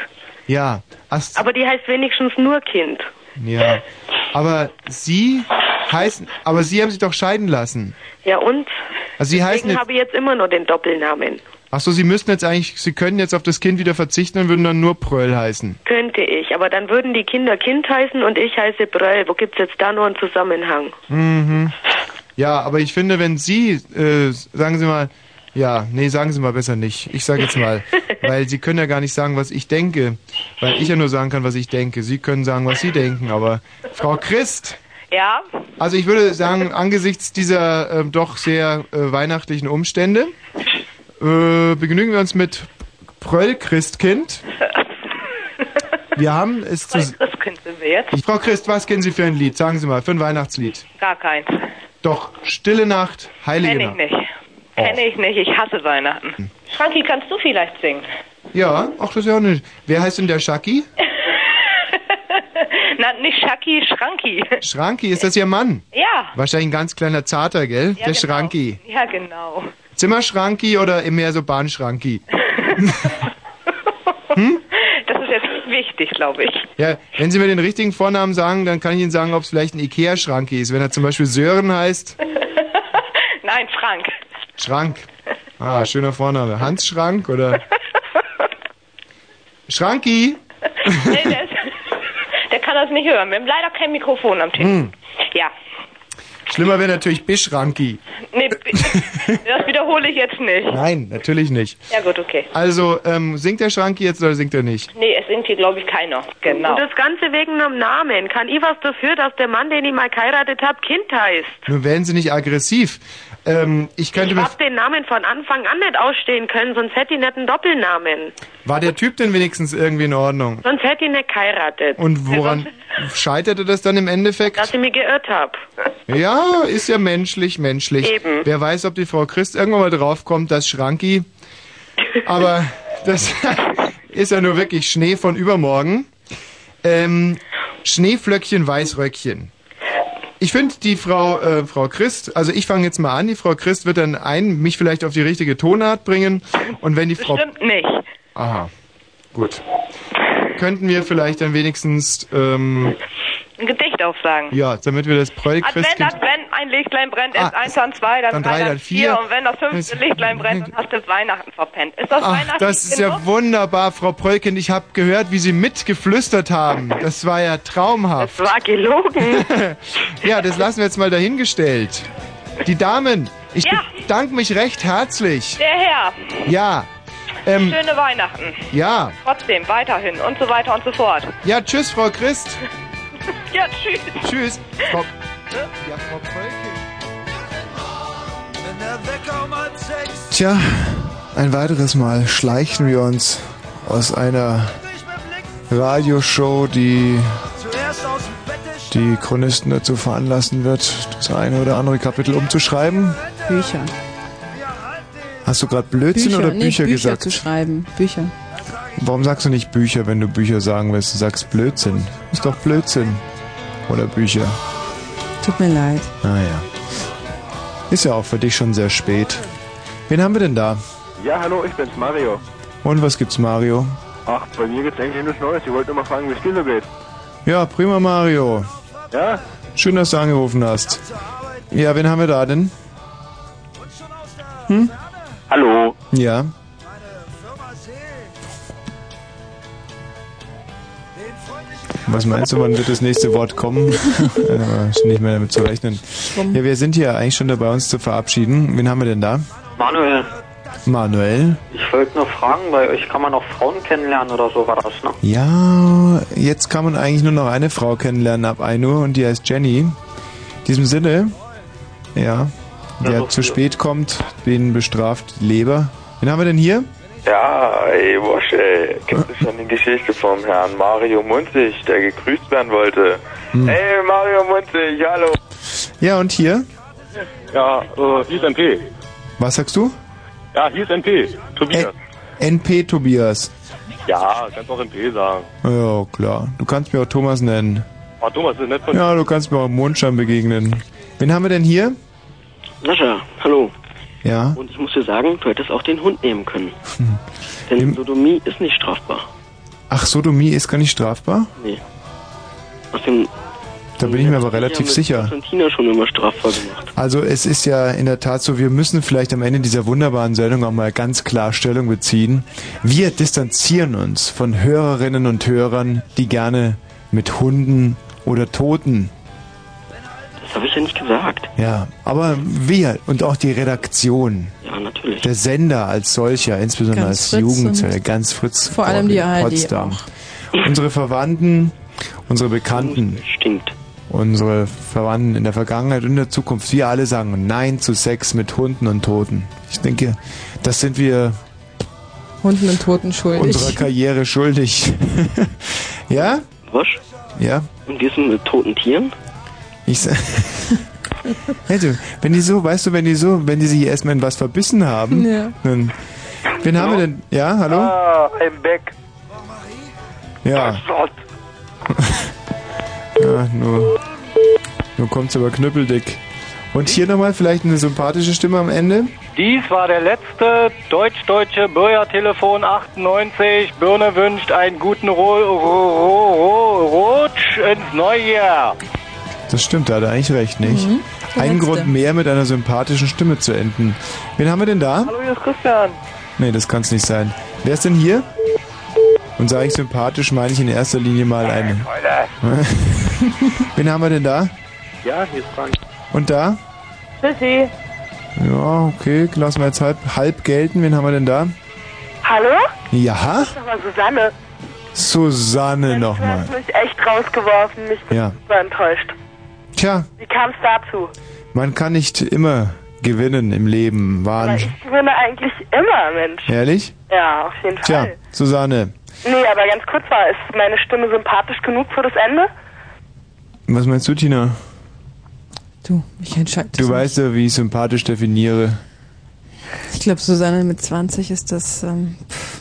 S1: Ja, ach,
S24: Aber die heißt wenigstens nur Kind.
S1: Ja. Aber Sie heißen, aber Sie haben sich doch scheiden lassen.
S24: Ja, und?
S1: Also Sie heißen
S24: Deswegen
S1: jetzt,
S24: habe ich jetzt immer nur den Doppelnamen.
S1: ach so, Sie müssten jetzt eigentlich, Sie können jetzt auf das Kind wieder verzichten und würden dann nur Pröll heißen.
S24: Könnte ich, aber dann würden die Kinder Kind heißen und ich heiße Bröll. Wo gibt's jetzt da nur
S1: [laughs]
S24: einen Zusammenhang?
S1: Mhm. Ja, aber ich finde, wenn Sie, äh, sagen Sie mal, ja, nee, sagen Sie mal besser nicht. Ich sage jetzt mal, weil Sie können ja gar nicht sagen, was ich denke, weil ich ja nur sagen kann, was ich denke. Sie können sagen, was Sie denken, aber Frau Christ,
S12: Ja,
S1: also ich würde sagen, angesichts dieser ähm, doch sehr äh, weihnachtlichen Umstände äh, begnügen wir uns mit Pröll Christkind. Wir haben es zu.
S12: Christkind sind wir jetzt.
S1: Frau Christ, was kennen Sie für ein Lied? Sagen Sie mal, für ein Weihnachtslied.
S12: Gar keins.
S1: Doch, Stille Nacht, Heilige
S12: Kenne ich
S1: Nacht.
S12: nicht. Kenne ich nicht. Ich hasse Weihnachten. Frankie, kannst du vielleicht singen? [laughs]
S1: Ja, ach, das ist ja auch nicht. Wer heißt denn der Schacki?
S12: Na, nicht Schacki, Schranki. [laughs]
S1: Schranki, ist das Ihr Mann?
S12: Ja.
S1: Wahrscheinlich ein ganz kleiner Zarter, gell?
S12: Ja,
S1: der
S12: genau.
S1: Schranki.
S12: Ja, genau.
S1: Zimmerschranki oder mehr so Bahnschranki?
S12: Das ist jetzt nicht wichtig, glaube
S26: [laughs]
S12: ich.
S1: Ja, wenn Sie mir den richtigen Vornamen sagen, dann kann ich Ihnen sagen, ob es vielleicht ein Ikea-Schranki ist. Wenn er zum Beispiel Sören heißt,
S12: Nein, Frank.
S1: Schrank. Ah, schöner Vorname. Hans Schrank oder? Schranki?
S12: Nee, der, ist, [laughs] der kann das nicht hören. Wir haben leider kein Mikrofon am Tisch.
S1: Hm.
S12: Ja.
S1: Schlimmer wäre natürlich Bischranki.
S12: Nee, das wiederhole ich jetzt nicht.
S1: Nein, natürlich nicht.
S12: Ja, gut, okay.
S1: Also, ähm, singt der Schranki jetzt oder singt er nicht?
S12: Nee, es singt hier, glaube ich, keiner. Genau.
S24: Und das Ganze wegen einem Namen. Kann ich was dafür, dass der Mann, den ich mal geheiratet hab, Kind heißt?
S1: Nun werden Sie nicht aggressiv. Ähm, ich könnte
S24: Ich
S1: mir.
S24: hab den Namen von Anfang an nicht ausstehen können, sonst hätte ich nicht einen Doppelnamen.
S1: War der Typ denn wenigstens irgendwie in Ordnung?
S24: Sonst hätte ich nicht geheiratet.
S1: Und woran scheiterte das dann im Endeffekt?
S24: Dass ich mich geirrt hab.
S1: Ja, ist ja menschlich, menschlich.
S24: Eben.
S1: Wer weiß, ob die Frau Christ irgendwann mal draufkommt, dass Schranki. Aber das [laughs] ist ja nur wirklich Schnee von übermorgen. Ähm, Schneeflöckchen, Weißröckchen. Ich finde die Frau äh, Frau Christ, also ich fange jetzt mal an, die Frau Christ wird dann ein mich vielleicht auf die richtige Tonart bringen und wenn die Frau
S12: Stimmt nicht.
S1: Aha. Gut. Könnten wir vielleicht dann wenigstens ähm,
S26: Ein Gedicht aufsagen.
S17: Ja, damit wir das
S26: Advent,
S17: Bräutigkeitskind...
S26: Advent, ein Lichtlein brennt, ist eins, dann zwei, dann,
S17: dann
S26: drei,
S17: drei,
S26: dann
S17: dann
S26: vier.
S17: vier.
S26: Und wenn das fünfte Lichtlein brennt, dann hast du Weihnachten verpennt. Ist das
S17: Ach,
S26: Weihnachten
S17: das ist ja
S26: genug?
S17: wunderbar, Frau Prölken. Ich habe gehört, wie Sie mitgeflüstert haben. Das war ja traumhaft. Das war gelogen. [laughs] ja, das lassen wir jetzt mal dahingestellt. Die Damen, ich bedanke mich recht herzlich.
S26: Der Herr,
S17: Ja. Ähm,
S26: schöne Weihnachten.
S17: ja.
S26: Trotzdem, weiterhin und so weiter und so fort. [laughs]
S17: Ja, tschüss, Frau Christ.
S26: Ja, tschüss.
S17: Tschüss. Frau,
S9: Ja, Frau Pölke.
S1: Tja, ein weiteres Mal schleichen wir uns aus einer Radioshow, die die Chronisten dazu veranlassen wird, das eine oder andere Kapitel umzuschreiben.
S5: Bücher.
S1: Hast du gerade Blödsinn oder
S5: nee,
S1: Bücher
S5: Bücher
S1: gesagt?
S5: zu schreiben. Bücher.
S1: Warum sagst du nicht Bücher, wenn du Bücher sagen willst? Du sagst Blödsinn. Ist doch Blödsinn. Oder Bücher.
S5: Tut mir leid.
S1: Naja. Ist ja auch für dich schon sehr spät. Wen haben wir denn da?
S11: Ja, hallo, ich bin's, Mario.
S1: Und was gibt's, Mario?
S11: Ach, bei mir gibt's eigentlich nichts Neues. Ich wollte nur mal fragen, wie es dir so geht.
S1: Ja, prima, Mario.
S11: Ja?
S1: Schön, dass du angerufen hast. Ja, wen haben wir da denn? Hm?
S11: Hallo.
S1: Ja. Was meinst du, wann wird das nächste Wort kommen? Äh, ist nicht mehr damit zu rechnen. Ja, wir sind hier eigentlich schon dabei, uns zu verabschieden. Wen haben wir denn da?
S23: Manuel,
S1: Manuel.
S23: ich wollte nur fragen, bei euch kann man auch Frauen kennenlernen oder so war das, ne?
S1: Ja, jetzt kann man eigentlich nur noch eine Frau kennenlernen ab 1 Uhr und die heißt Jenny. In diesem Sinne, Also, ja, wer zu spät kommt, den bestraft die Leber. Wen haben wir denn hier?
S15: Ja, ey, Wosch, ey. Kennst du schon die Geschichte vom Herrn Mario Munzig, der gegrüßt werden wollte?
S1: Hm.
S15: Hey, Mario Munzig, hallo.
S1: Ja, und hier?
S11: Ja, äh, hier ist NP.
S1: Was sagst du?
S11: Ja, hier ist NP. Tobias.
S1: NP Tobias.
S11: Ja, kannst auch NP sagen.
S1: Ja, klar. Du kannst mir auch Thomas nennen.
S11: Oh, Thomas, das ist nett von
S1: Ja, du kannst mir auch Mondschein begegnen. Wen haben wir denn hier?
S23: Sascha, hallo.
S1: Ja.
S23: Und ich muss dir sagen, du hättest auch den Hund nehmen können.
S1: Hm.
S23: Denn Sodomie ist nicht strafbar.
S1: Ach, Sodomie ist gar nicht strafbar?
S23: Nee. Aus dem
S1: Da bin ich mir aber relativ sicher.
S23: Argentina schon immer strafbar gemacht.
S1: Also es ist ja in der Tat so, wir müssen vielleicht am Ende dieser wunderbaren Sendung auch mal ganz klar Stellung beziehen. Wir distanzieren uns von Hörerinnen und Hörern, die gerne mit Hunden oder Toten.
S23: Das habe ich ja nicht gesagt.
S1: Ja, aber wir und auch die Redaktion.
S23: Ja, natürlich.
S1: Der Sender als solcher, insbesondere
S5: Ganz
S1: als
S5: Fritz
S1: Jugendzelle,
S5: und
S1: ganz Fritz.
S5: vor allem die ARD
S1: Potsdam. Unsere Verwandten, unsere Bekannten.
S23: Stinkt.
S1: Unsere Verwandten in der Vergangenheit und in der Zukunft. Wir alle sagen Nein zu Sex mit Hunden und Toten. Ich denke, das sind wir
S5: Hunden und Toten schuldig.
S1: unserer Karriere schuldig. [laughs] ja?
S23: Wasch?
S1: Ja?
S23: Und wir sind mit toten Tieren?
S1: Ich sa- [laughs] hey, du, wenn die so, weißt du, wenn die so, wenn die sich erstmal in was verbissen haben,
S23: Ja.
S1: dann. Wen haben wir denn? Ja, hallo?
S15: Ah, I'm back.
S1: Ja.
S15: Gott.
S1: [laughs] Ja, nur. Nur kommt's aber knüppeldick. Und hier nochmal vielleicht eine sympathische Stimme am Ende.
S16: Dies war der letzte deutsch-deutsche Bürgertelefon 98. Birne wünscht einen guten Ro Ro Ro Rutsch ins neue Jahr.
S1: Das stimmt, da hat er eigentlich recht, nicht?
S16: Mhm. Der
S1: Ein
S16: letzte.
S1: Grund mehr, mit einer sympathischen Stimme zu enden. Wen haben wir denn da?
S16: Hallo, hier ist Christian.
S1: Nee, das kann's nicht sein. Wer ist denn hier? Und sage ich sympathisch, meine ich in erster Linie mal einen. [laughs] Wen haben wir denn da?
S11: Ja, hier ist Frank.
S1: Und da?
S4: Tschüssi.
S1: Ja, okay, lassen wir jetzt halb, halb gelten. Wen haben wir denn da?
S4: Hallo?
S1: Ja,
S4: Das war Susanne.
S1: Susanne nochmal.
S4: Du hast mich echt rausgeworfen. Mich
S1: Ja.
S4: super enttäuscht.
S1: Tja,
S4: Wie kam es dazu?
S1: man kann nicht immer gewinnen im Leben.
S4: Aber
S1: Wahnsinn.
S4: ich gewinne eigentlich immer, Mensch.
S1: Ehrlich?
S4: Ja, auf jeden
S1: Tja,
S4: Fall.
S1: Susanne,
S4: Nee, aber ganz kurz mal, ist meine Stimme sympathisch genug für das Ende?
S1: was meinst du, Tina?
S5: Du, ich entscheide.
S1: Du weißt ja, wie ich sympathisch definiere.
S5: Ich glaube, Susanne mit 20 ist das ähm, pff,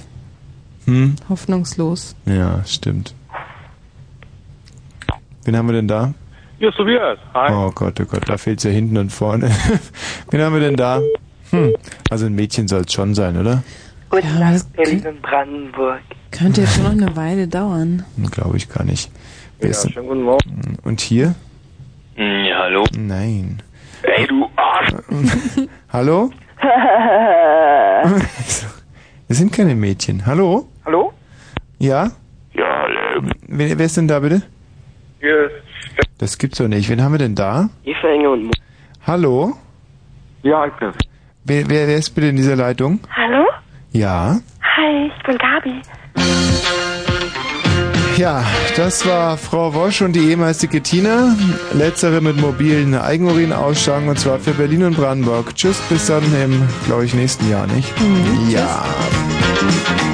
S1: Hm?
S5: hoffnungslos.
S1: Ja, stimmt. Wen haben wir denn da?
S11: Hier ist Tobias. Hi.
S1: Oh Gott, oh Gott, da fehlt's ja hinten und vorne. [laughs] Wen haben wir denn da? Hm, also ein Mädchen soll's schon sein, oder?
S5: Guten ja, Nacht, Berlin
S23: und Brandenburg.
S5: Könnte jetzt schon noch eine Weile dauern.
S1: Glaube Hm, ich gar nicht. Besser.
S14: Ja, schönen guten Morgen.
S1: Hm, Und hier?
S14: Hm, Ja, hallo.
S1: Nein.
S14: Ey, du Arsch.
S1: [laughs] Hallo? [laughs] Das sind keine Mädchen. [laughs] Hallo?
S2: Hallo?
S1: Ja? Ja, hallo. Wer, wer ist denn da bitte? Das gibt's doch nicht. Wen haben wir denn da?
S23: Eva Enge und Mo
S1: Hallo?
S14: Ja, ich bin's.
S1: Wer, wer, wer ist bitte in dieser Leitung?
S2: Hallo?
S1: Ja?
S2: Hi, ich bin Gabi.
S1: Ja, das war Frau Wosch und die ehemalige Tina. Letztere mit mobilen Eigenurinausschlag und zwar für Berlin und Brandenburg. Mhm. Tschüss, bis dann im, glaube ich, nächsten Jahr, nicht?
S9: Mhm,
S1: ja.
S9: Oh,